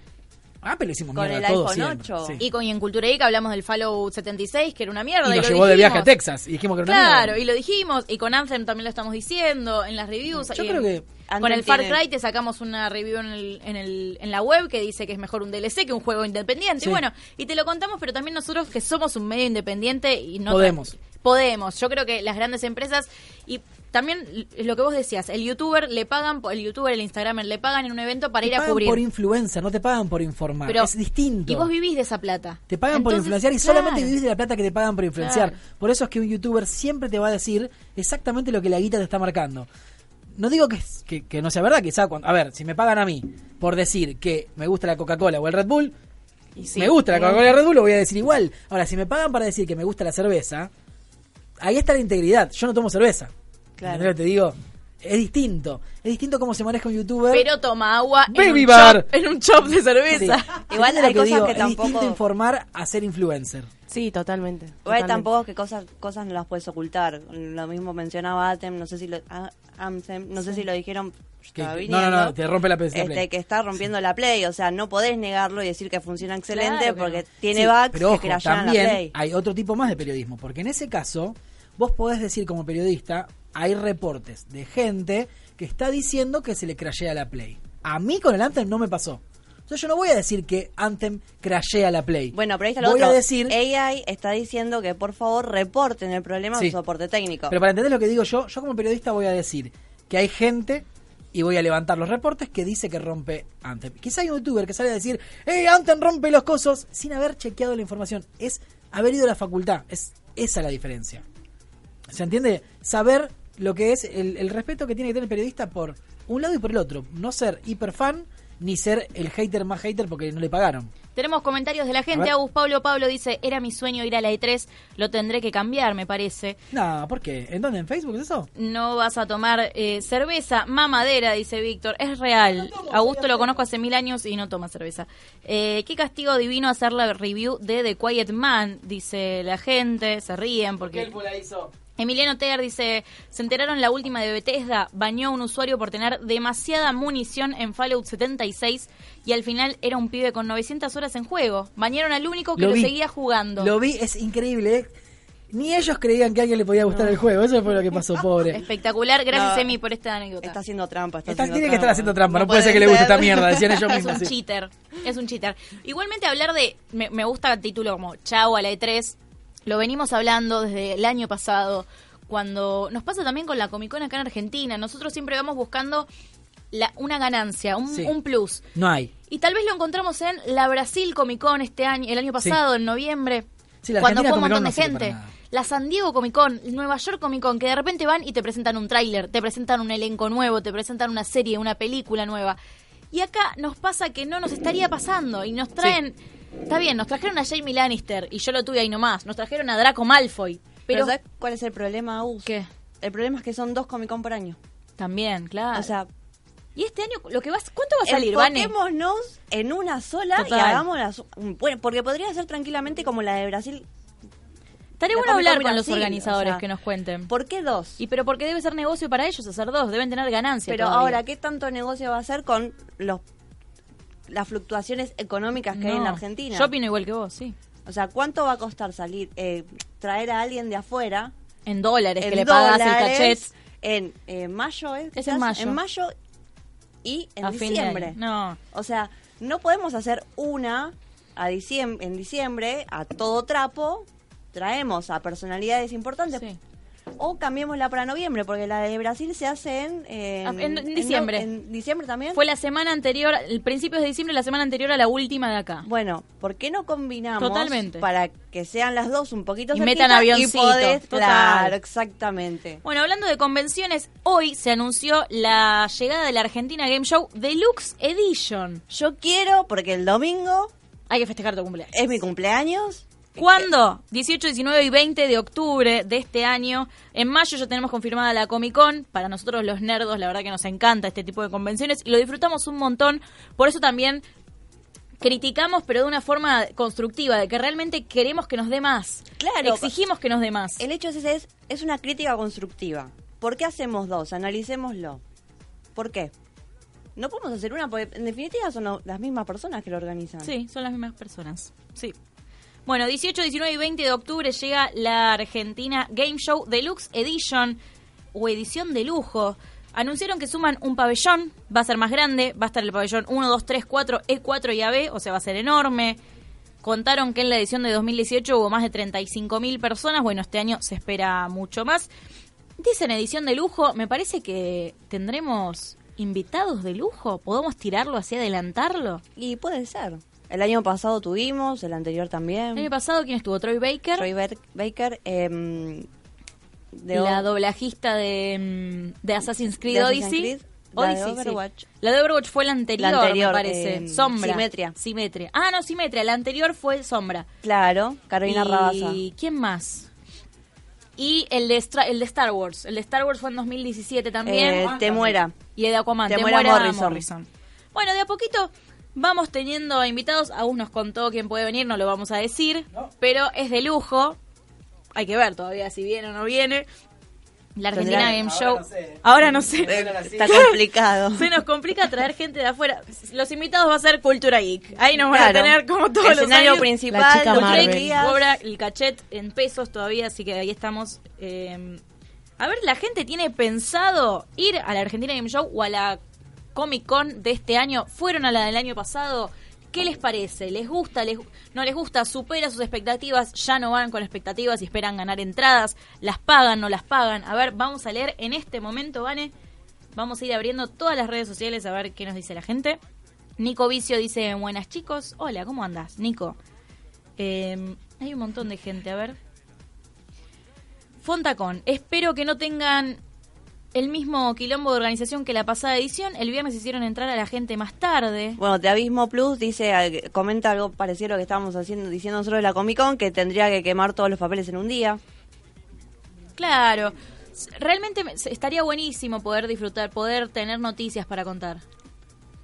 Ah, pero le hicimos
Con
mierda
el
a todos
iPhone
siempre,
8.
sí.
Y, con, y en Cultura Geek hablamos del Fallout 76, que era una mierda.
Y
lo
nos llevó de viaje a
dijimos.
Texas y dijimos que era una
Claro,
mierda.
y lo dijimos, y con Anthem también lo estamos diciendo, en las reviews.
Yo
y
creo que
Con
Anthem
el Far
tiene-
Cry te sacamos una review en, el- en, el- en la web que dice que es mejor un DLC que un juego independiente.
Sí.
Y bueno, y te lo contamos, pero también nosotros que somos un medio independiente y no...
Podemos.
Podemos. Yo creo que las grandes empresas y... También lo que vos decías, el youtuber le pagan, el youtuber, el instagramer le pagan en un evento para
Te
ir a
pagan
cubrir.
por influencer, no te pagan por informar.
Pero-
es distinto.
Y vos vivís de esa plata.
Te pagan por
Entonces,
influenciar y
claro.
solamente vivís de la plata que te pagan por influenciar.
Claro.
Por eso es que un youtuber siempre te va a decir exactamente lo que la guita te está marcando. No digo que, es- que, que no sea verdad, quizá cuando... A ver, si me pagan a mí por decir que me gusta la Coca-Cola o el Red Bull,
Y sí. eh,
me gusta la Coca-Cola y el Red Bull, lo voy a decir igual. Ahora, si me pagan para decir que me gusta la cerveza, ahí está la integridad. Yo no tomo cerveza.
Claro.
¿Entendés lo que te digo? Es distinto. Es distinto cómo se maneja un youtuber.
Pero toma agua en
Baby
un,
bar.
Shop, en un shop de cerveza.
Sí. ¿Entendés
Igual hay
lo que
cosas
digo?
que
Es distinto
tampoco-
informar a ser influencer.
Sí, totalmente.
Igual
totalmente.
tampoco es que cosas, cosas no las puedes ocultar. Lo mismo mencionaba Atem, no sé si lo, a- Amsem, no sé si lo dijeron. yo
Que-
estaba
no, no,
viniendo.
no, te rompe la PC
Este,
Play.
que está rompiendo la Play, o sea, no podés negarlo y decir que funciona excelente
Claro que
porque
no.
tiene
Sí,
bugs
pero ojo,
que crashean la
también
Play.
hay otro tipo más de periodismo, porque en ese caso vos podés decir como periodista, hay reportes de gente que está diciendo que se le crashea la Play. A mí con el Anthem no me pasó. Entonces yo no voy a decir que Anthem crashea la Play.
Bueno, pero ahí está lo
voy
otro. Eh,
a decir,
AI está diciendo que por favor reporten el problema
Sí.
a su soporte técnico.
pero para entender lo que digo yo, yo como periodista voy a decir que hay gente y voy a levantar los reportes que dice que rompe Anthem. Quizá hay un youtuber que sale a decir, ¡Eh, Anthem rompe los cosos! sin haber chequeado la información. Es haber ido a la facultad. Es esa la diferencia. ¿Se entiende? Saber lo que es el, el respeto que tiene que tener el periodista por un lado y por el otro. No ser hiperfan ni ser el hater más hater porque no le pagaron.
Tenemos comentarios de la
A
gente.
ver.
Agus Pablo Pablo dice, era mi sueño ir a la E3, lo tendré que cambiar, me parece.
No, ¿por qué? ¿En dónde? ¿En Facebook es eso?
No vas a tomar eh, cerveza, mamadera, dice Víctor. Es real. Augusto lo conozco hace mil años y no toma cerveza. Eh, Qué castigo divino hacer la review de The Quiet Man, dice la gente. Se ríen porque... Emiliano Tegar dice, se enteraron la última de Bethesda, bañó a un usuario por tener demasiada munición en Fallout 76 y al final era un pibe con 900 horas en juego. Bañaron al único que lo,
vi.
seguía jugando.
Lo vi, es increíble. ¿eh? Ni ellos creían que a alguien le podía gustar el juego. Eso fue lo que pasó, pobre.
Espectacular, gracias
No.
Emi por esta anécdota.
Está haciendo trampa. Está
Está-
haciendo
tiene que estar
trampa.
haciendo trampa. No, puede ser que le guste
ser.
esta mierda. Decían ellos
Es un
mismos. sí.
cheater, es un cheater. Igualmente hablar de, me, me gusta el título como Chau a la E3, lo venimos hablando desde el año pasado, cuando nos pasa también con la Comic Con acá en Argentina, nosotros siempre vamos buscando la, una ganancia, un,
Sí.
un plus.
No hay.
Y tal vez lo encontramos en la Brasil Comic Con este año, el año pasado, en noviembre.
Sí, la
cuando
Argentina
fue un
Comic Con
montón de
no sirve
gente.
para nada.
La San Diego Comic Con, Nueva York Comic Con, que de repente van y te presentan un tráiler, te presentan un elenco nuevo, te presentan una serie, una película nueva. Y acá nos pasa que no nos estaría pasando y nos traen... Está bien, nos trajeron a Jamie Lannister y yo lo tuve ahí nomás. Nos trajeron a Draco Malfoy. Pero...
Pero ¿sabes cuál es el problema, Agus?
¿Qué?
El problema es que son dos Comic Con por año.
También, claro.
O sea,
y este año, lo que vas, ¿cuánto va a salir, Vane?
enfoquémonos en una sola
Total.
y hagámosla. so- Bueno, porque podría ser tranquilamente como la de Brasil.
Estaría bueno
la Comic Con
hablar con los
Brasil,
organizadores
o sea,
que nos cuenten.
¿Por qué dos?
Y pero porque debe ser negocio para ellos hacer dos, deben tener ganancia.
Pero
todavía.
ahora, ¿qué tanto negocio va a hacer con los las fluctuaciones económicas que hay en
No.
la Argentina?
Yo opino igual que vos, sí.
O sea, ¿cuánto va a costar salir, eh, traer a alguien de afuera?
En dólares
en
que le pagas
dólares,
el cachet
En eh, mayo, ¿eh?
Es en mayo.
En mayo y en
a fin de
diciembre.
año. No.
O sea, no podemos hacer una a diciem- en diciembre a todo trapo. Traemos a personalidades importantes
Sí.
o cambiémosla para noviembre, porque la de Brasil se hace en, eh,
Ah, en- en diciembre.
En, diciembre también.
Fue la semana anterior, el principios de diciembre, la semana anterior a la última de acá.
Bueno, ¿por qué no combinamos
Totalmente.
para que sean las dos un poquito
Y metan
cerquita
avioncito,
y podés-
total.
Claro, exactamente.
Bueno, hablando de convenciones, hoy se anunció la llegada de la Argentina Game Show Deluxe Edition.
Yo quiero, porque el domingo
Hay que festejar tu cumpleaños.
es mi cumpleaños.
¿Cuándo? 18, 19 y 20 de octubre de este año. En mayo ya tenemos confirmada la Comic Con. Para nosotros los nerdos, la verdad que nos encanta este tipo de convenciones y lo disfrutamos un montón. Por eso también criticamos, pero de una forma constructiva, de que realmente queremos que nos dé más.
Claro.
Exigimos que nos dé más.
El hecho es ese, es, es una crítica constructiva. ¿Por qué hacemos dos? Analicémoslo. ¿Por qué? No podemos hacer una, porque en definitiva son lo- las mismas personas que lo organizan.
Sí, son las mismas personas. Sí. Bueno, 18, 19 y 20 de octubre llega la Argentina Game Show Deluxe Edition o edición de lujo. Anunciaron que suman un pabellón, va a ser más grande, va a estar el pabellón 1, 2, 3, 4, E4 E y AB, o sea, va a ser enorme. Contaron que en la edición de 2018 hubo más de 35.000 personas, bueno, este año se espera mucho más. Dicen edición de lujo, me parece que tendremos invitados de lujo, podemos tirarlo así, adelantarlo.
Y puede ser. El año pasado tuvimos, el anterior también.
El año pasado, ¿quién estuvo? Troy Baker,
Troy Ber- Baker. em, de
la
O-
doblajista de, mm, de Assassin's Creed
De Assassin's
Odyssey.
Creed, la de
Odyssey, sí.
Overwatch.
La de Overwatch fue la anterior,
La anterior,
me parece.
eh,
Sombra.
Simetria.
Simetria. Ah, no, Simetria. La anterior fue Sombra.
Claro, Carolina
y,
Rabasa.
quién más? Y el de, Stra- el de Star Wars. El de Star Wars fue en 2017 también. Ah,
Eh, te muera.
Y el de Aquaman.
Te
Te,
muera
muera,
Morrison.
Morrison. Bueno, de a poquito vamos teniendo invitados. Aún nos contó quién puede venir, no lo vamos a decir. Pero es de lujo. Hay que ver todavía si viene o no viene. La Argentina
Tendrá-
Game
ahora
Show.
no sé.
Ahora no sé.
Está complicado.
Se nos complica traer gente de afuera. Los invitados va a ser Cultura Geek. Ahí nos van a
Claro.
tener como todos los
Escenario
años.
principal,
La chica
los
Cultura
Marvel.
tres
Geek
días.
cobra el cachet en pesos todavía, así que ahí estamos. eh, a ver, la gente tiene pensado ir a la Argentina Game Show o a la Comic Con de este año. Fueron a la del año pasado. ¿Qué les parece? ¿Les gusta? Les, ¿No les gusta? ¿Supera sus expectativas? ¿Ya no van con expectativas y esperan ganar entradas? ¿Las pagan? ¿No las pagan? A ver, vamos a leer en este momento, Vane. Vamos a ir abriendo todas las redes sociales a ver qué nos dice la gente. Nico Vicio dice, buenas chicos. Hola, ¿cómo andas, Nico? Eh, hay un montón de gente, a ver. Fontacón, espero que no tengan el mismo quilombo de organización que la pasada edición. El viernes hicieron entrar a la gente más tarde.
Bueno, de Abismo Plus dice, al- comenta algo parecido a lo que estábamos haciendo, diciendo nosotros de la Comic Con, que tendría que quemar todos los papeles en un día.
Claro, s- realmente me- s- estaría buenísimo poder disfrutar, poder tener noticias para contar.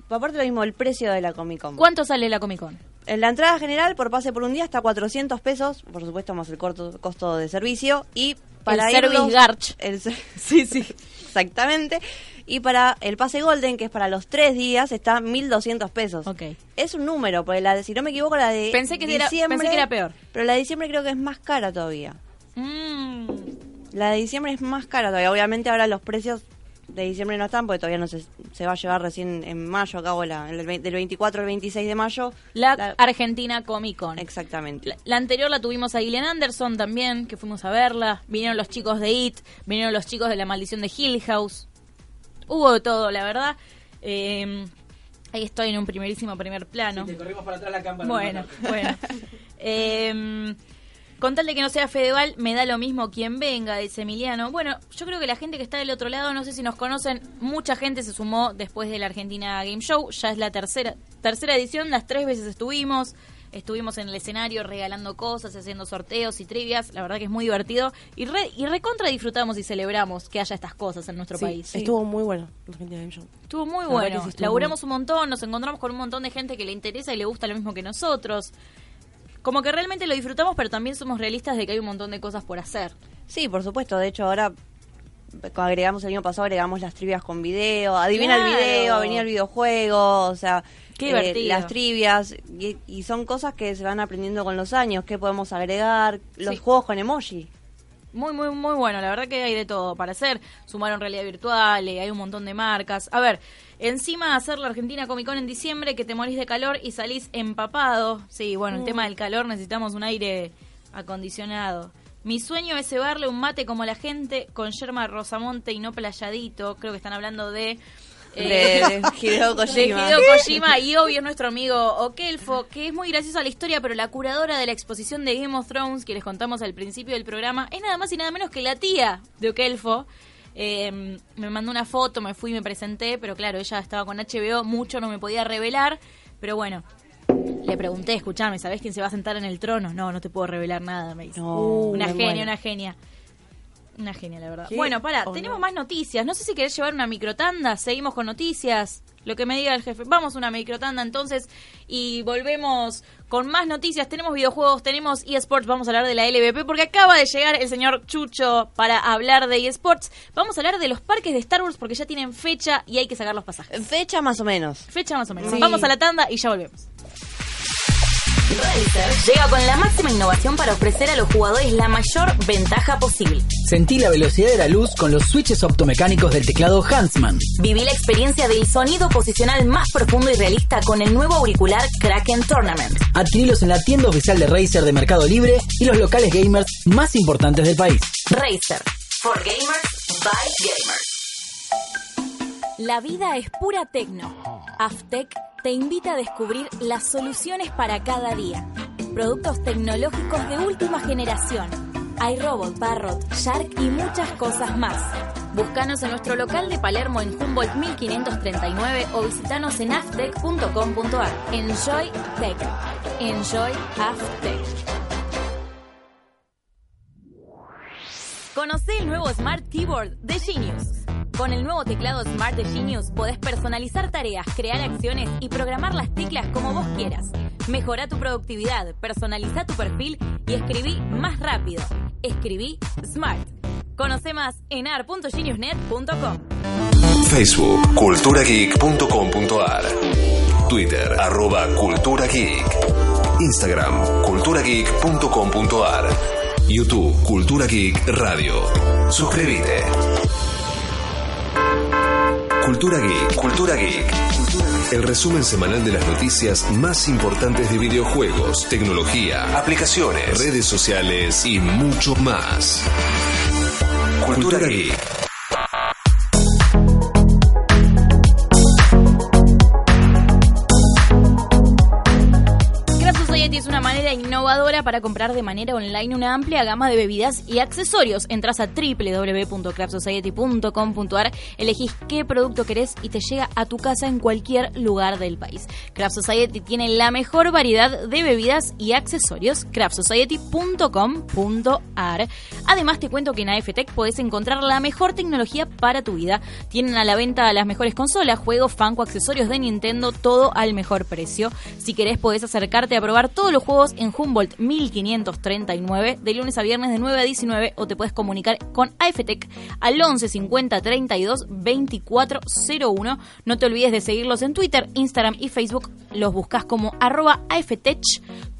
Pero Aparte lo mismo, el precio de la Comic Con.
¿Cuánto sale la Comic Con?
En la entrada general, por pase por un día, está 400 pesos, por supuesto más el corto costo de servicio, y para
El
irlos-
service garch.
el ser-
Sí, sí.
exactamente. Y para el pase golden, que es para los tres días, está 1.200 pesos.
Ok.
Es un número, porque la de- si no me equivoco, la de
Pensé que era-
diciembre...
pensé que era peor.
Pero la de diciembre creo que es más cara todavía.
Mm,
La de diciembre es más cara todavía. Obviamente ahora los precios de diciembre no están porque todavía no se, se va a llevar recién en mayo a cabo la, el ve- del 24 al 26 de mayo.
La, Argentina Comic Con.
exactamente.
La, la anterior la tuvimos a Gillian Anderson también, que fuimos a verla. Vinieron los chicos de It, vinieron los chicos de La Maldición de Hill House. Hubo de todo, la verdad. Eh, ahí estoy en un primerísimo primer plano.
Te corrimos para atrás la cámara.
Bueno, bueno. Eh, con tal de que no sea Fedeval, me da lo mismo quien venga, dice Emiliano. Bueno, yo creo que la gente que está del otro lado, no sé si nos conocen, mucha gente se sumó después de la Argentina Game Show. Ya es la tercera, tercera edición, las tres veces estuvimos. Estuvimos en el escenario regalando cosas, haciendo sorteos y trivias. La verdad que es muy divertido. Y, re- y recontra disfrutamos y celebramos que haya estas cosas en nuestro
Sí,
país.
Estuvo muy bueno. la Argentina Game Show.
Estuvo muy
La verdad
bueno.
que sí estuvo
Laburamos un montón, nos encontramos con un montón de gente que le interesa y le gusta lo mismo que nosotros. Como que realmente lo disfrutamos, pero también somos realistas de que hay un montón de cosas por hacer.
Sí, por supuesto. De hecho, ahora cuando agregamos el año pasado, agregamos las trivias con video. Adivina el
Claro.
video, venía el videojuego. O sea, eh,
Qué divertido.
las trivias. Y, y son cosas que se van aprendiendo con los años. ¿Qué podemos agregar? Los
Sí.
juegos con emoji.
Muy, muy, muy bueno. La verdad que hay de todo para hacer. Sumaron realidad virtual, eh, hay un montón de marcas. A ver, encima hacer la Argentina Comic Con en diciembre, que te morís de calor y salís empapado. Sí, bueno, el tema del calor necesitamos un aire acondicionado. Mi sueño es cebarle un mate como la gente con yerma Rosamonte y no playadito. Creo que están hablando de... eh,
De, de Hideo Kojima.
de Hideo Kojima y obvio es nuestro amigo Okelfo, que es muy graciosa la historia, pero la curadora de la exposición de Game of Thrones que les contamos al principio del programa es nada más y nada menos que la tía de Okelfo. Eh, me mandó una foto, me fui, me presenté, pero claro, ella estaba con HBO, mucho no me podía revelar, pero bueno. Le pregunté, escuchame, ¿sabés quién se va a sentar en el trono? No, no te puedo revelar nada, me dice.
No,
una
me
genia,
muero.
una genia. Una genia, la verdad.
¿Qué
Bueno, pará,
onda?
tenemos más noticias. No sé si querés llevar una microtanda. Seguimos con noticias. Lo que me diga el jefe. Vamos a una microtanda entonces y volvemos con más noticias. Tenemos videojuegos, tenemos eSports. Vamos a hablar de la LVP porque acaba de llegar el señor Chucho para hablar de eSports. Vamos a hablar de los parques de Star Wars porque ya tienen fecha y hay que sacar los pasajes.
Fecha más o menos.
Fecha más o menos.
Sí.
Vamos a la tanda y ya volvemos.
Razer llega con la máxima innovación para ofrecer a los jugadores la mayor ventaja posible.
Sentí la velocidad de la luz con los switches optomecánicos del teclado Huntsman.
Viví la experiencia del sonido posicional más profundo y realista con el nuevo auricular Kraken Tournament.
Adquirilos en la tienda oficial de Razer de Mercado Libre y los locales gamers más importantes del país.
Razer. For gamers by gamers. La vida es pura tecno. Aftec te invita a descubrir las soluciones para cada día. Productos tecnológicos de última generación. Hay robot, Parrot, Shark y muchas cosas más. Búscanos en nuestro local de Palermo en Humboldt 1539 o visitanos en aftec.com.ar. Enjoy Tech. Enjoy Aftec. Conoce el nuevo Smart Keyboard de Genius. Con el nuevo teclado Smart de Genius podés personalizar tareas, crear acciones y programar las teclas como vos quieras. Mejora tu productividad, personaliza tu perfil y escribí más rápido. Escribí Smart. Conoce más en ar.geniusnet.com.
Facebook, culturageek.com.ar. Twitter, arroba culturageek. Instagram, culturageek.com.ar. YouTube, Cultura Geek Radio. Suscríbete. Cultura Geek, Cultura Geek. El resumen semanal de las noticias más importantes de videojuegos, tecnología, aplicaciones, redes sociales y mucho más. Cultura Geek.
Craft Society es una manera innovadora para comprar de manera online una amplia gama de bebidas y accesorios. Entras a www.craftsociety.com.ar, elegís qué producto querés y te llega a tu casa en cualquier lugar del país. Craft Society tiene la mejor variedad de bebidas y accesorios. craftsociety.com.ar. Además, te cuento que en AFTech podés encontrar la mejor tecnología para tu vida. Tienen a la venta las mejores consolas, juegos, fanco, accesorios de Nintendo, todo al mejor precio. Si querés podés acercarte a probar todos los juegos en Humboldt 1539 de lunes a viernes de 9 a 19 o te puedes comunicar con AFTEC E al 11 50 32 24 01. No te olvides de seguirlos en Twitter, Instagram y Facebook. Los buscas como arroba AFTech E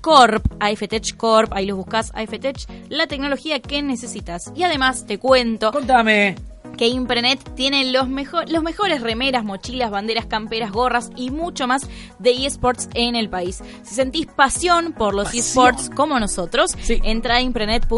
Corp, AFTech E Corp, ahí los buscas AFTech, E la tecnología que necesitas. Y además te cuento
Contame.
que Imprenet tiene los, mejo- los mejores remeras, mochilas, banderas, camperas, gorras y mucho más de eSports en el país. Si sentís pasión por los eSports como nosotros,
Sí.
entra a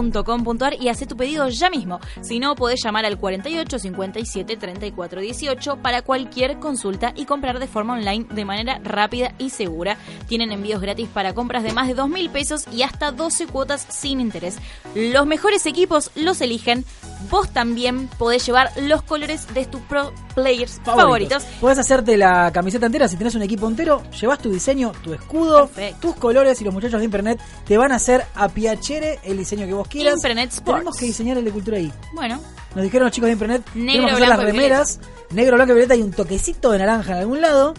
imprenet.com.ar y hace tu pedido ya mismo. Si no, podés llamar al 48 57 34 18 para cualquier consulta y comprar de forma online de manera rápida y segura. Tienen envíos gratis para compras de más de 2 mil pesos y hasta 12 cuotas sin interés. Los mejores equipos los eligen. Vos también podés llevar los colores de tus pro players favoritos.
Puedes hacerte la camiseta entera si tenés un equipo entero, llevas tu diseño, tu escudo,
Perfecto.
tus colores y los muchachos de Internet te van a hacer a piachere el diseño que vos quieras.
Imprenet Sports.
Tenemos que diseñar el de cultura ahí.
Bueno,
Nos dijeron los chicos de Internet,
Negro,
tenemos que hacer las
blanco y
remeras, negro, blanco y violeta y un toquecito de naranja en algún lado.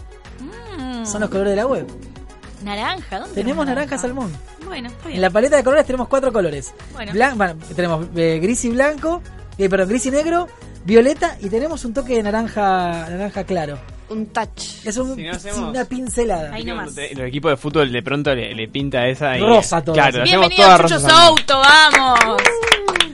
Son los colores de la web.
mm, naranja, ¿dónde
Tenemos naranja salmón.
Bueno, está bien.
En la paleta de colores tenemos cuatro colores.
Bueno.
Blan- bueno, tenemos eh, gris y blanco, eh, perdón, gris y negro, violeta y tenemos un toque de naranja, naranja claro.
Un touch.
Es un-
Si no
sí,
hacemos-
una pincelada.
Ahí nomás.
El equipo de fútbol de pronto le, le pinta esa y.
Rosa todo.
Claro, hacemos
Bienvenido
toda
a Chucho
rosa sangre.
Souto, vamos.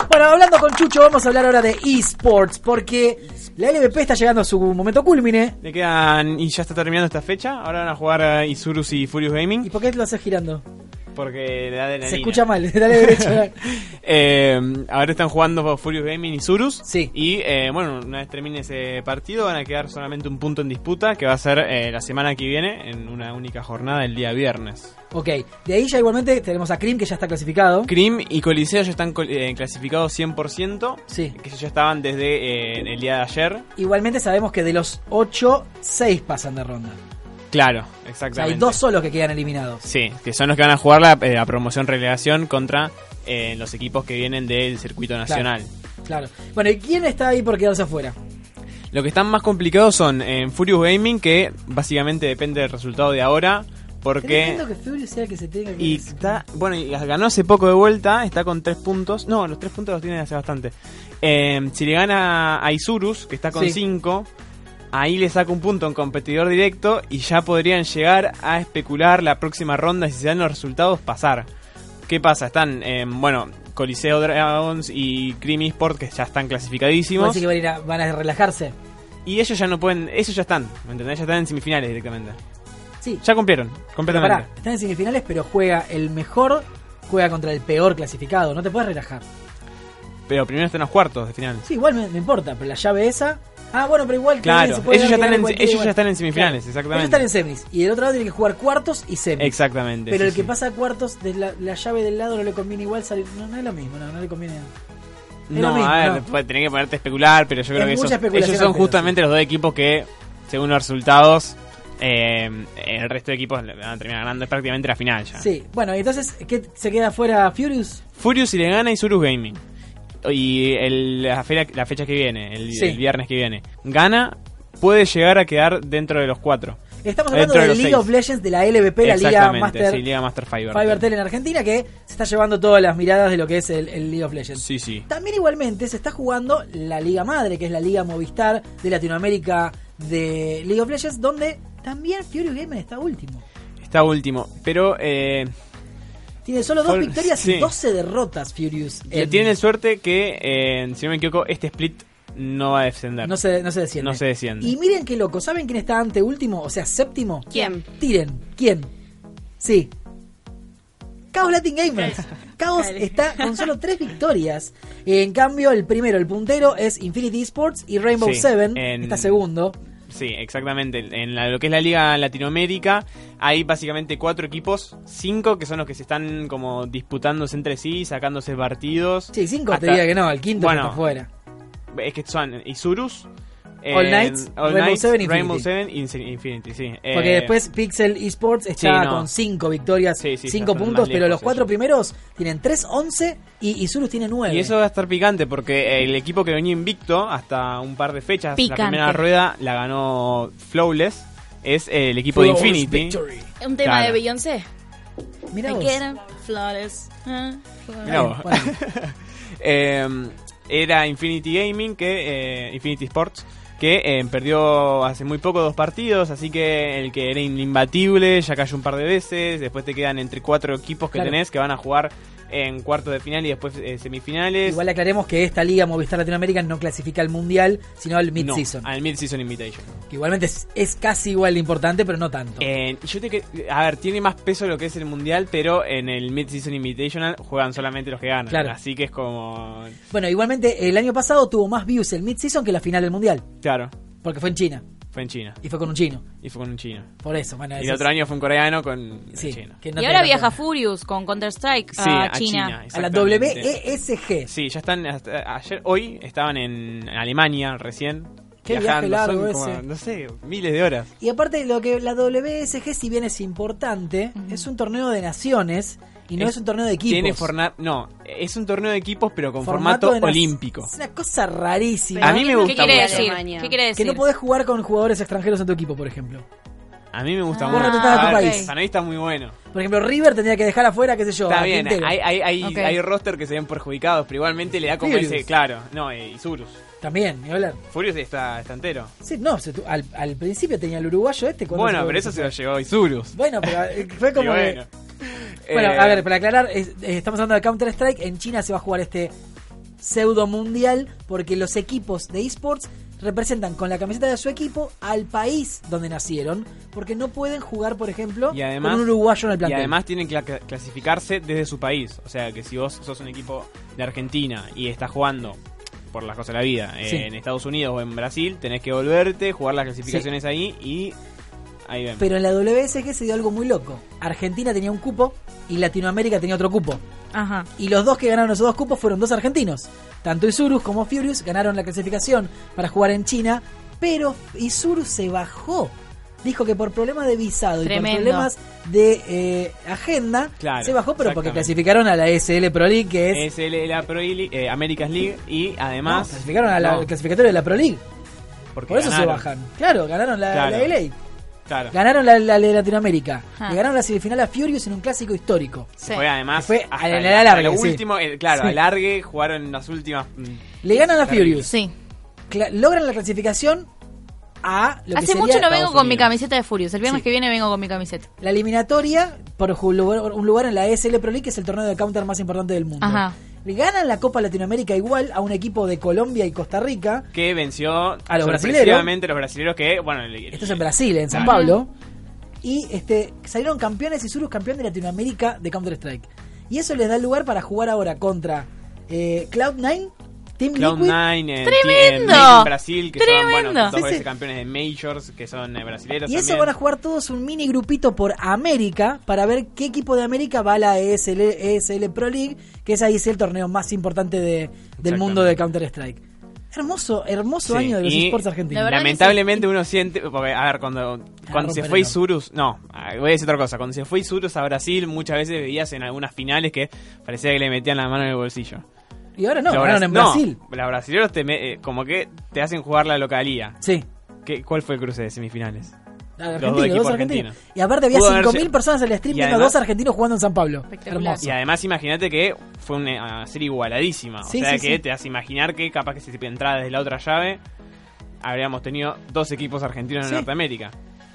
Bueno, hablando con Chucho, vamos a hablar ahora de esports, porque la LVP está llegando a su momento culmine.
Le quedan. Y ya está terminando esta fecha. Ahora van a jugar a Isurus y Furious
¿Y
Gaming.
por qué lo haces girando?
Porque le da de la
Se escucha mal, dale derecho.
Eh, ahora están jugando Furious Gaming y Surus.
Sí.
Y eh, bueno, una vez termine ese partido, van a quedar solamente un punto en disputa que va a ser eh, la semana que viene en una única jornada el día viernes.
ok, de ahí ya igualmente tenemos a Krim que ya está clasificado.
Crim y Coliseo ya están col- eh, clasificados 100%.
Sí.
Que ya estaban desde eh, el día de ayer.
Igualmente sabemos que de los 8, 6 pasan de ronda.
Claro,
O sea,
exactamente.
hay dos solos que quedan eliminados.
Sí, que son los que van a jugar la, eh, la promoción relegación contra eh, los equipos que vienen del circuito nacional.
Claro. Bueno, ¿y quién está ahí por quedarse afuera?
Lo que están más complicados son eh, en Furious Gaming, que básicamente depende del resultado de ahora. Porque.
Tremendo que Fury sea el que se tenga que
Y está. Bueno, y ganó hace poco de vuelta, está con tres puntos. No, los tres puntos los tiene hace bastante. Eh, si le gana a Isurus, que está con
Sí.
cinco, ahí le saca un punto en competidor directo y ya podrían llegar a especular la próxima ronda si se dan los resultados pasar. ¿Qué pasa? Están, eh, bueno, Coliseo Dragons y Cream Sport que ya están clasificadísimos.
Así que van a, ir a- van a relajarse.
Y ellos ya no pueden, ellos ya están, ¿me entendés? Ya están en semifinales directamente.
Sí.
Ya cumplieron,
Pero
completamente.
pará, están en semifinales, pero juega el mejor, juega contra el peor clasificado. No te puedes relajar.
Pero primero están los cuartos de final.
Sí, igual me, me importa, pero la llave esa. Ah, bueno, pero igual. que
Claro,
se puede
ellos ya
ganar
están en-
cualquiera
ellos
igual.
ya están en semifinales,
Ellos
exactamente.
están en semis. Y del otro lado tiene que jugar cuartos y semis.
Exactamente.
Pero
sí,
el que
sí.
pasa a cuartos, de la, la llave del lado no le conviene igual salir. No, no es lo mismo, no, no le conviene. es lo
No,
mismo,
a ver,
no.
después tenés que ponerte a especular, pero yo creo que
mucha
esos-
especulación
ellos son
al pedo,
justamente los dos equipos que, según los resultados, eh, el resto de equipos le van a terminar ganando es prácticamente la final ya.
Sí, bueno, y entonces, ¿qué se queda fuera Furious?
Furious y le gana Isurus Gaming. Y el- la, fecha, la fecha que viene, el,
Sí.
el viernes que viene, gana, puede llegar a quedar dentro de los cuatro.
Estamos hablando de
Dentro de los
League
seis.
of Legends, de la LVP, la Liga
Exactamente,
Master
sí, Liga Master Fiber.
Fivertel en Argentina, que se está llevando todas las miradas de lo que es el, el League of Legends.
Sí, sí.
También igualmente se está jugando la Liga Madre, que es la Liga Movistar de Latinoamérica de League of Legends, donde también Furious Gaming está último.
Está último. Pero eh,
Tiene solo dos
Fol-
victorias y
sí.
12 derrotas Furious. en-
tiene suerte que, eh, si no me equivoco, este split no va a descender.
no, se, no se desciende.
No se desciende.
Y miren qué loco, ¿saben quién está ante último? O sea, séptimo.
¿Quién?
Tiren, ¿quién? Sí. Chaos Latin Gamers. Chaos está con solo tres victorias. En cambio, el primero, el puntero, es Infinity Esports y Rainbow
Sí,
Seven.
en-
Está segundo.
Sí, exactamente. En la- lo que es la Liga Latinoamérica hay básicamente cuatro equipos, cinco que son los que se están como disputándose entre sí, sacándose partidos.
Sí, cinco
Hasta-
te diría que no, el quinto
Bueno,
está fuera.
Es que son Isurus, eh,
All Knights, Rainbow Seven, Infinity.
Rainbow Seven, Inse- Infinity, sí. Eh,
Porque después Pixel Esports está
sí, no.
con cinco victorias,
Sí, sí,
cinco
ya están
puntos,
más
pero
lejos
los cuatro
ellos.
primeros tienen 3, 11 y Isurus tiene 9.
Y eso va a estar picante porque el equipo que venía invicto hasta un par de fechas,
Picante.
la primera rueda la ganó Flawless, es el equipo de Infinity.
Un tema de
Claro.
Beyoncé.
Mira
Me
vos.
quedan flores. ah, flores.
Mirá vos.
Bueno.
Eh, era Infinity Gaming, que eh, Infinity Sports, que eh, perdió hace muy poco dos partidos, así que el que era imbatible ya cayó un par de veces, después te quedan entre cuatro equipos que
Claro.
tenés que van a jugar en cuartos de final y después eh, semifinales.
Igual aclaremos que esta liga Movistar Latinoamérica no clasifica al mundial, sino al
No,
mid-season.
al Mid-Season Invitation.
Que igualmente es, es casi igual de importante, pero no tanto.
Eh, yo te que- a ver, tiene más peso lo que es el mundial, pero en el Mid-Season Invitational juegan solamente los que ganan.
Claro.
Así que es como.
Bueno, igualmente el año pasado tuvo más views el mid-season que la final del mundial,
Claro,
porque fue en China
fue en China
y fue con un chino.
y fue con un chino.
Por eso, bueno,
Y
eso
el otro
es-
año fue un coreano con
Ah, sí,
China.
que no
Y
te
ahora
lo
viaja
cuento.
Furious con Counter-Strike
Sí,
a,
a China.
a la E.
exactamente.
WESG.
Sí, ya están. hasta- ayer, hoy estaban en Alemania recién.
Qué viaje
viajando,
largo
son como,
ese.
No sé, miles de horas.
Y aparte lo que la WSG si bien es importante, es un torneo de naciones y no es,
Es-
un torneo de equipos.
Tiene forna- No, es un torneo de equipos, pero con
Formato
formato,
de nas-
olímpico.
Es una cosa rarísima.
A mí me
¿Qué
gusta
quiere
mucho.
decir?
Alemania.
¿Qué quiere
que
decir?
no podés jugar con jugadores extranjeros en tu equipo, por ejemplo.
A mí me gusta
Ah,
mucho.
representás a tu
A ver,
país.
San Luis está muy bueno.
Por ejemplo, River tendría que dejar afuera, qué sé yo.
Está
a
bien,
Quintero.
hay, hay, hay,
Ok.
hay roster que se ven perjudicados, pero igualmente le da como
Furious.
ese. Claro, no, eh, Isurus.
También, ni hablar.
Furious está, está entero.
Sí, no, se tu- al, al principio tenía el uruguayo este. cuando
Bueno,
se-
pero eso se lo llevó Isurus.
Bueno, pero eh, fue como...
Y
que-
bueno,
Bueno,
Eh,
a ver, para aclarar, es- eh, estamos hablando de Counter-Strike. En China se va a jugar este pseudo mundial porque los equipos de esports representan con la camiseta de su equipo al país donde nacieron porque no pueden jugar, por ejemplo,
Y además-
con un uruguayo en el
Y
plantel.
además tienen que cla- clasificarse desde su país. O sea, que si vos sos un equipo de Argentina y estás jugando por las cosas de la vida eh,
Sí.
en Estados Unidos o en Brasil, tenés que volverte, jugar las clasificaciones ahí y ahí vemos.
Pero en la WSG se dio algo muy loco. Argentina tenía un cupo y Latinoamérica tenía otro cupo.
Ajá.
Y los dos que ganaron esos dos cupos fueron dos argentinos. Tanto Isurus como Furious ganaron la clasificación para jugar en China, pero Isurus se bajó dijo que por problemas de visado
Tremendo.
y por problemas de eh, agenda
Claro,
se bajó, pero porque
exactamente.
clasificaron a la SL Pro League, que es.
Es el- la Pro League, eh, America's League y
no,
además.
clasificaron a la
no,
clasificatoria de la Pro League.
porque
Por eso
ganaron.
se bajan. Claro, ganaron la,
Claro.
la LA.
Claro.
Ganaron la, la de Latinoamérica.
Ajá.
Le ganaron la semifinal a Furious en un clásico histórico.
Sí.
Fue además.
Fue
hasta
al-
el-
al
hasta
alargue,
lo
sí.
último, eh, claro,
Sí.
alargue jugaron las últimas. mm,
Le ganan a Furious.
Sí.
Cla- logran la clasificación a lo que
Hace
sería
mucho no vengo
Estados
con mi
Unidos.
camiseta de Furious. El viernes
Sí.
que viene vengo con mi camiseta.
La eliminatoria por ju- lugar- un lugar en la ESL Pro League, que es el torneo de counter más importante del mundo.
Ajá.
Le ganan la Copa Latinoamérica igual a un equipo de Colombia y Costa Rica.
Que venció
A los brasileros.
sorpresivamente los brasileños que, bueno, el-
Esto es en Brasil, en San
Claro.
Pablo. Y este, salieron campeones y Zurus campeón de Latinoamérica de Counter-Strike. Y eso les da lugar para jugar ahora contra eh, Cloud9, Team Liquid.
Cloud9 en,
¡Tremendo!
en Brasil, que son
¡Tremendo!
bueno, dos
Sí,
veces
sí.
campeones de Majors, que son eh, brasileros.
Y eso
también.
van a jugar todos un mini grupito por América para ver qué equipo de América va a la E ESL, ESL Pro League, que es ahí sí el torneo más importante de- del
Exactamente.
mundo de Counter-Strike. Hermoso, hermoso
Sí,
año de los
y
esports
la
argentinos.
verdad-
Lamentablemente uno siente, porque a ver, cuando, cuando se
romper
fue
el nombre.
Isurus, no, ah, voy a decir otra cosa, cuando se fue Isurus a Brasil muchas veces veías en algunas finales que parecía que le metían la mano en el bolsillo.
Y ahora no,
Los
ganaron en
bras- no,
Brasil.
los brasileños te me- eh, como que te hacen jugar la localía.
Sí.
¿Qué, ¿Cuál fue el cruce de semifinales?
Argentinos,
dos equipos
dos argentinos.
argentinos.
Y aparte había
Pudo haber
5.000
sido-
personas en el stream
y
viendo
además-
dos argentinos jugando en San Pablo.
Espectacular.
Hermoso.
Y además imagínate que fue una serie igualadísima.
Sí,
o sea
sí,
que
sí.
te hace imaginar que capaz que si te entraba desde la otra llave, habríamos tenido dos equipos argentinos
Sí.
en Norteamérica.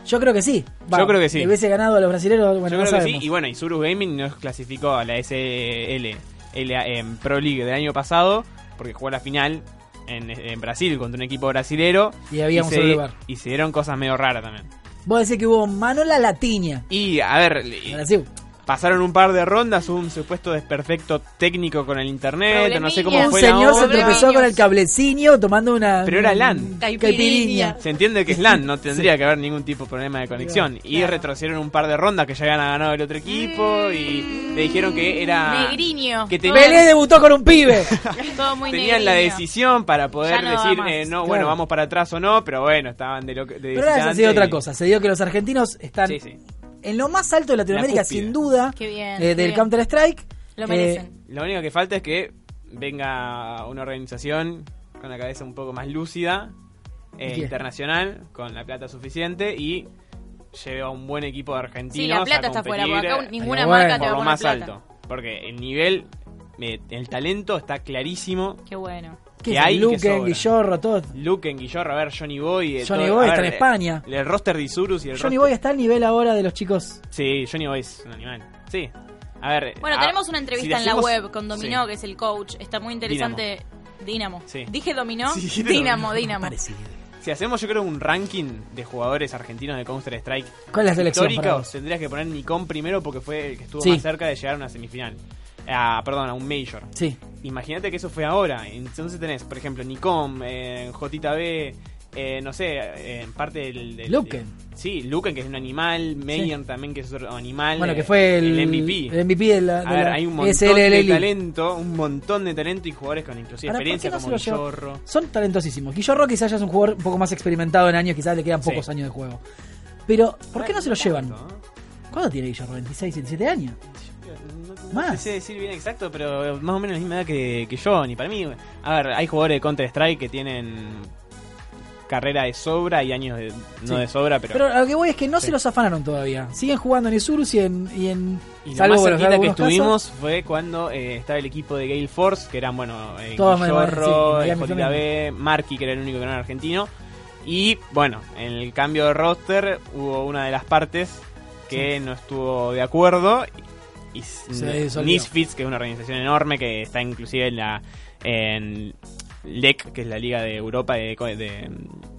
Yo creo que sí.
Yo creo que sí.
Le hubiese ganado a los brasileños, bueno,
Yo
no
creo que sí.
sabemos.
Y bueno, Isurus Gaming nos clasificó a la SL LA, em, Pro League del año pasado porque jugó la final en, en Brasil contra un equipo brasilero.
Y había un
se,
solo lugar.
y se dieron cosas medio raras también.
Vos decís que hubo mano la latiña.
Y a ver, le-
Brasil.
pasaron un par de rondas, hubo un supuesto desperfecto técnico con el internet, no sé cómo
Problemillas.
Un
fue la
señor se
onda.
Problemillas.
tropezó con el cablecinio tomando una.
Pero era LAN.
un-
Caipirinha.
Se entiende que es LAN, no tendría que haber ningún tipo de problema de conexión. Y
Claro.
retrocedieron un par de rondas que ya habían ganado el otro equipo y le dijeron que era...
Negriño.
que
todo,
Pelé debutó con un pibe.
todo muy
Tenían la
negriño.
decisión para poder
Ya no da
decir,
más.
eh, no, bueno,
Claro.
vamos para atrás o no, pero bueno, estaban de lo que... de
Pero ahora ha
visitante
sido otra
y-
cosa. Se dio que los argentinos están
Sí, sí.
en lo más alto de Latinoamérica,
La cúspide.
sin duda,
Qué bien,
eh,
qué
del
bien.
Counter-Strike.
Lo
Eh,
merecen.
Lo único que falta es que venga una organización con la cabeza un poco más lúcida, eh,
Bien.
internacional, con la plata suficiente y lleve a un buen equipo de argentinos.
Sí, la plata
a
está fuera. Por
competir,
acá
eh,
un- ninguna
pero
marca
bueno.
te va
por
a
lo
poner
más
plata.
alto. Porque el nivel, eh, el talento está clarísimo.
Qué bueno.
¿qué
que
son?
hay y que
Luque,
sobra.
Guillorro, todo.
Luke en Guillorra, a ver, Johnny Boy. eh,
Johnny
todo-
Boy
a
está
ver,
en España.
El, el roster de Isurus y el
Johnny
roster-
Boy está al nivel ahora de los chicos.
Sí, Johnny Boy es un animal. Sí. A ver.
Bueno,
a-
tenemos una
Ah, si le
entrevista en
hacemos-
la web con Dominó,
Sí.
que es el coach. Está muy interesante. Dinamo.
Sí.
Dije Dominó.
Sí, dijiste
Dinamo,
Dominó.
Dinamo.
Parecido.
Si hacemos, yo creo, un ranking de jugadores argentinos de Counter Strike
¿Cuál es la selección para
históricos,
vos?
tendrías que poner Nikon primero porque fue el que estuvo
Sí.
más cerca de llegar a una semifinal. Ah, perdón, a un Major.
Sí.
Imagínate que eso fue ahora. Entonces tenés, por ejemplo, Nikon, eh, JB, eh, no sé, eh, en parte del. del-
Luquen.
de- sí, Luquen, que es un animal. Meyer también, que es otro animal.
Bueno, que
eh,
fue el,
el MVP.
el MVP de la, de
a ver,
la
hay un montón
SLL
de
Elite.
talento, un montón de talento y jugadores con inclusive
Ahora, ¿por
experiencia
qué no
como
se lo llevó?
Guillorro.
Son talentosísimos. Guillorro quizás ya es un jugador un poco más experimentado en años, quizás le quedan
Sí.
pocos años de juego. Pero, ¿por qué no se lo
Bueno,
llevan?
tanto, ¿no?
¿Cuándo tiene Guillorro? ¿26, 27 años?
No, no
Más.
te sé decir bien exacto, pero más o menos la misma edad que, que yo, ni para mí. A ver, hay jugadores de Counter-Strike que tienen carrera de sobra y años de,
Sí.
no de sobra, pero...
Pero a lo que voy es que no
Sí.
se los afanaron todavía. Siguen jugando en Isurus y en. Y en
y lo
salvo
más
los
cerquita que
algunos casos,
estuvimos fue cuando eh, estaba el equipo de Gale Force, que eran, bueno, eh,
Todos me-
Guillorro,
sí,
eh,
Miami
JB, Marky, que era el único que no era argentino. Y, bueno, en el cambio de roster hubo una de las partes que no estuvo de acuerdo y
Se disolvió.
Nisfits, que es una organización enorme que está inclusive en la en LEC, que es la Liga de Europa de, co- de-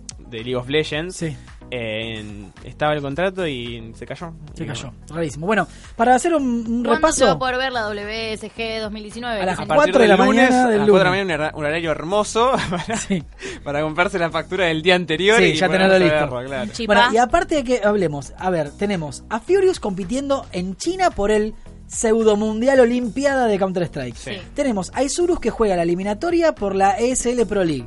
de League of Legends.
Sí,
En- estaba el contrato y se cayó.
se
Y
cayó.
bueno,
Rarísimo. Bueno, para hacer un, un
¿Cuándo se va a
repaso.
poder ver la WSG 2019?
A la
Que se-
A partir
Cuatro de
del
la
lunes,
mañana
a
del
las cuatro de
lunes.
la mañana, un horario hermoso para,
Sí.
para comprarse la factura del día anterior
Sí,
y
ya
ponernos
tenerlo
a
listo.
verlo, claro.
Chipá.
Bueno, y aparte de que hablemos, a ver, tenemos a Furious compitiendo en China por el pseudomundial olimpiada de Counter-Strike.
Sí.
Tenemos a Isurus que juega la eliminatoria por la ESL Pro League.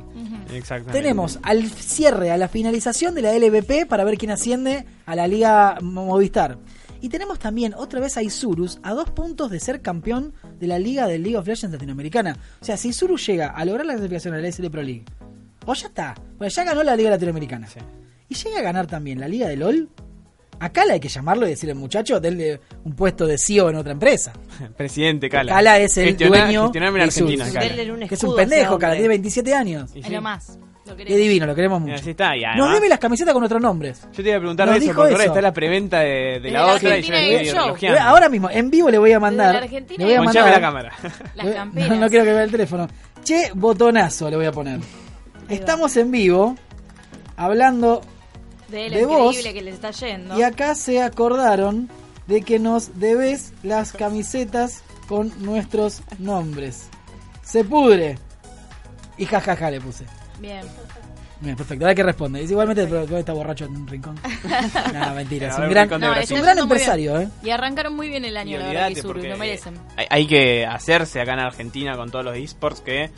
Exactamente.
Tenemos al cierre, a la finalización de la LVP para ver quién asciende a la Liga Mo- Movistar. Y tenemos también otra vez a Isurus a dos puntos de ser campeón de la Liga del League of Legends latinoamericana. O sea, si Isurus llega a lograr la clasificación a la SL Pro League, o ya está, bueno, ya ganó la Liga Latinoamericana.
Sí.
Y llega a ganar también la Liga de LOL. Acá la hay que llamarlo y decirle, muchacho, denle un puesto de CEO en otra empresa.
Presidente Cala.
Cala es el
Gestioná-
dueño
gestioname la
de Sus.
Argentina, Cala.
Denle un
Que es un
escudo a eh. ese
pendejo, cara,
hombre.
tiene 27 años.
Y
Es
sí.
lo más. Lo
Y es
queremos.
divino, lo queremos
Y
mucho.
así está, y
Nos
además-
debe las camisetas con otros nombres.
Yo te iba a preguntar
Nos
de eso,
dijo
porque ahora
eso.
está la preventa de, de
De
la,
la
otra y yo
Argentina Game
estoy
Show.
elogiando.
Eh, Ahora mismo, en vivo le voy a mandar.
Desde la Argentina.
le voy a
Ponchame
mandar.
la cámara.
Las camperas.
No, no quiero que vea el teléfono. Che, botonazo le voy a poner. Estamos en vivo, hablando,
De lo
de
increíble
vos.
que les está yendo.
y acá se acordaron de que nos debes las
Pues.
camisetas con nuestros nombres. Se pudre. Y jajaja le puse.
Bien.
Bien, perfecto, ahora que responde. Dice, igualmente pero igual está borracho en un rincón. no, mentira, es
Ahora
un
un
gran,
rincón de
es un
les está
Brasil.
gran
yendo muy bien.
empresario, ¿eh?
Y arrancaron muy bien el año,
Y
la verdad, que
olvidate, porque
lo merecen.
Hay, hay que hacerse acá en Argentina con todos los esports que...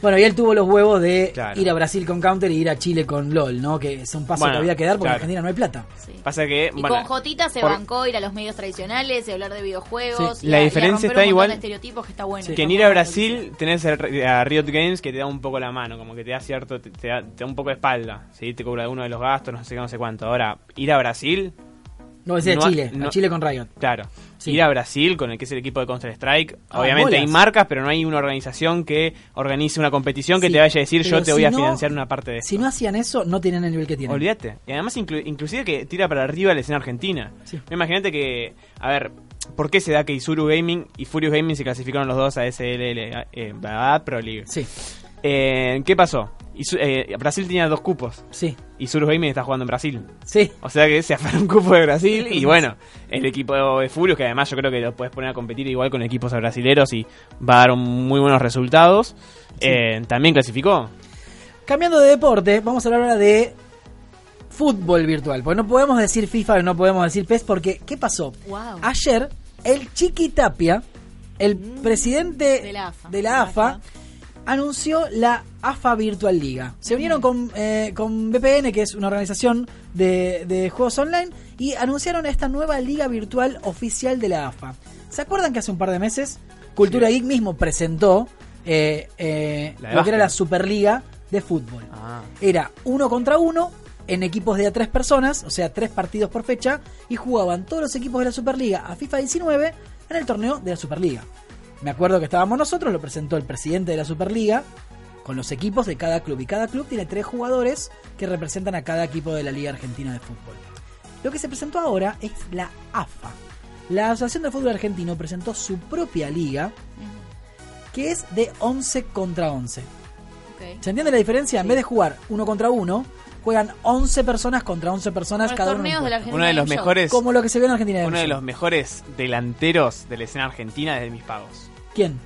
Bueno, y él tuvo los huevos de
Claro.
ir a Brasil con Counter y ir a Chile con LOL, ¿no? Que es un paso
Bueno,
que había que dar porque en
claro.
Argentina no hay plata.
Sí.
Pasa que...
Y
bueno,
con Jotita se
por-
bancó ir a los medios tradicionales y hablar de videojuegos.
Sí.
y
La
a- y a
diferencia
romper
está
un montón
igual
de estereotipos que está bueno.
Que en ir a Brasil tenés el- a Riot Games que te da un poco la mano, como que te da cierto, te, te da, te da un poco de espalda, ¿sí? te cobra uno de los gastos, no sé qué, no sé cuánto. Ahora, ir a Brasil,
No, decía
No,
Chile, a
no.
Chile con Riot.
claro,
Sí.
ir a Brasil con el que es el equipo de Counter Strike,
Ah,
obviamente hay
bolas.
marcas, pero no hay una organización que organice una competición que
Sí,
te vaya a decir yo
pero
te
si
voy a
no-
financiar una parte de esto.
Si no hacían eso, no tienen el nivel que tienen.
Olvídate. Y además, inclu- inclusive que tira para arriba la escena argentina.
Sí.
Imagínate que, a ver, ¿por qué se da que Isuru Gaming y Furious Gaming se clasificaron los dos a SLL, eh, a Pro League?
Sí,
Eh, ¿Qué pasó? Isu- eh, Brasil tenía dos cupos.
sí,
Y Surus Gaming está jugando en Brasil.
sí.
O sea que se aferra un cupo de Brasil. Y bueno, el equipo de Furious, que además yo creo que lo puedes poner a competir igual con equipos brasileros y va a dar un- muy buenos resultados. Eh, también clasificó.
Cambiando de deporte, vamos a hablar ahora de fútbol virtual. Porque no podemos decir FIFA, no podemos decir PES, porque ¿qué pasó?
Wow.
Ayer, el Chiqui Tapia, el presidente
Mm, De la AFA.
de la AFA, anunció la AFA Virtual Liga.
Mm.
Se unieron con, eh, con VPN, que es una organización de, de juegos online, y anunciaron esta nueva liga virtual oficial de la AFA. ¿Se acuerdan que hace un par de meses Cultura Geek mismo presentó eh, eh,
La de
lo que era
básquet.
la Superliga de fútbol? Era uno contra uno en equipos de a tres personas, o sea, tres partidos por fecha, y jugaban todos los equipos de la Superliga a FIFA 19 en el torneo de la Superliga. Me acuerdo que estábamos nosotros, lo presentó el presidente de la Superliga, con los equipos de cada club, y cada club tiene tres jugadores que representan a cada equipo de la Liga Argentina de Fútbol. Lo que se presentó ahora es la AFA. La Asociación de Fútbol Argentino presentó su propia liga, que es de 11 contra 11.
Ok.
¿Se entiende la diferencia? En vez de jugar uno contra uno, juegan 11 personas contra 11 personas
Los
cada uno. en
torneos
un
de la
puesto.
Argentina.
Uno de los
Game Show.
mejores.
Como lo que se ve en Argentina.
uno de
Show.
los mejores delanteros de la escena argentina desde mis pagos.
¿Quién?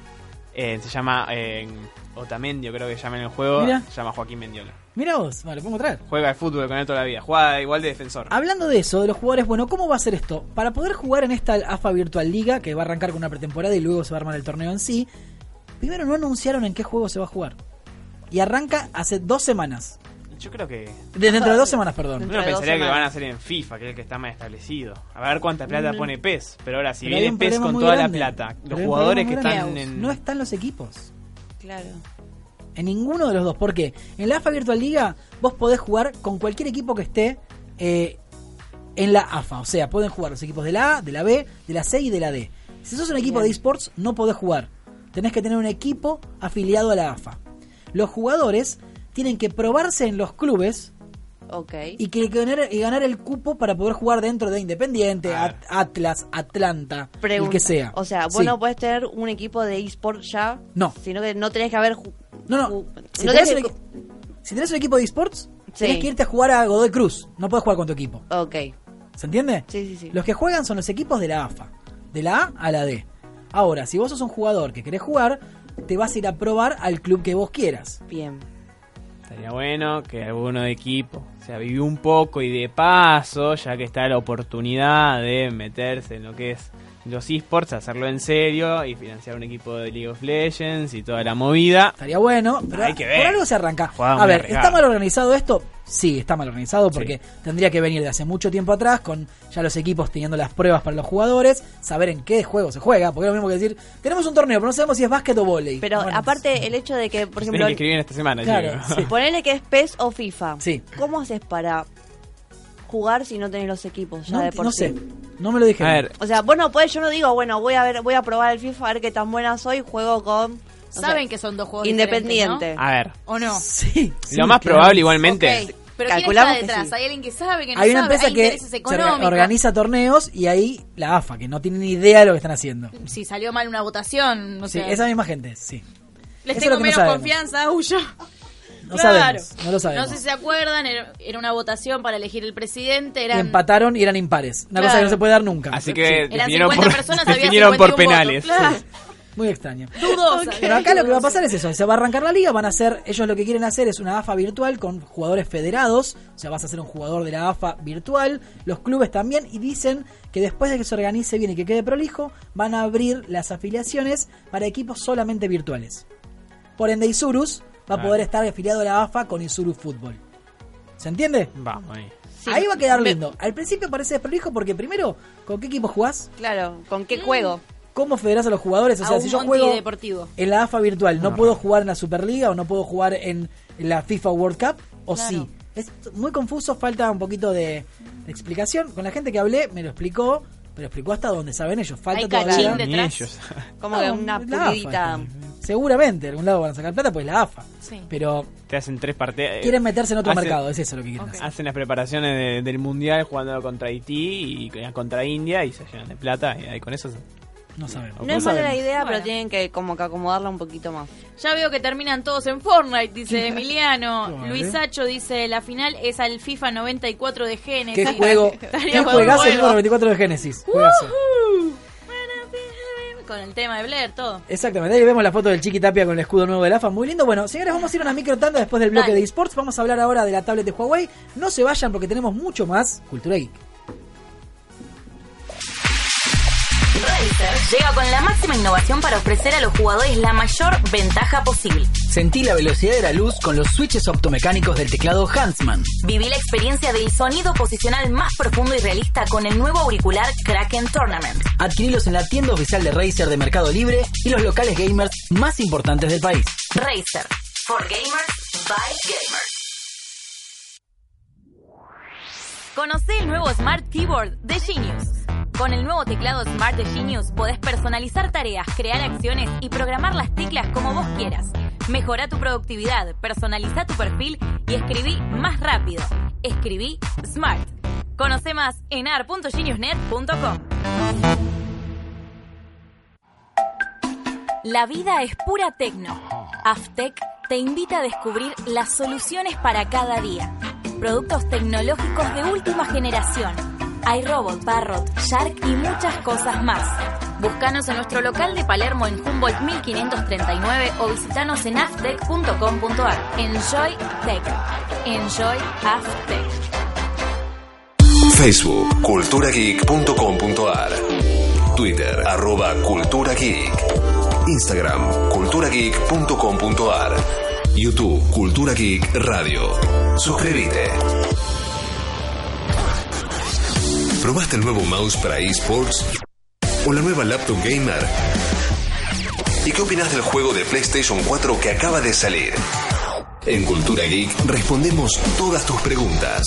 Eh, se llama eh, Otamendio, creo que se llama en el juego.
Mira.
Se llama Joaquín Mendiola.
Mira vos, bueno, lo pongo otra vez.
Juega de fútbol con él toda la vida. Juega igual de defensor.
Hablando de eso, de los jugadores, bueno, ¿cómo va a ser esto? Para poder jugar en esta AFA Virtual Liga, que va a arrancar con una pretemporada y luego se va a armar el torneo en sí, primero no anunciaron en qué juego se va a jugar. Y arranca hace dos semanas.
Yo creo que.
De- dentro de dos semanas, perdón.
Uno
de dos
pensaría que lo
semanas.
van a hacer en FIFA, que es el que está más establecido. A ver cuánta plata pone PES. Pero ahora, si
Mm. Pero hay
viene
un
PES
problema
con
muy
toda
grande.
la plata,
Pero
los
hay un
jugadores que
problema muy
están
grande.
en.
No están los equipos.
Claro.
En ninguno de los dos. ¿Por qué? En la AFA Virtual Liga vos podés jugar con cualquier equipo que esté eh, en la AFA. O sea, pueden jugar los equipos de la A, de la B, de la C y de la D. Si sos un equipo de esports, no podés jugar. Tenés que tener un equipo afiliado a la AFA. Los jugadores tienen que probarse en los clubes
Ok.
y que ganar, y ganar el cupo para poder jugar dentro de Independiente,
Claro.
At- Atlas, Atlanta, el
Pregunta.
que sea.
O sea, vos
Sí.
no podés tener un equipo de eSport ya.
No.
Sino que no tenés que haber. ju-
No, no.
ju-
Si,
no
tenés,
Uh,
un,
tenés que-
equi- si tenés un equipo de esports,
Sí.
tenés que irte a jugar a Godoy Cruz. No puedes jugar con tu equipo.
Ok.
¿Se entiende?
Sí, sí, sí.
Los que juegan son los equipos de la AFA. De la A a la D. Ahora, si vos sos un jugador que querés jugar, te vas a ir a probar al club que vos quieras.
Bien.
Estaría bueno que alguno de equipo sea, vivió un poco y de paso, ya que está la oportunidad de meterse en lo que es los esports, hacerlo en serio y financiar un equipo de League of Legends y toda la movida.
Estaría bueno, pero
Hay que ver.
por algo se arranca.
Jugada
a
muy
ver,
arriesgada.
¿está mal organizado esto? Sí, está mal organizado porque tendría que venir de hace mucho tiempo atrás con ya los equipos teniendo las pruebas para los jugadores, saber en qué juego se juega, porque es lo mismo que decir, tenemos un torneo, pero no sabemos si es básquet o volei.
Pero
Bueno,
aparte el hecho de que, por
Tienen
ejemplo,
que escribir esta semana,
Claro,
Diego.
sí.
ponele que es PES o FIFA.
Sí.
¿Cómo haces para jugar si no tenés los equipos ya
no,
de por
no
sí?
sé, no me lo dije.
A ver,
O sea, bueno, pues yo no digo, bueno, voy a ver, voy a probar el FIFA a ver qué tan buena soy, juego con no sé,
Saben que son dos juegos
independiente.
Ah.
a ver.
diferentes, ¿no? ¿O no?
Sí, sí,
lo más
claro.
probable igualmente.
Ok, Pero ¿quién está
Calculamos que
detrás?
sí.
Hay alguien que sabe que no
Hay una
sabe,
empresa
hay
que
intereses
se
económicos.
organiza torneos y ahí la AFA, que no tiene ni idea de lo que están haciendo.
Si salió mal una votación, no
Sí,
sé.
esa misma gente, sí. eso es
Les tengo
lo que no
menos
sabemos.
confianza, huyo.
No
Claro.
sabemos, no lo sabemos.
No sé si se acuerdan, era era una votación para elegir el presidente.
Y
Eran,
Empataron y eran impares. Una cosa
Claro.
que no se puede dar nunca.
Así
Sí,
que
eran
definieron
50
por,
personas, había
definieron
51
por
votos,
penales.
claro.
muy extraño.
Dudosa.
Pero acá lo que va a pasar es eso, se va a arrancar la liga, van a hacer, ellos lo que quieren hacer es una AFA virtual con jugadores federados, o sea, vas a ser un jugador de la AFA virtual, los clubes también, y dicen que después de que se organice bien y que quede prolijo, van a abrir las afiliaciones para equipos solamente virtuales. Por ende, Isurus va a
Ah.
poder estar afiliado a la AFA con Isurus Fútbol. ¿Se entiende?
Vamos ahí.
Ahí va a quedar lindo. Al principio parece desprolijo porque primero, ¿con qué equipo jugás?
Claro, ¿con qué juego?
Mm.
¿Cómo federás a los jugadores? O
A
sea,
un
si yo
Monti
juego
deportivo.
en la AFA virtual, no puedo jugar en la Superliga o no puedo jugar en la FIFA World Cup, o sí. Es muy confuso, falta un poquito de, de explicación. Con la gente que hablé me lo explicó, me lo explicó hasta donde saben ellos. Falta
Hay
todavía.
cachín de-
Ni
detrás.
ellos.
Como
No,
que una
la AFA,
pulidita.
Seguramente, de algún lado van a sacar plata, pues la AFA.
Sí.
Pero
Te hacen tres partidos.
quieren meterse en otro
Eh, Hace-
mercado, es eso lo que quieren hacer.
Hacen las preparaciones de- del mundial jugando contra Haití y contra India y se llenan de plata y ahí con eso se-
No sabemos.
No es mala la idea,
Bueno.
pero tienen que como que acomodarla un poquito más.
Ya veo que terminan todos en Fortnite, dice Emiliano.
Vale.
Luis Sacho dice, la final es al FIFA 94 de Genesis.
¿Qué juego?
Estaría
¿Qué
buen
juegazo el
juego. Uh.
número 24 de Génesis? Juegazo.
Con el tema de Blair, todo.
Exactamente, ahí vemos la foto del Chiqui Tapia con el escudo nuevo de la AFA, muy lindo. Bueno, señores, vamos a ir a una micro tanda después del bloque
Dale.
de esports. Vamos a hablar ahora de la tablet de Huawei. No se vayan porque tenemos mucho más Cultura Geek.
Razer llega con la máxima innovación para ofrecer a los jugadores la mayor ventaja posible.
Sentí la velocidad de la luz con los switches optomecánicos del teclado Huntsman.
Viví la experiencia del sonido posicional más profundo y realista con el nuevo auricular Kraken Tournament.
Adquirilos en la tienda oficial de Razer de Mercado Libre y los locales gamers más importantes del país.
Razer. For gamers by gamers. Conoce el nuevo Smart Keyboard de Genius. Con el nuevo teclado Smart de Genius podés personalizar tareas, crear acciones y programar las teclas como vos quieras. Mejora tu productividad, personaliza tu perfil y escribí más rápido. Escribí Smart. Conoce más en ar.geniusnet.com. La vida es pura tecno. Aftec te invita a descubrir las soluciones para cada día. Productos tecnológicos de última generación. iRobot, Parrot, Shark y muchas cosas más. Búscanos en nuestro local de Palermo en Humboldt 1539 o visitanos en aftec.com.ar. Enjoy Tech. Enjoy Aftec.
Facebook, culturageek.com.ar. Twitter, arroba Cultura Geek. Instagram, culturageek.com.ar. YouTube, Cultura Geek Radio. Suscríbete. ¿Probaste el nuevo mouse para eSports? ¿O la nueva laptop gamer? ¿Y qué opinas del juego de PlayStation 4 que acaba de salir? En Cultura Geek respondemos todas tus preguntas.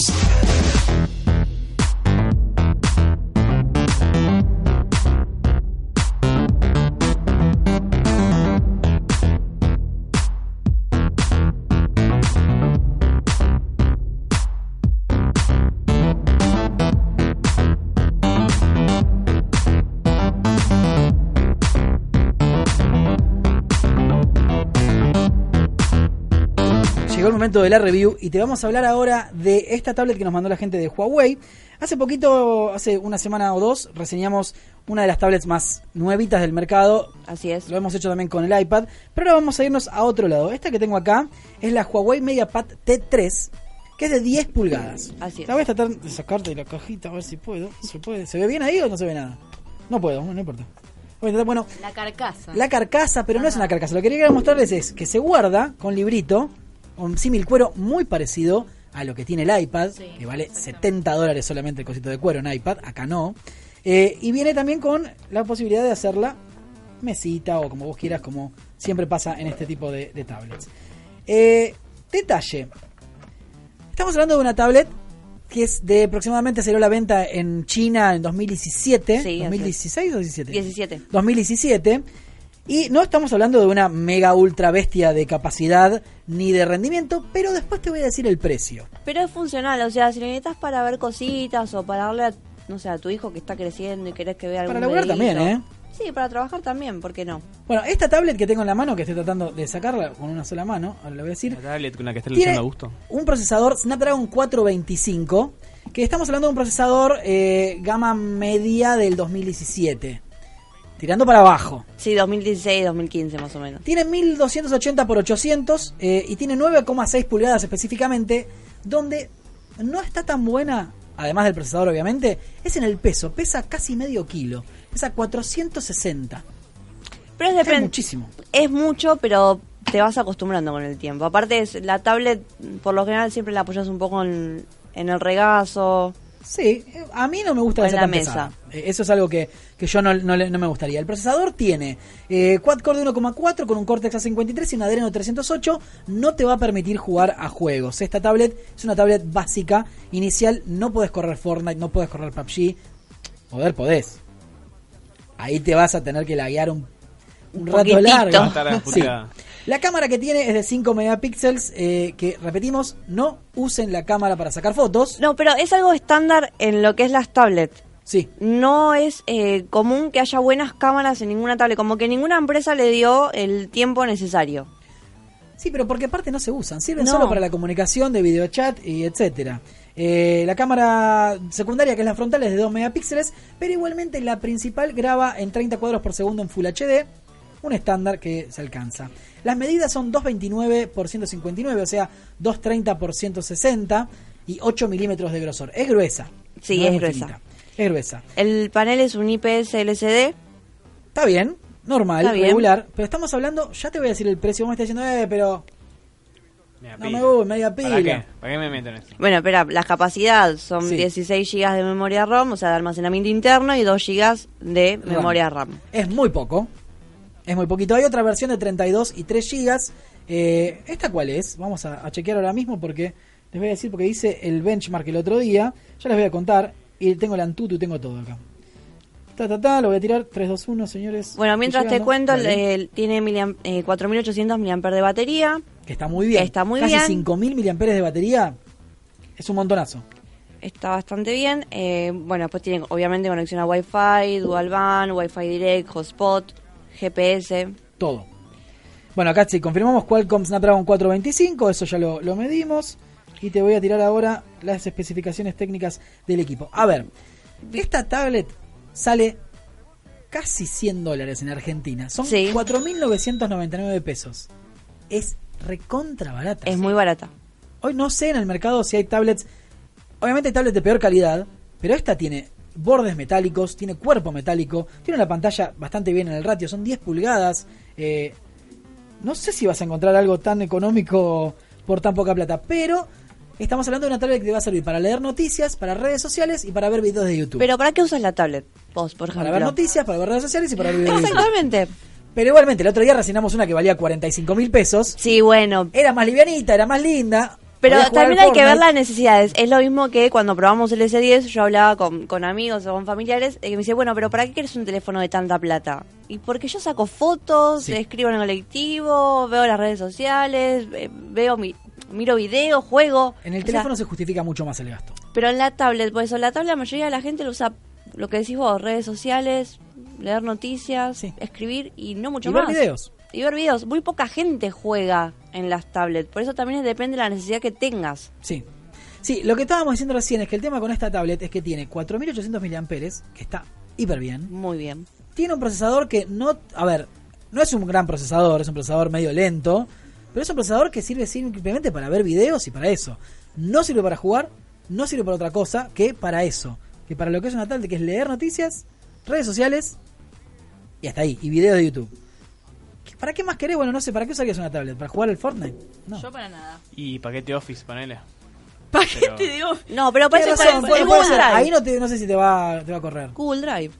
Llegó el momento de la review y te vamos a hablar ahora de esta tablet que nos mandó la gente de Huawei. Hace poquito, hace una semana o dos, reseñamos una de las tablets más nuevitas del mercado.
Así es.
Lo hemos hecho también con el iPad. Pero ahora vamos a irnos a otro lado. Esta que tengo acá es la Huawei MediaPad T3. que es de 10 pulgadas.
Así es.
La voy a tratar de sacarte la cajita a ver si puedo. ¿Se, puede. ¿Se ve bien ahí o no se ve nada? No puedo, no importa. Voy a intentar- bueno,
La carcasa.
la carcasa, pero no es una carcasa. Lo que quería mostrarles es que se guarda con librito, un símil cuero muy parecido a lo que tiene el iPad,
Sí,
que vale
exactamente.
70 dólares solamente el cosito de cuero en iPad, acá no. Eh, y viene también con la posibilidad de hacerla mesita o como vos quieras, como siempre pasa en este tipo de, de tablets. Eh, detalle. Estamos hablando de una tablet que es de aproximadamente salió a la venta en China en 2017,
Sí, así es.
2016 o 17.
17.
2017. Y no estamos hablando de una mega ultra bestia de capacidad ni de rendimiento, pero después te voy a decir el precio.
Pero es funcional, o sea, si lo necesitas para ver cositas o para darle a, no sé, a tu hijo que está creciendo y querés que vea algún
Para laburar
videíto.
también, ¿eh?
Sí, para trabajar también, ¿por qué no?
Bueno, esta tablet que tengo en la mano, que estoy tratando de sacarla con una sola mano, ahora lo voy a decir,
La tablet con la que está
tiene
luchando a gusto.
un procesador Snapdragon 425, que estamos hablando de un procesador eh, gama media del 2017, tirando para abajo.
Sí, 2016, 2015 más o menos.
Tiene 1280 por 800 eh, y tiene 9,6 pulgadas específicamente, donde no está tan buena, además del procesador obviamente, es en el peso, pesa casi medio kilo, pesa 460.
Pero es,
Es
depen-
muchísimo.
es mucho, pero te vas acostumbrando con el tiempo. Aparte, es, la tablet, por lo general, siempre la apoyas un poco en, en el regazo.
Sí, eh, a mí no me gusta
O
que
en
sea
la
tan
mesa.
pesada. Eh, Eso es algo que, que yo no, no le- no me gustaría. El procesador tiene eh, quad-core de 1,4 con un Cortex A53 y un Adreno 308. No te va a permitir jugar a juegos. Esta tablet es una tablet básica, inicial. No puedes correr Fortnite, no puedes correr PUBG. Poder podés. Ahí te vas a tener que laguear un, un rato
poquitito.
largo.
Matar a la
Sí.
puteada.
La cámara que tiene es de 5 megapíxeles, eh, que repetimos, no usen la cámara para sacar fotos.
No, pero es algo estándar en lo que es las tablets.
Sí,
No es eh, común que haya buenas cámaras en ninguna tablet, como que ninguna empresa le dio el tiempo necesario.
Sí, pero porque aparte no se usan, sirven
No.
solo para la comunicación de videochat y etcétera. Eh, la cámara secundaria, que es la frontal, es de 2 megapíxeles, pero igualmente la principal graba en 30 cuadros por segundo en Full HD, un estándar que se alcanza. Las medidas son 229 x 159, o sea, 230 x 160 y 8 milímetros de grosor. Es gruesa.
Sí, es gruesa.
finita, Es gruesa.
El panel es un IPS LCD.
Está bien, normal,
Está bien.
regular, pero estamos hablando, ya te voy a decir el precio, vos me estás diciendo, eh, pero
Media
No
pila.
me voy, media pila.
¿Para qué? ¿Para qué me meto en eso?
Bueno, espera, la capacidad son
Sí.
16 GB de memoria ROM, o sea, de almacenamiento interno, y 2 GB de memoria RAM.
Es muy poco. Es muy poquito. Hay otra versión de 32 y 3 gigas. Eh, ¿Esta cuál es? Vamos a, a chequear ahora mismo porque les voy a decir porque hice el benchmark el otro día. Ya les voy a contar. Y tengo el Antutu y tengo todo acá. Ta, ta, ta, lo voy a tirar 3, 2, 1, señores.
Bueno,
Estoy
mientras te
llegando.
cuento,
Dale.
el- tiene miliam- eh, 4800 mAh de batería.
que está muy bien.
está muy
Casi
bien.
5000 miliamperes de batería. Es un montonazo.
Está bastante bien. Eh, bueno, después tiene obviamente conexión a Wi-Fi, Dual Band, Wi-Fi Direct, Hotspot, GPS.
Todo. Bueno, acá sí, confirmamos Qualcomm Snapdragon 425, eso ya lo, lo medimos. Y te voy a tirar ahora las especificaciones técnicas del equipo. A ver, esta tablet sale casi 100 dólares en Argentina. Son
Sí.
4.999 pesos. Es recontra barata.
Es muy barata.
Hoy no sé en el mercado si hay tablets. Obviamente hay tablets de peor calidad, pero esta tiene bordes metálicos, tiene cuerpo metálico, tiene una pantalla bastante bien en el ratio, son 10 pulgadas. eh, no sé si vas a encontrar algo tan económico por tan poca plata, pero estamos hablando de una tablet que te va a servir para leer noticias, para redes sociales y para ver videos de YouTube.
Pero ¿para qué usas la tablet? Vos, por ejemplo.
para ver noticias, para ver redes sociales y para ver videos de YouTube.
Exactamente.
Pero igualmente, el otro día resinamos una que valía 45 mil pesos.
Sí, bueno.
Era más livianita, era más linda.
Pero
podías jugar al
también hay que ver
Fortnite.
las necesidades. Es lo mismo que cuando probamos el S10, yo hablaba con, con amigos o con familiares, eh, que me dice, bueno, pero ¿para qué quieres un teléfono de tanta plata? Y porque yo saco fotos,
Sí.
escribo en el colectivo, veo las redes sociales, eh, veo mi, miro video, juego.
En el
O sea,
teléfono se justifica mucho más el gasto.
Pero en la tablet, por eso la tablet la mayoría de la gente lo usa, lo que decís vos, redes sociales, leer noticias,
Sí.
escribir y no mucho
Y ver
más.
videos.
Y ver videos. Muy poca gente juega en las tablets, por eso también depende de la necesidad que tengas.
Sí. Sí, lo que estábamos diciendo recién es que el tema con esta tablet es que tiene 4800 miliamperes, que está hiper bien.
Muy bien.
Tiene un procesador que no, a ver, no es un gran procesador, es un procesador medio lento, pero es un procesador que sirve simplemente para ver videos y para eso. no sirve para jugar, no sirve para otra cosa que para eso. Que para lo que es una tablet, que es leer noticias, redes sociales y hasta ahí, y videos de YouTube. ¿Qué- ¿Para qué más querés? Bueno, no sé, ¿para qué usarías una tablet? ¿Para jugar al Fortnite? No.
Yo para nada.
Y paquete Office, ponele.
¿Para
Pero-
qué te digo?
No, pero
Tenés
parece que
razón,
el
puede- puede
Google
ser.
Drive.
Ahí no, te- no sé si te va, te va a correr.
Google Drive.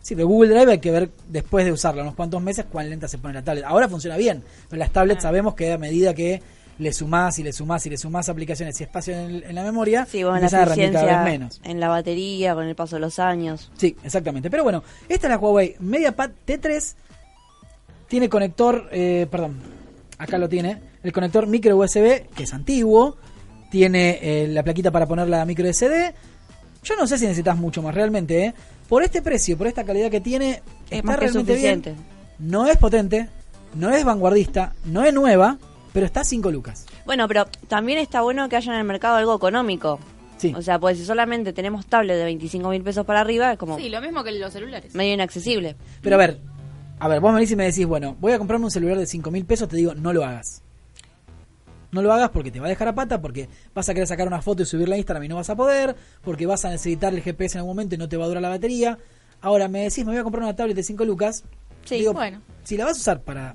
Sí, pero Google Drive hay que ver después de usarlo, unos cuantos meses, cuán lenta se pone la tablet. Ahora funciona bien, pero las tablets
Ah.
sabemos que a medida que le sumás y le sumás y le sumás aplicaciones y espacio en, el- en la memoria,
Sí, bueno, la
empiezan a rendir
eficiencia
cada vez menos.
en la batería, con el paso de los años.
Sí, exactamente. Pero bueno, esta es la Huawei MediaPad T3. Tiene conector, eh, perdón, acá lo tiene. El conector micro USB, que es antiguo. Tiene eh, la plaquita para poner la micro SD. Yo no sé si necesitas mucho más realmente. ¿eh? Por este precio, por esta calidad que tiene,
Es
está
más que
realmente bien.
suficiente.
No es potente, no es vanguardista, no es nueva, pero está a 5 lucas.
Bueno, pero también está bueno que haya en el mercado algo económico.
Sí.
O sea, pues si solamente tenemos tablet de 25 mil pesos para arriba, es como
Sí, lo mismo que los celulares.
medio inaccesible.
Pero a ver, a ver, vos venís y me decís, bueno, voy a comprarme un celular de 5 mil pesos, te digo, no lo hagas. No lo hagas porque te va a dejar a pata, porque vas a querer sacar una foto y subirla a Instagram y no vas a poder, porque vas a necesitar el GPS en algún momento y no te va a durar la batería. Ahora me decís, me voy a comprar una tablet de 5 lucas.
Sí,
bueno.
Si la vas a usar para.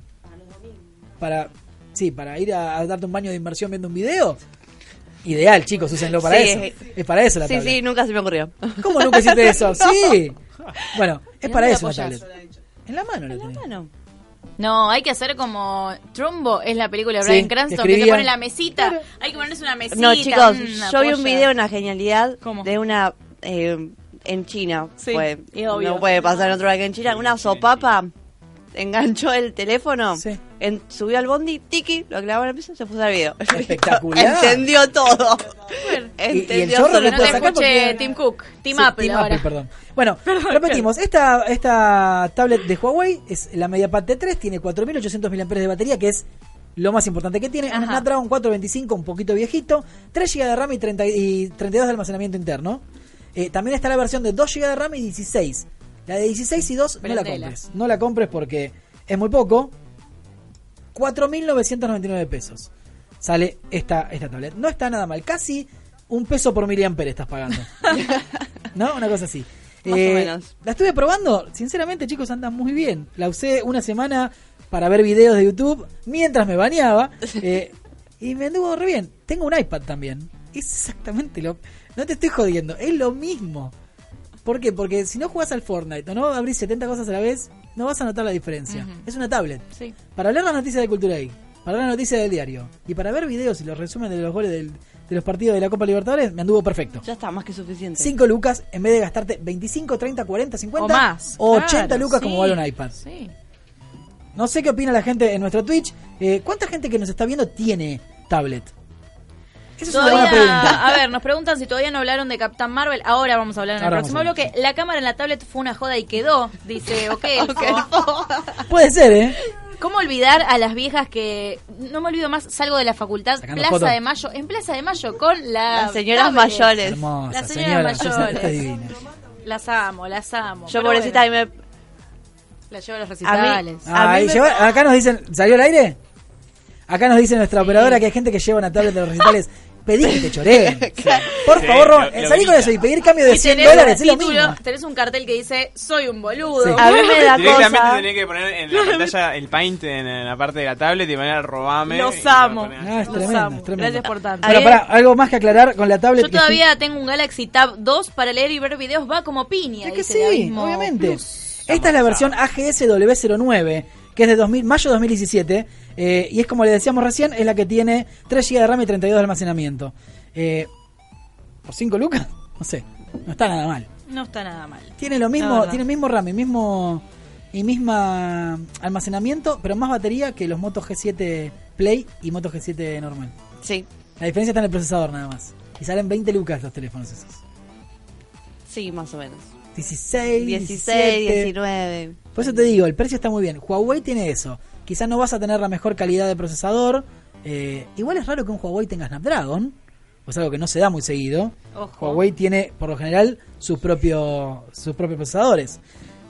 Para. Sí, para ir a, a darte un baño de inversión viendo un video. Ideal, chicos, úsenlo para
Sí,
eso.
es-
Es para eso la
Sí,
tablet.
sí, nunca se me ocurrió.
¿Cómo nunca hiciste eso? Sí. Bueno, es
¿Y
para
dónde
eso
la
una
apoyás?
tablet. En la mano lo tenés.
Bueno,
No, hay que hacer como Trumbo, es la película de
Sí,
Brian
que
Cranston que,
escribía.
te pone la mesita. Hay que ponerse una mesita.
no, chicos,
una
yo vi un
polla.
video, una genialidad
¿Cómo?
de una eh, en China.
Sí,
fue,
es obvio.
No puede pasar en otro lugar que en China. Una sopapa enganchó el teléfono,
Sí.
en- subió al bondi, tiki, lo clavó en el piso, se puso al video.
Espectacular.
Entendió todo.
Y- y el
Entendió
chorro
todo.
Pero no te
Lo puedo sacar porque-
escuche Tim Cook, Tim
Sí,
Apple
Team
ahora.
Apple, perdón. Bueno, repetimos, esta, esta tablet de Huawei es la MediaPad T3, tiene 4800 mAh de batería, que es lo más importante que tiene, un
Ajá.
Snapdragon 425, un poquito viejito, 3 GB de RAM y, 30 y 32 de almacenamiento interno. Eh, también está la versión de 2 GB de RAM y 16. La de 16 y 2 no la
Prendela.
compres. No la compres porque es muy poco. 4.999 pesos sale esta, esta tablet. No está nada mal, casi un peso por miliamper estás pagando. ¿No? Una cosa así. Eh,
Más o menos.
La estuve probando, sinceramente chicos, anda muy bien. La usé una semana para ver videos de YouTube mientras me bañaba eh, y me anduvo re bien. Tengo un iPad también. Es exactamente lo... No te estoy jodiendo, es lo mismo. ¿Por qué? Porque si no jugás al Fortnite o no abrís 70 cosas a la vez, no vas a notar la diferencia.
Ujú.
Es una tablet.
Sí.
Para leer las noticias de Cultura Geek, para leer las noticias del diario y para ver videos y los resúmenes de los goles del- de los partidos de la Copa Libertadores, me anduvo perfecto.
Ya está, más que suficiente.
5 lucas en vez de gastarte 25, 30, 40, 50
O más.
o 80
claro,
lucas
sí,
como vale un iPad.
Sí.
No sé qué opina la gente en nuestro Twitch. Eh, ¿Cuánta gente que nos está viendo tiene tablet? Esa es una buena pregunta.
Todavía, a ver, nos preguntan si todavía no hablaron de Captain Marvel. Ahora vamos a hablar en el
Ahora
próximo
vamos a
bloque.
hablar.
La cámara en la tablet fue una joda y quedó. Dice, ok. so-
Puede ser, ¿eh?
¿Cómo olvidar a las viejas que no me olvido más? Salgo de la facultad,
Sacando
Plaza
fotos.
de Mayo, en Plaza de Mayo con la
Las señoras
tablet.
mayores.
Hermosa,
Las
señora.
señoras
Está
mayores.
divina.
Las amo, las amo.
Yo
Pero
pobrecita
bueno,
ahí me...
las llevo a los recitales.
Ah,
A mí
y
me-
lleva- acá nos dicen, ¿salió al aire? Acá nos dice nuestra operadora que hay gente que lleva una tablet de los recitales. Pedí que te choreen. Por
Sí,
favor,
lo-
Ron,
lo
salí con
grita.
eso y pedir cambio de
Y
100
tenés,
dólares.
un
Es lo
título,
mismo.
tenés un cartel que dice, soy un boludo.
Sí.
A mí me da
Directamente
cosa.
tenés que poner en la pantalla el paint en, en la parte de la tablet y poner robame.
Los
y lo
amo.
ponés.
Ah, es
Los
tremendo,
amo.
es tremendo.
Gracias por tanto.
Bueno,
Ahí-
pará, algo más que aclarar con la tablet.
Yo
que
todavía tengo un Galaxy Tab 2 para leer y ver videos, va como piña.
Es que
dice el
sí,
abismo
obviamente.
Plus.
Esta es la versión AGSW09, que es de 2000, mayo de 2017. eh, y es como le decíamos recién, es la que tiene 3 GB de RAM y 32 de almacenamiento. Eh, ¿Por 5 lucas? No sé, no está nada mal.
No está nada mal.
Tiene lo
La
mismo,
verdad.
tiene el mismo RAM y mismo y misma almacenamiento, pero más batería que los Moto G7 Play y Moto G7 normal.
Sí,
La diferencia está en el procesador nada más. Y salen 20 lucas los teléfonos esos.
sí, más o menos.
16,
16,
19.
19.
Por eso te digo, el precio está muy bien. Huawei tiene eso. Quizás no vas a tener la mejor calidad de procesador. eh, igual es raro que un Huawei tenga Snapdragon. Es algo que no se da muy seguido.
Ojo.
Huawei tiene, por lo general, sus propio, sus propios procesadores.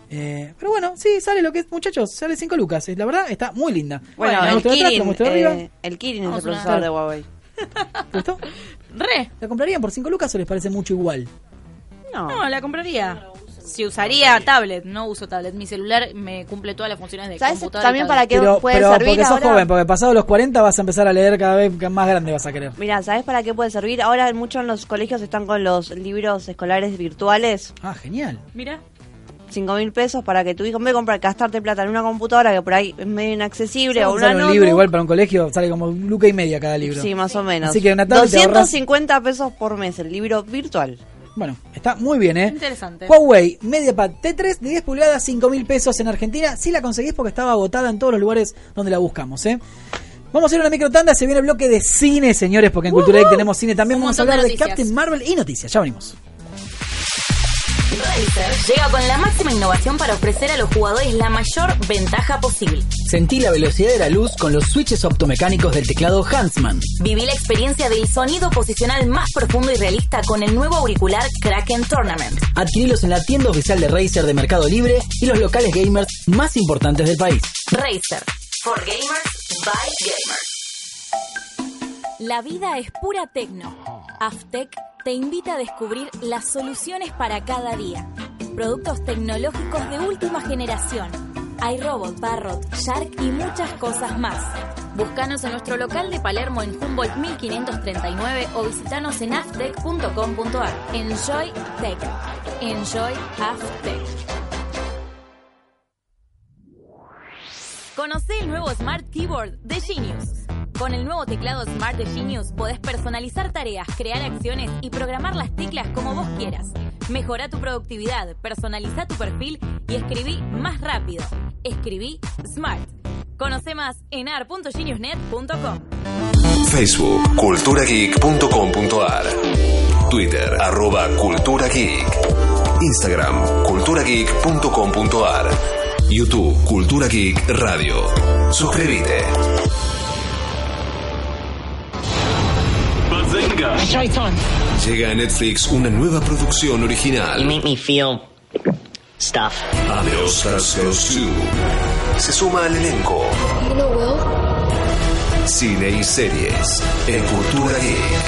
Eh, pero bueno, sí, sale lo que es, muchachos, sale 5 lucas. Eh, La verdad, está muy linda.
Bueno,
La
el
mostré atrás, la
Kirin,
mostré arriba.
eh, el Kirin es el
Vamos a una-
procesador de Huawei.
¿Te gustó?
Re.
¿La comprarían por 5 lucas o les parece mucho igual?
No, la compraría. Si usaría tablet, no uso tablet. Mi celular me cumple todas las funciones de
¿Sabes
computador. y
también
tablet.
para qué puede servir
porque sos
ahora?
joven, porque pasado los 40 vas a empezar a leer cada vez más grande vas a querer.
Mira, ¿sabes para qué puede servir? Ahora muchos en los colegios están con los libros escolares virtuales.
Ah, genial.
Mira.
5 mil pesos para que tu hijo, en vez de comprar, gastarte plata en una computadora que por ahí es medio inaccesible o
Vamos a
una
usar un
notebook.
libro igual para un colegio sale como un luca y media cada libro.
Sí, más o menos.
Así que una tablet te ahorras-
250 pesos por mes el libro virtual.
Bueno, está muy bien, ¿eh?
Interesante.
Huawei MediaPad T3 de 10 pulgadas, 5 mil pesos en Argentina. Si la conseguís porque estaba agotada en todos los lugares donde la buscamos, ¿eh? Vamos a ir a una micro tanda, se viene el bloque de cine, señores, porque en Cultura Geek tenemos cine también.
Un
Vamos a
montón de
hablar de,
noticias.
Captain Marvel y noticias, ya venimos.
Razer llega con la máxima innovación para ofrecer a los jugadores la mayor ventaja posible.
Sentí la velocidad de la luz con los switches optomecánicos del teclado Huntsman.
Viví la experiencia del sonido posicional más profundo y realista con el nuevo auricular Kraken Tournament.
Adquirilos en la tienda oficial de Razer de Mercado Libre y los locales gamers más importantes del país.
Razer. For gamers by gamers. La vida es pura tecno. Aftec te invita a descubrir las soluciones para cada día. Productos tecnológicos de última generación. iRobot, Barrot, Shark y muchas cosas más. Búscanos en nuestro local de Palermo en Humboldt 1539 o visitanos en aftec.com.ar. Enjoy Tech. Enjoy Aftec. Conoce el nuevo Smart Keyboard de Genius. Con el nuevo teclado Smart de Genius podés personalizar tareas, crear acciones y programar las teclas como vos quieras. Mejora tu productividad, personaliza tu perfil y escribí más rápido. Escribí Smart. Conoce más en ar.geniusnet.com.
Facebook, culturageek.com.ar. Twitter, arroba Cultura Geek. Instagram, culturageek.com.ar. YouTube, Cultura Geek Radio. Suscríbete. Llega a Netflix una nueva producción original.
me feel stuff.
Adiós, Rascos 2. Se suma al elenco. Cine y series en Cultura Geek.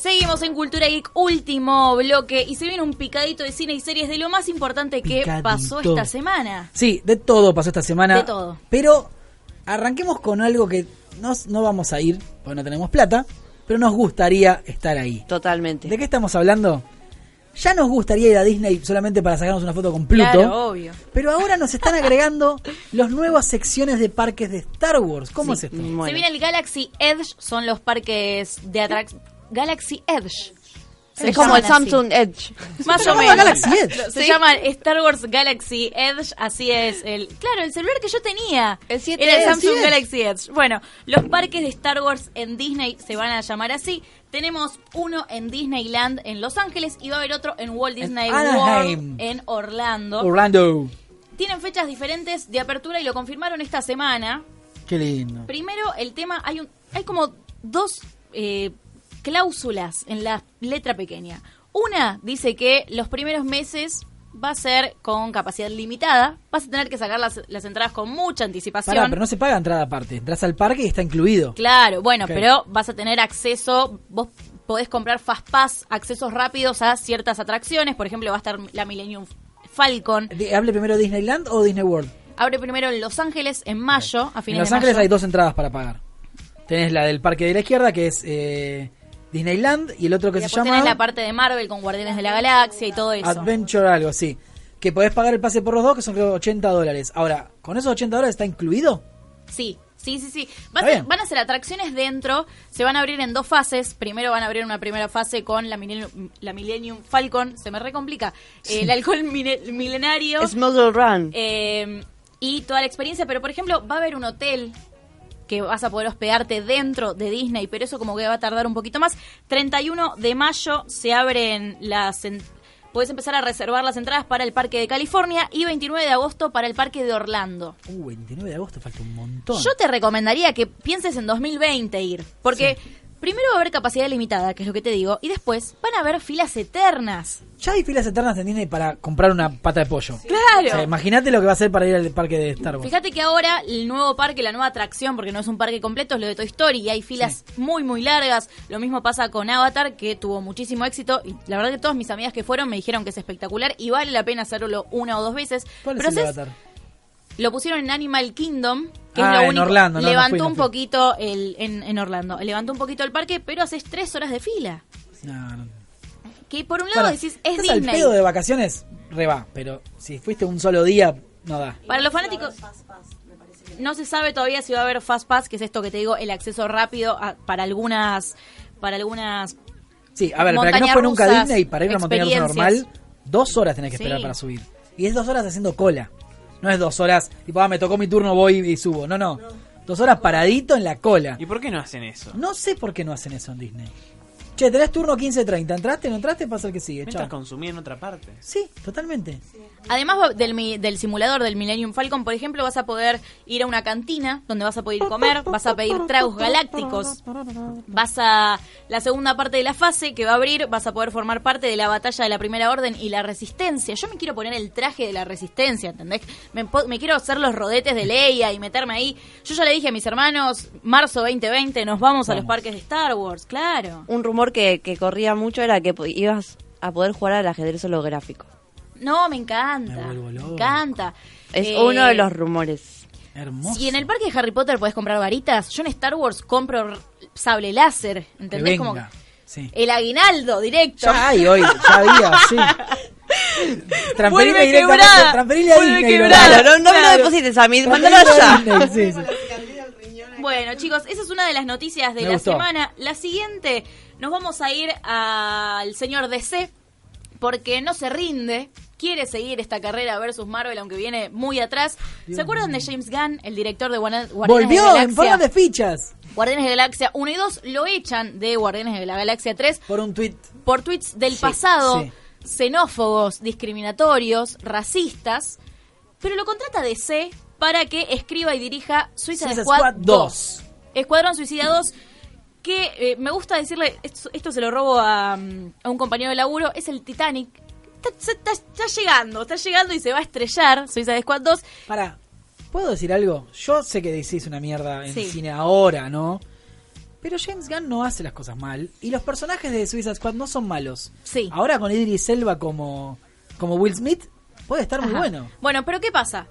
Seguimos en Cultura Geek, último bloque. Y se viene un picadito de cine y series de lo más importante que
Picadito.
pasó esta semana.
Sí, de todo pasó esta semana.
De todo.
Pero arranquemos con algo que nos, no vamos a ir, porque no tenemos plata, pero nos gustaría estar ahí.
Totalmente.
Este.
¿De qué estamos hablando? Ya nos gustaría ir a Disney solamente para sacarnos una foto con Pluto.
Claro, obvio.
Pero ahora nos están agregando las nuevas secciones de parques de Star Wars. ¿Cómo es esto?
Bueno.
Se viene el Galaxy Edge, son los parques de atracción. Galaxy Edge. Se
es como el
llaman así.
Samsung Edge.
Más o
llama
menos.
Galaxy Edge.
Se llama Star Wars Galaxy Edge, así es. el Claro, el celular que yo tenía.
El 7
Era el
Edge.
Samsung
Así es.
Galaxy Edge. Bueno, los parques de Star Wars en Disney se van a llamar así. Tenemos uno en Disneyland en Los Ángeles y va a haber otro en Walt Disney
Anaheim.
World en Orlando.
Orlando.
Tienen fechas diferentes de apertura y lo confirmaron esta semana.
Qué lindo.
Primero, el tema, hay, un, hay como dos eh, cláusulas en la letra pequeña. Una dice que los primeros meses va a ser con capacidad limitada, vas a tener que sacar las, las entradas con mucha anticipación.
Pará, pero no se paga entrada aparte. Entras al parque y está incluido.
Claro, bueno,
Ok.
pero vas a tener acceso, vos podés comprar Fast Pass, accesos rápidos a ciertas atracciones, por ejemplo, va a estar la Millennium Falcon.
Di- ¿Hable primero Disneyland o Disney World?
Abre primero en Los Ángeles en mayo, a fines
En Los
de
Ángeles
mayo.
hay dos entradas para pagar. Tenés la del parque de la izquierda, que es eh, Disneyland, y el otro que
Y
se Ah,
después
llama...
tenés la parte de Marvel con Guardianes de la Galaxia y todo eso.
Adventure algo, sí. Que podés pagar el pase por los dos, que son creo 80 dólares. Ahora, ¿con esos 80 dólares está incluido?
Sí, sí, sí, sí.
Está
Va a ser-
bien.
van a ser atracciones dentro, se van a abrir en dos fases. Primero van a abrir una primera fase con la Millennium, la Millennium Falcon, se me recomplica, eh, el alcohol mine- milenario
Smuggle Run.
eh, y toda la experiencia. Pero, por ejemplo, va a haber un hotel que vas a poder hospedarte dentro de Disney, pero eso como que va a tardar un poquito más. 31 de mayo se abren las... en- Podés empezar a reservar las entradas para el Parque de California y 29 de agosto para el Parque de Orlando.
Uh, 29 de agosto, falta un montón.
Yo te recomendaría que pienses en 2020 ir, porque Primero va a haber capacidad limitada, que es lo que te digo, y después van a haber filas eternas.
Ya hay filas eternas en Disney para comprar una pata de pollo.
Claro.
O sea, Imagínate lo que va a ser para ir al parque de Star Wars.
Fíjate que ahora el nuevo parque, la nueva atracción, porque no es un parque completo, es lo de Toy Story y hay filas muy, muy largas. Lo mismo pasa con Avatar, que tuvo muchísimo éxito. Y la verdad que todas mis amigas que fueron me dijeron que es espectacular y vale la pena hacerlo una o dos veces.
¿Cuál es
Pero
el
¿sabes?
avatar?
Lo pusieron en Animal Kingdom, que
Ah,
es lo
en
único.
Orlando, no, no
levantó
fui, no
un
fui.
poquito el, en, en Orlando, levantó un poquito el parque, pero haces tres horas de fila.
No, no.
Que por un lado
Para,
decís, es
estás al
Disney.
pedo de vacaciones, re va, pero si fuiste un solo día, no da.
Para los fanáticos. No se sabe todavía si va a haber Fast Pass, que es esto que te digo, el acceso rápido a- para algunas para algunas
Sí, a ver, para que no
Montañas
fue nunca a
rusas,
Disney, para ir a una montaña rusa
experiencias.
normal, dos horas tenés que
Sí.
esperar para subir. Y es dos horas haciendo cola. No es dos horas, tipo, ah, me tocó mi turno, voy y subo. No, no. Dos horas paradito en la cola.
¿Y por qué no hacen eso?
No sé por qué no hacen eso en Disney. Che, tenés turno 15.30. ¿Entraste? ¿No entraste? Pasa el que sigue.
Mientras
chao.
consumí en otra parte.
Sí, totalmente.
Además va- del, mi- del simulador del Millennium Falcon, por ejemplo, vas a poder ir a una cantina donde vas a poder comer, vas a pedir tragos galácticos, vas a la segunda parte de la fase que va a abrir, vas a poder formar parte de la batalla de la Primera Orden y la Resistencia. Yo me quiero poner el traje de la Resistencia, ¿entendés? Me, po- me quiero hacer los rodetes de Leia y meterme ahí. Yo ya le dije a mis hermanos, marzo 2020 nos vamos, a los parques de Star Wars, claro.
Un rumor que, que corría mucho era que po- ibas a poder jugar al ajedrez holográfico.
No, me encanta.
Me
Me,
vuelvo loco.
encanta.
Es
Eh,
uno de los rumores.
Hermoso.
Si en el parque de Harry Potter podés comprar varitas, yo en Star Wars compro r- sable láser,
Que
¿entendés? Eh. Como
venga. Sí.
el aguinaldo directo.
Ya hay hoy, ya había, sí. Transferirle
Vuelve
directamente,
quebrada.
transferirle a
Vuelve
Disney.
quebrada.
Lola.
Claro, no, no me
claro.
lo deposites a mí, mándalo
Transferirle a
allá.
Disney, sí, sí.
Bueno, chicos, esa es una de las noticias de
Me
la
gustó.
semana. La siguiente, nos vamos a ir al señor DC, porque no se rinde, quiere seguir esta carrera versus Marvel, aunque viene muy atrás. ¿Se acuerdan de James Gunn, el director de Guana- Guardianes de
Volvió
Galaxia?
en forma de fichas.
Guardianes de Galaxia 1 y 2 lo echan de Guardianes de la Galaxia 3
Por un tweet.
por tweets del pasado,
sí.
xenófobos, discriminatorios, racistas, pero lo contrata DC para que escriba y dirija Suicide
Suicide
Squad,
Squad
2. Escuadrón Suicida 2, que eh, me gusta decirle, esto, esto se lo robo a, mm, a un compañero de laburo, es el Titanic. Está, está- está llegando, está llegando y se va a estrellar Suicide Squad 2.
Para, ¿puedo decir algo? Yo sé que decís una mierda en
Sí.
cine ahora, ¿no? Pero James Gunn no hace las cosas mal. Y los personajes de Suicide Squad no son malos.
Sí.
Ahora con Idris Elba como, como Will Smith, puede estar muy
Ajá.
bueno.
Bueno, pero ¿qué pasa?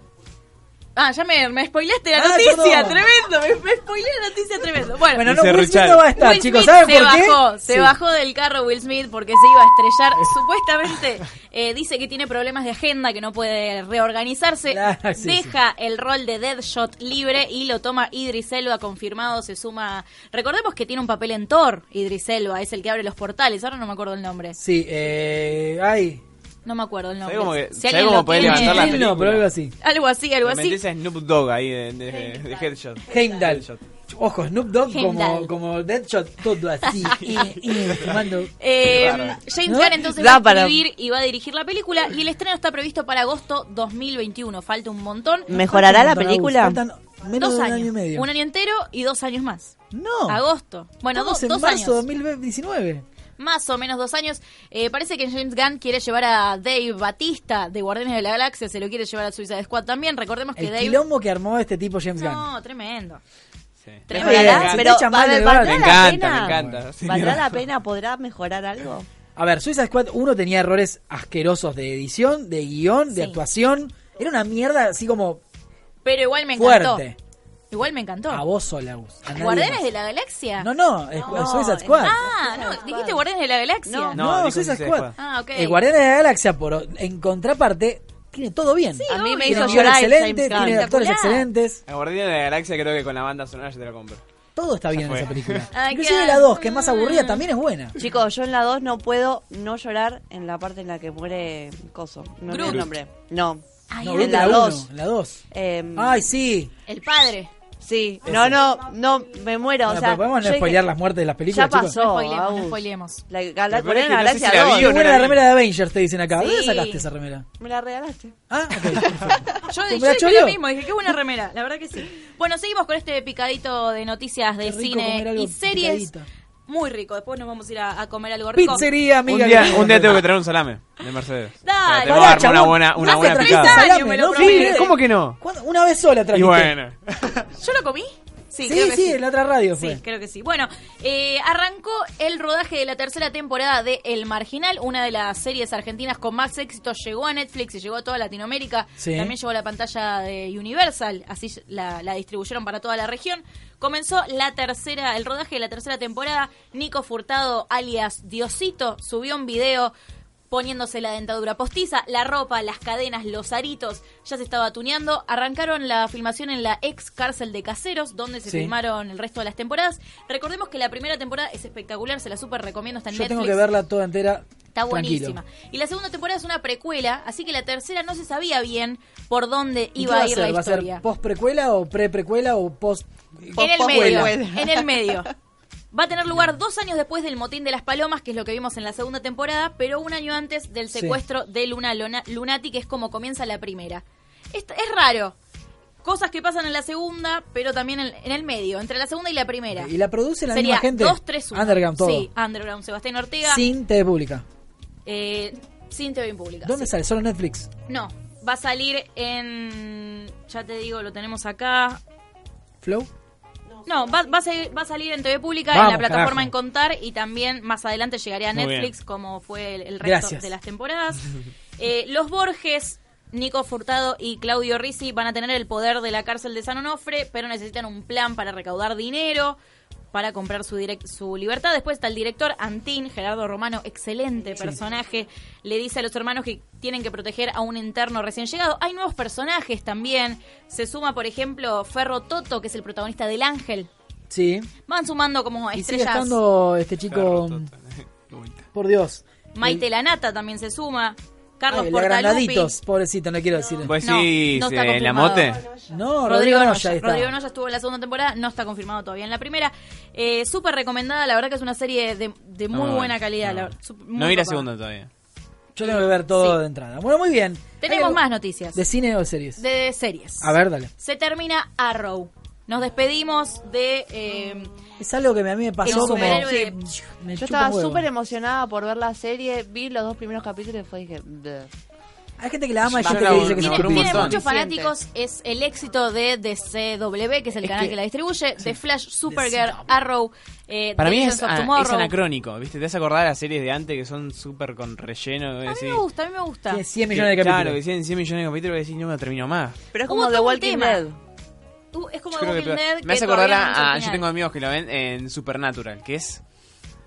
Ah, ya me, me spoileaste la
Ah,
noticia,
perdón.
tremendo, me, me spoileé la noticia tremendo. Bueno,
Bueno, no,
Dice
Will Smith
Richard.
no va a estar,
Will
chicos.
Smith
¿Saben
se
por qué?
bajó, se
Sí.
bajó del carro Will Smith porque se iba a estrellar. Supuestamente eh, dice que tiene problemas de agenda, que no puede reorganizarse.
Claro, sí,
Deja el rol de Deadshot libre y lo toma Idris Elba confirmado, se suma. Recordemos que tiene un papel en Thor, Idris Elba, es el que abre los portales. Ahora no me acuerdo el nombre.
Sí, eh. Ay.
No me acuerdo el nombre.
¿Sabés cómo que-
Si
sabés
alguien
cómo
lo
podés
tiene-
levantar Ah, la
Heimdall,
película?
pero algo así.
Algo así, algo
La
así.
Mendoza es Snoop Dogg ahí de, de- de Headshot.
Heimdall.
Headshot.
Ojo, Snoop Dogg como,
Heimdall.
como Deadshot, todo así. y, y fumando.
Eh,
Qué raro.
James
¿No?
Gunn entonces
Da
va a
para-
escribir y va a dirigir la película y el estreno está previsto para agosto 2021. Falta un montón.
¿Mejorará la
Faltan,
película?
faltan menos
dos
de un
años.
año y medio.
Un año entero y dos años más.
No.
Agosto. Bueno,
Estamos
dos,
en
dos
marzo
años.
2019.
Más o menos dos años. Eh, parece que James Gunn quiere llevar a Dave Batista de Guardianes de la Galaxia, se lo quiere llevar a Suicide Squad también. Recordemos que
El
Dave...
quilombo que armó este tipo James Gunn.
No, tremendo.
Sí.
Está
Tremendo.
bien,
Mejorar,
si te
pero
echan
va-
mal de
va-
verdad.
¿Valdrá
Me
la
encanta, me
pena?
encanta. Sí,
¿Valdrá
claro.
la pena? ¿Podrá mejorar algo?
A ver, Suicide Squad 1 tenía errores asquerosos de edición, de guión, de
Sí.
actuación. Era una mierda así como
Pero igual me encantó.
fuerte. Ah,
Igual me encantó.
A vos sola, Gus. A nadie
¿Guardianes
más.
de la Galaxia?
No, no, es-
No,
Suicide
es-
Squad.
Ah, no, dijiste Guardianes de la Galaxia.
No.
No,
No, Eh,
dijo
Suicide
Suicide
Squad.
Squad.
Ah, ok.
El Guardián de la Galaxia, por, en contraparte, tiene todo bien.
A mí me
obvio.
tiene
hizo
un guión
llorar
excelente,
James Gunn.
tiene actores
Espectacular.
excelentes.
La Guardiana de la Galaxia creo que con la banda sonora yo te la compro.
Todo está bien en
fue.
esa película.
Ay,
Inclusive
qué-
la 2, que es más aburrida, también es buena.
Chicos, yo en la 2 no puedo no llorar en la parte en la que muere Coso. No olvido
Groot.
el nombre. No.
Ay,
No,
en
Groot
la
uno,
2.
en La 2.
Em,
Ay, sí.
El padre.
sí. No, no, no, me muero.
Bueno,
o sea,
Ah, pero podemos
yo
no
dije,
spoilear las muertes de las películas,
Ya
chicos.
pasó.
No spoilemos, no
Agus.
spoilemos.
La, gala-
Lo peor es
Guardianes de
que
la
no sé si
Galaxia
la
2.
Qué
Yo no
buena
la
la
vi.
remera de Avengers, te dicen acá. ¿De ¿Dónde
Sí.
sacaste esa remera?
Me la regalaste.
Ah, ok. perfecto.
Yo,
¿Te
yo
la
dije
choreó?
lo mismo, dije, qué buena remera, la verdad que sí. Bueno, seguimos con este picadito de noticias de
Qué rico
cine
comer algo
y series.
picadito.
muy rico. Después nos vamos a ir a, a comer algo rico.
Pizzería, amiga.
un, día,
que-
un día tengo que traer un salame de Mercedes.
Dale.
Te voy a
Pará,
armar una
chabón.
buena, una
Hace
buena
tres
picada.
años.
Salame,
me lo
¿no?
prometí.
Sí,
¿Cómo que no?
¿Cuándo? Una vez sola
Y
trajiste.
bueno.
¿Yo lo comí? Sí,
Sí,
creo que
sí, en la otra radio fue.
Sí, creo que sí. Bueno, eh, arrancó el rodaje de la tercera temporada de El Marginal, una de las series argentinas con más éxito. Llegó a Netflix y llegó a toda Latinoamérica.
Sí.
También llegó a la pantalla de Universal, así la, la distribuyeron para toda la región. Comenzó la tercera, el rodaje de la tercera temporada. Nico Furtado, alias Diosito, subió un video poniéndose la dentadura postiza, la ropa, las cadenas, los aritos, ya se estaba tuneando. Arrancaron la filmación en la ex cárcel de Caseros, donde se
Sí.
filmaron el resto de las temporadas. Recordemos que la primera temporada es espectacular, se la súper recomiendo, está en
Yo
Netflix.
tengo que verla toda entera.
Está
tranquilo.
buenísima. Y la segunda temporada es una precuela, así que la tercera no se sabía bien por dónde
¿Y
iba
qué va
a ir
ser?
la
¿Va a
historia.
ser post-precuela o pre-precuela o post.?
en el medio.
poscuela?
En el medio. Va a tener lugar dos años después del motín de las palomas, que es lo que vimos en la segunda temporada, pero un año antes del
Sí.
secuestro de Luna Lona- Lunati, que es como comienza la primera. Es, es raro. Cosas que pasan en la segunda, pero también en, en el medio, entre la segunda y la primera.
¿Y la produce la
Sería
misma gente?
2, 3, 1.
Underground, todo.
Sí, Underground, Sebastián Ortega.
Sin TV pública.
eh, sin TV en pública.
¿Dónde
sí.
sale? Solo Netflix.
No, va a salir en. Ya te digo, lo tenemos acá.
¿Flow?
No, va, va a, salir, va a salir en TV Pública,
Vamos,
en la
carajo.
plataforma en Contar y también más adelante llegaría a
Muy
Netflix
bien.
como fue el, el resto
Gracias.
de las temporadas. Eh, los Borges, Nico Furtado y Claudio Risi van a tener el poder de la cárcel de San Onofre, pero necesitan un plan para recaudar dinero para comprar su, direc- su libertad. Después está el director Antín, Gerardo Romano, excelente personaje. Le dice a los hermanos que tienen que proteger a un interno recién llegado. Hay nuevos personajes también. Se suma, por ejemplo, Ferro Toto, que es el protagonista del Ángel.
Sí.
Van sumando como
Y sigue
estrellas.
estando este chico. Por Dios.
Maite Lanata también se suma. Carlos
Ay, la
Portalupi.
Granaditos, pobrecito, no quiero decir.
Pues
No,
sí,
no está confirmado.
la mote.
No,
Rodrigo
Rodrigo,
Noya.
Noya, ahí está.
Rodrigo Noya estuvo en la segunda temporada, no está confirmado todavía en la primera. Eh, súper recomendada, la verdad que es una serie de, de muy
No,
buena calidad.
no.
la verdad, sup- muy
No vi la
copada.
segunda todavía.
Yo tengo que ver todo
Sí.
de entrada. Bueno, muy bien. ¿Hay
Tenemos
algo
más noticias
¿De
de,
cine o de series?
series.
A ver, dale.
Se termina Arrow. Nos despedimos de... eh,
Es algo que me- a mí me pasó como.
superhéroe.
me
eh, Yo
chupa
estaba
un huevo.
súper emocionada por ver la serie, vi los dos primeros capítulos y fue dije, "Bleh".
Hay gente que la ama y
Yo
gente
la-
que dice que
no,
es
Tiene,
pero un
tiene
montón.
muchos fanáticos, es el éxito de DCW, que es el canal que,
que-
la distribuye, de Flash, Supergirl, Arrow, eh,
Para mí
Legends
es,
of
ah,
Tomorrow.
es anacrónico, ¿viste? Te vas a acordar de las series de antes que son súper con relleno.
A mí me gusta, a mí me gusta.
Tiene 100 millones de
Claro, que
capítulos.
decían 100 millones de capítulos y decís, no me termino más.
Pero es
Hubo
como The
todo un
Walking
tema.
Dead.
Uh, es como
Yo creo
The
que
Walking
te-
Dead.
me hace
que
acordar
todavía no hizo
a, a-
el
Yo
final.
tengo amigos que la ven en Supernatural, que es.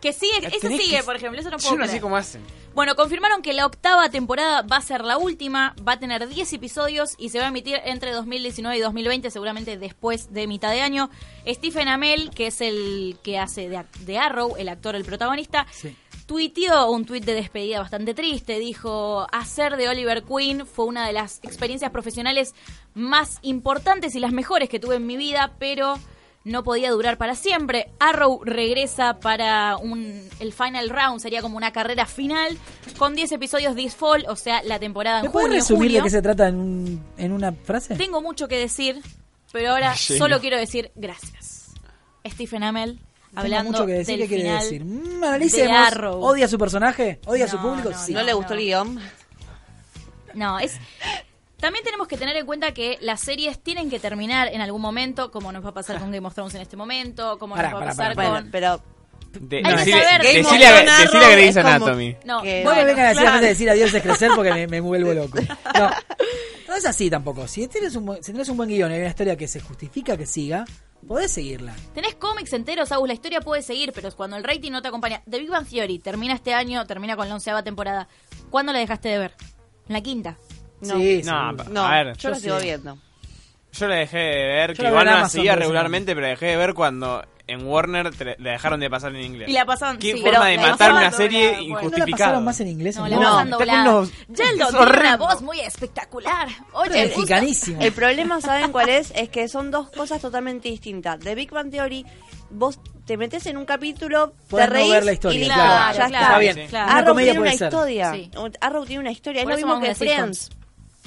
Que sigue, eso
tenés
sigue,
que-
por ejemplo, eso no puedo
Yo no sé
creer.
cómo hacen.
Bueno, confirmaron que la octava temporada va a ser la última, va a tener 10 episodios y se va a emitir entre 2019 y 2020, seguramente después de mitad de año. Stephen Amell, que es el que hace de, de Arrow, el actor, el protagonista,
Sí.
tuiteó un tuit de despedida bastante triste. Dijo, hacer de Oliver Queen fue una de las experiencias profesionales más importantes y las mejores que tuve en mi vida, pero no podía durar para siempre. Arrow regresa para un, el final round, sería como una carrera final, con 10 episodios this fall, o sea, la temporada en
¿Me puedes
junio,
resumir
julio.
de qué se trata en, un- en una frase?
Tengo mucho que decir, pero ahora
Lleno.
solo quiero decir gracias. Stephen Amell,
Tengo
hablando
mucho que decir.
del
¿Qué quiere
final
decir? Mm,
de
analicemos.
Arrow.
¿Odia a su personaje? ¿Odia a su
No,
público?
no,
sí.
No le gustó
no.
el guión.
No, es. También tenemos que tener en cuenta que las series tienen que terminar en algún momento, como nos va a pasar con Game of Thrones en este momento, como
Pará,
nos va a
pará,
pasar
pará,
Bueno,
con.
pero
De,
Hay que
decile,
saber.
decile
Game
a,
of Thrones,
decile a
Arrow,
Grey's
es como-
Anatomy.
No,
Que-
No me
bueno,
vengan a decir
claro.
antes de decir adiós es crecer porque me, me vuelvo loco. No, no es así tampoco. Si tienes un, buen- si tenés un buen guión y hay una historia que se justifica que siga, podés seguirla.
Tenés cómics enteros, Agus, la historia puede seguir, pero es cuando el rating no te acompaña. The Big Bang Theory termina este año, termina con la onceava temporada. ¿Cuándo la dejaste de ver? En la quinta.
no,
Sí,
No,
seguro.
pa-
no,
a ver.
yo lo sigo viendo.
Yo la dejé de ver,
Yo
que
la veo en
igual no la
Amazon,
seguía
por eso.
regularmente, pero la dejé de ver cuando en Warner te la la dejaron de pasar en inglés.
Y la pasaron.
Qué
sí,
forma
pero
de
la
matar
pasaban
una
doblada,
serie
bueno.
¿No
injustificada.
la pasaron más en inglés?
No,
en
la
Warner?
pasan
está con
doblada.
unos-
Yeldon
es
tiene una
horrendo.
voz muy espectacular.
Era
Oye, justo-
mexicanísimo.
El problema, ¿saben cuál es? Es que son dos cosas totalmente distintas. De Big Bang Theory, vos te metes en un capítulo,
Podés
te
no
reís
ver la
y
historia,
listo,
claro,
ya
claro,
está.
Está bien.
sí.
Una
Arrow
Arrow
comedia
tiene
puede
una
ser.
historia.
Sí.
Arrow tiene una historia.
Por
es lo
eso
mismo
vamos
que
a decir
Friends.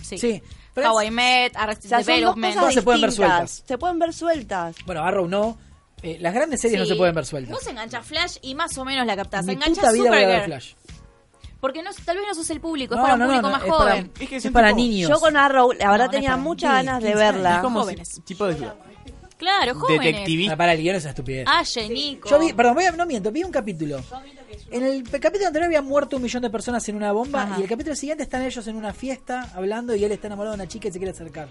Sí.
Sí. Pero
How
es-
I Met, Arrested
O sea, son dos
Development.
cosas
Todas se pueden ver
distintas.
sueltas.
Se pueden ver sueltas.
Bueno, Arrow no. Eh, las grandes series no
Sí.
se pueden ver sueltas.
Vos enganchas Flash y más o menos la captás.
Mi
Enganchas
puta vida voy a ver
Supergirl.
Flash.
Porque no, tal vez no sos el público, es para un público más
es para-
joven.
Es que
Es
es un
para
tipo-
niños.
Yo con Arrow, la verdad
no es
tenía
para
muchas
mí,
ganas de
15 años,
verla.
Es como si-
Jóvenes.
tipo de
Claro, jóvenes.
Ah,
detectivista.
para el guión es una estupidez.
Aye, Nico.
Yo vi, perdón, voy a- no miento, vi un capítulo. En el pe- capítulo anterior había muerto un millón de personas en una bomba y el capítulo siguiente están ellos en una fiesta hablando y él está enamorado de una chica y se quiere acercar.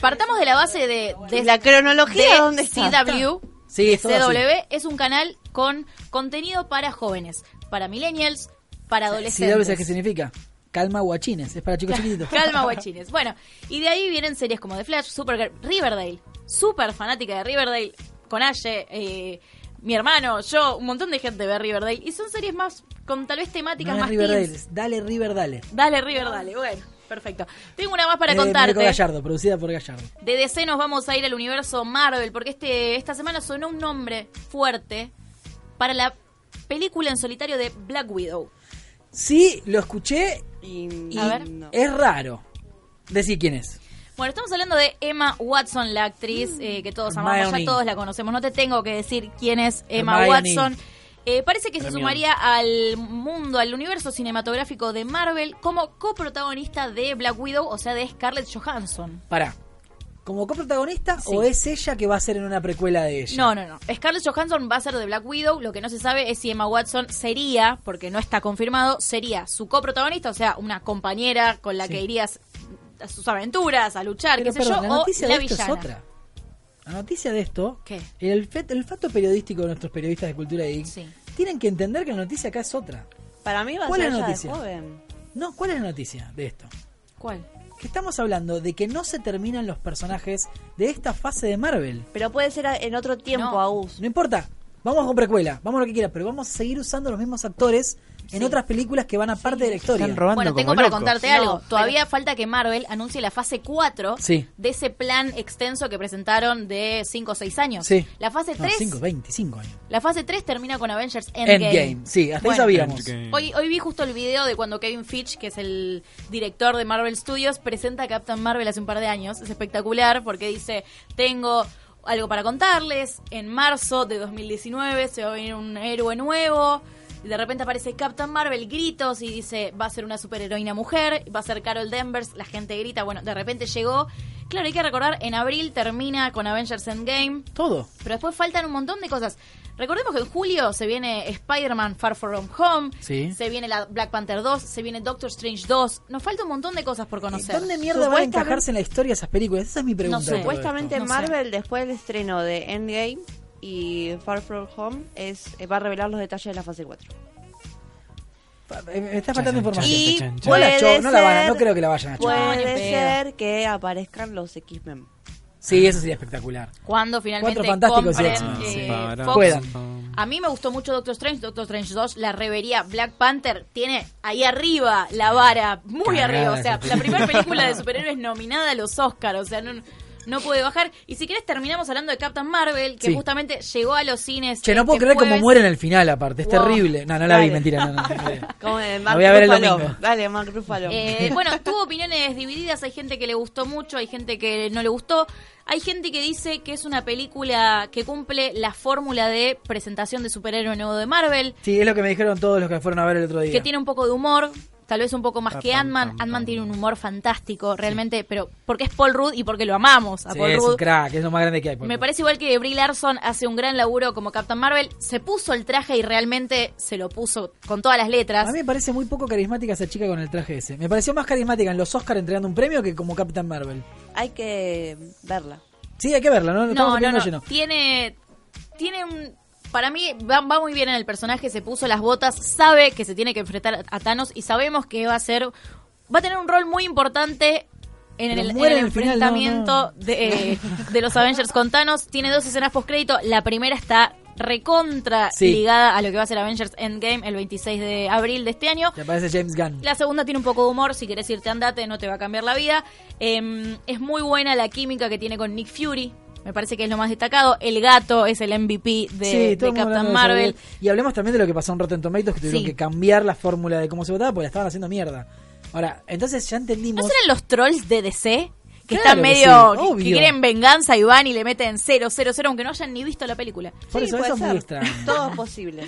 Partamos de la base de, de
La cronología,
de
¿dónde está?
CW.
Sí, es todo así.
CW es un canal con contenido para jóvenes, para millennials, para
Sí, ¿sabes
adolescentes.
qué significa? Calma guachines, es para chicos chiquititos.
Calma, guachines. Bueno, y de ahí vienen series como The Flash, Supergirl, Riverdale. Súper fanática de Riverdale, con Aye, eh, mi hermano, yo, un montón de gente ve Riverdale. Y son series más, con tal vez temáticas
No es
más
Riverdale,
teens.
es dale River, dale.
Dale, Riverdale, bueno, perfecto. Tengo una más para
Es de
contarte.
Mirko Eh, Gallardo, producida por Gallardo.
De DC nos vamos a ir al universo Marvel, porque este, esta semana sonó un nombre fuerte para la película en solitario de Black Widow.
Sí, lo escuché
Y-
y
A ver.
no.
es raro decir quién es.
Bueno, estamos hablando de Emma Watson, la actriz eh, que todos amamos,
Hermione.
ya todos la conocemos. No te tengo que decir quién es Emma
Hermione.
Watson. Eh, parece que se
Hermione.
sumaría al mundo, al universo cinematográfico de Marvel como coprotagonista de Black Widow, o sea, de Scarlett Johansson.
Pará. ¿Como coprotagonista
Sí.
o es ella que va a ser en una precuela de ella?
No, no, no. Scarlett Johansson va a ser de Black Widow. Lo que no se sabe es si Emma Watson sería, porque no está confirmado, sería su coprotagonista, o sea, una compañera con la
Sí.
que irías a sus aventuras, a luchar,
Pero
qué sé
perdón,
yo,
la
o
noticia
la
de esto
villana.
es otra. La noticia de esto,
¿Qué?
El, fet- el fato periodístico de nuestros periodistas de Cultura Geek,
Sí.
tienen que entender que la noticia acá es otra.
Para mí va a
¿Cuál
ser
es la
ya de
noticia?
joven.
No, ¿cuál es la noticia de esto?
¿Cuál?
Que estamos hablando de que no se terminan los personajes de esta fase de Marvel.
Pero puede ser a- en otro tiempo,
No.
Agus.
No importa, vamos con precuela, vamos a lo que quieras, pero vamos a seguir usando los mismos actores en otras películas que van aparte de la historia.
Están robando
Bueno, tengo
como
para
locos.
contarte
No,
algo.
pero-
Todavía falta que Marvel anuncie la fase 4
Sí.
de ese plan extenso que presentaron de 5 o 6 años.
Sí.
La fase
No,
3,
5, 25 años.
la fase 3 termina con Avengers
Endgame, sí, hasta
Bueno.
ahí sabíamos.
Endgame.
Hoy, hoy vi justo el video de cuando Kevin Fitch, que es el director de Marvel Studios, presenta a Captain Marvel hace un par de años. Es espectacular porque dice, tengo algo para contarles. En marzo de 2019 se va a venir un héroe nuevo. Y de repente aparece Captain Marvel, gritos, y dice, va a ser una superheroína mujer, va a ser Carol Danvers, la gente grita, bueno, de repente llegó. Claro, hay que recordar, en abril termina con Avengers Endgame,
Todo.
pero después faltan un montón de cosas. Recordemos que en julio se viene Spider-Man Far From Home,
Sí.
se viene la Black Panther 2, se viene Doctor Strange 2. Nos falta un montón de cosas por conocer.
Eh, ¿Dónde mierda van a
Supuestamente-
encajarse en la historia esas películas? Esa es mi pregunta.
No sé.
de todo
Supuestamente
esto.
No sé.
Marvel, después del estreno de Endgame y Far From Home, es, eh, va a revelar los detalles de la fase 4.
Pa- eh, Me está faltando información.
Y
Chan, chan, chan.
No la
puede
cho- no la van a- no
ser-
creo que la vayan a cho-
No, ni
Puede
en pedo.
ser que aparezcan los X-Men.
Sí, eso sería espectacular.
Cuando finalmente
Cuatro fantásticos y
compren
X-Men.
eh,
Sí.
Para-
Fox.
Puedan.
A mí me gustó mucho Doctor Strange, Doctor Strange 2, la revería Black Panther tiene ahí arriba la vara, muy
Cagada
arriba, o sea,
esa
la primera película de superhéroes nominada a los Oscars, o sea, no, no puede bajar. Y si quieres terminamos hablando de Captain Marvel, que
Sí.
justamente llegó a los cines.
Che, no
este
puedo creer cómo
jueves.
mueren al final, aparte. Es
Wow.
terrible. No, no la vi,
Dale.
mentira. No, no, no.
Como de
La voy a ver el
Ruffalo.
domingo.
Dale, Mark Ruffalo.
Eh, bueno, tuvo opiniones divididas, hay gente que le gustó mucho, hay gente que no le gustó, hay gente que dice que es una película que cumple la fórmula de presentación de superhéroe nuevo de Marvel,
Sí, es lo que me dijeron todos los que fueron a ver el otro día.
que tiene un poco de humor, tal vez un poco más
Pam,
que
pam,
Ant-Man.
pam, pam.
Ant-Man tiene un humor fantástico, realmente, pero porque es Paul Rudd y porque lo amamos a
Sí,
Paul
es un
Rudd.
crack, es lo más grande que hay. por
Me
favor.
parece igual que Brie Larson hace un gran laburo como Captain Marvel, se puso el traje y realmente se lo puso con todas las letras.
A mí me parece muy poco carismática esa chica con el traje ese. Me pareció más carismática en los Oscar entregando un premio que como Captain Marvel.
Hay que verla.
Sí, hay que verla, ¿no? Estamos
No, no,
opinando
no.
lleno.
Tiene, tiene un... Para mí va, va muy bien en el personaje, se puso las botas, sabe que se tiene que enfrentar a Thanos y sabemos que va a ser... Va a tener un rol muy importante en
Pero
el, en
muere
el
al final, no,
enfrentamiento
no.
De, eh, de los Avengers con Thanos. Tiene dos escenas postcrédito. La primera está recontra
Sí.
ligada a lo que va a ser Avengers Endgame el 26 de abril de este año.
Te aparece James Gunn.
La segunda tiene un poco de humor, si querés irte andate, no te va a cambiar la vida. Eh, es muy buena la química que tiene con Nick Fury, me parece que es lo más destacado. El gato es el MVP
sí,
de,
todo
de
el mundo hablando
Captain
de
Marvel.
eso. Y hablemos también de lo que pasó en Rotten Tomatoes, que tuvieron
Sí.
que cambiar la fórmula de cómo se votaba porque la estaban haciendo mierda. Ahora, entonces ya
¿No
entendimos.
serán los trolls de DC? que
Claro
están
que sí,
medio que- que,
obvio.
quieren venganza y van y le meten 0, 0, 0, aunque no hayan ni visto la película.
Por eso,
puede
eso es muy
ser.
extraño.
Todo es posible.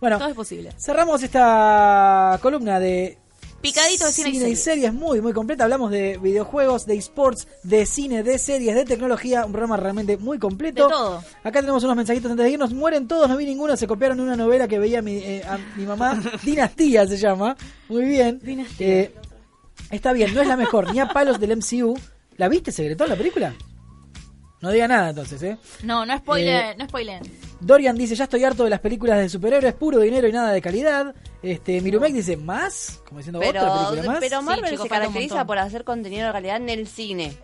Bueno,
Todo es posible.
cerramos esta columna de
Picadito de cine y
y
series.
series muy, muy completa. Hablamos de videojuegos, de esports, de cine, de series, de tecnología. Un programa realmente muy completo.
De todo.
Acá tenemos unos mensajitos antes de irnos. Mueren todos, no vi ninguno. Se copiaron una novela que veía mi, eh, a mi mamá. Dinastía se llama. Muy bien. Eh, está bien, no es la mejor. Ni a palos del MCU. ¿La viste, secretón, la película? No diga nada entonces, ¿eh?
No, no spoiler,
Eh,
no spoiler.
Dorian dice, ya estoy harto de las películas de superhéroes, puro dinero y nada de calidad. Este, Mirumek dice, ¿más? Como diciendo, ¿otra
Pero,
película más?
pero
Sí,
Marvel
chicos,
se
falta un
caracteriza
montón.
por hacer contenido de calidad en el cine.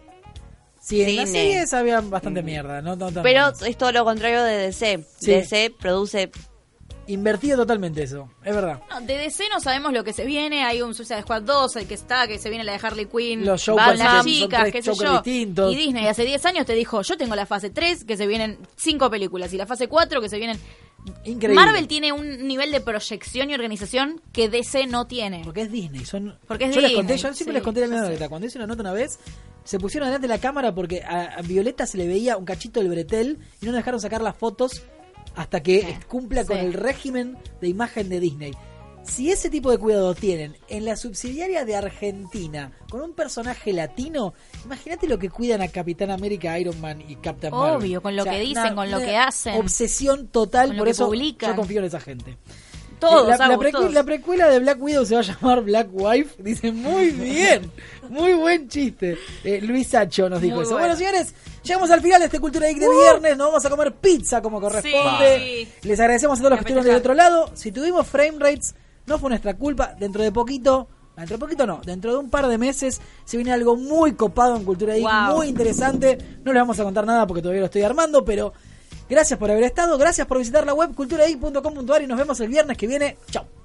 sí, en las
cine.
series había bastante mierda, no, no, tanto.
Pero es todo lo contrario de DC.
Sí.
DC produce.
Invertido totalmente eso, es verdad.
No, de DC no sabemos lo que se viene. Hay un Suicide Squad 2, el que está, que se viene la de Harley Quinn.
Los
con
Jokers
las
son-
chicas,
son tres
qué sé
Jokers
yo.
distintos.
Y Disney hace 10 años te dijo, yo tengo la fase 3, que se vienen 5 películas, y la fase 4, que se vienen...
Increíble.
Marvel tiene un nivel de proyección y organización que DC no tiene.
Porque es Disney, son...
Porque es
yo les
Disney,
conté, yo siempre
sí,
les conté la misma
yo sé.
anécdota. Cuando hice una nota una vez, se pusieron delante de la cámara porque a, a Violeta se le veía un cachito del bretel y no nos dejaron sacar las fotos hasta que
Sí,
cumpla con
sí.
el régimen de imagen de Disney. Si ese tipo de cuidado tienen en la subsidiaria de Argentina con un personaje latino, imagínate lo que cuidan a Capitán América, Iron Man y Captain Marvel.
Obvio, con lo que dicen, con lo que hacen.
Obsesión total,
Con lo
por
que
eso
publican.
yo confío en esa gente.
Todos,
La, la
Agus,
precu-
todos.
la precuela de Black Widow se va a llamar Black Wife. Dice, muy bien. Muy buen chiste. Eh, Luis Sacho nos dijo
Muy
eso.
bueno.
Bueno. señores, llegamos al final de este Cultura Geek de viernes. Nos vamos a comer pizza como corresponde.
Sí.
Les agradecemos a todos los que
Me
estuvieron del
apetece.
otro lado. Si tuvimos frame rates, no fue nuestra culpa. Dentro de poquito... Dentro de poquito no, dentro de un par de meses se viene algo muy copado en Cultura Geek,
Wow.
muy interesante. No les vamos a contar nada porque todavía lo estoy armando, pero gracias por haber estado, gracias por visitar la web culturageek.com.ar y nos vemos el viernes que viene. Chao.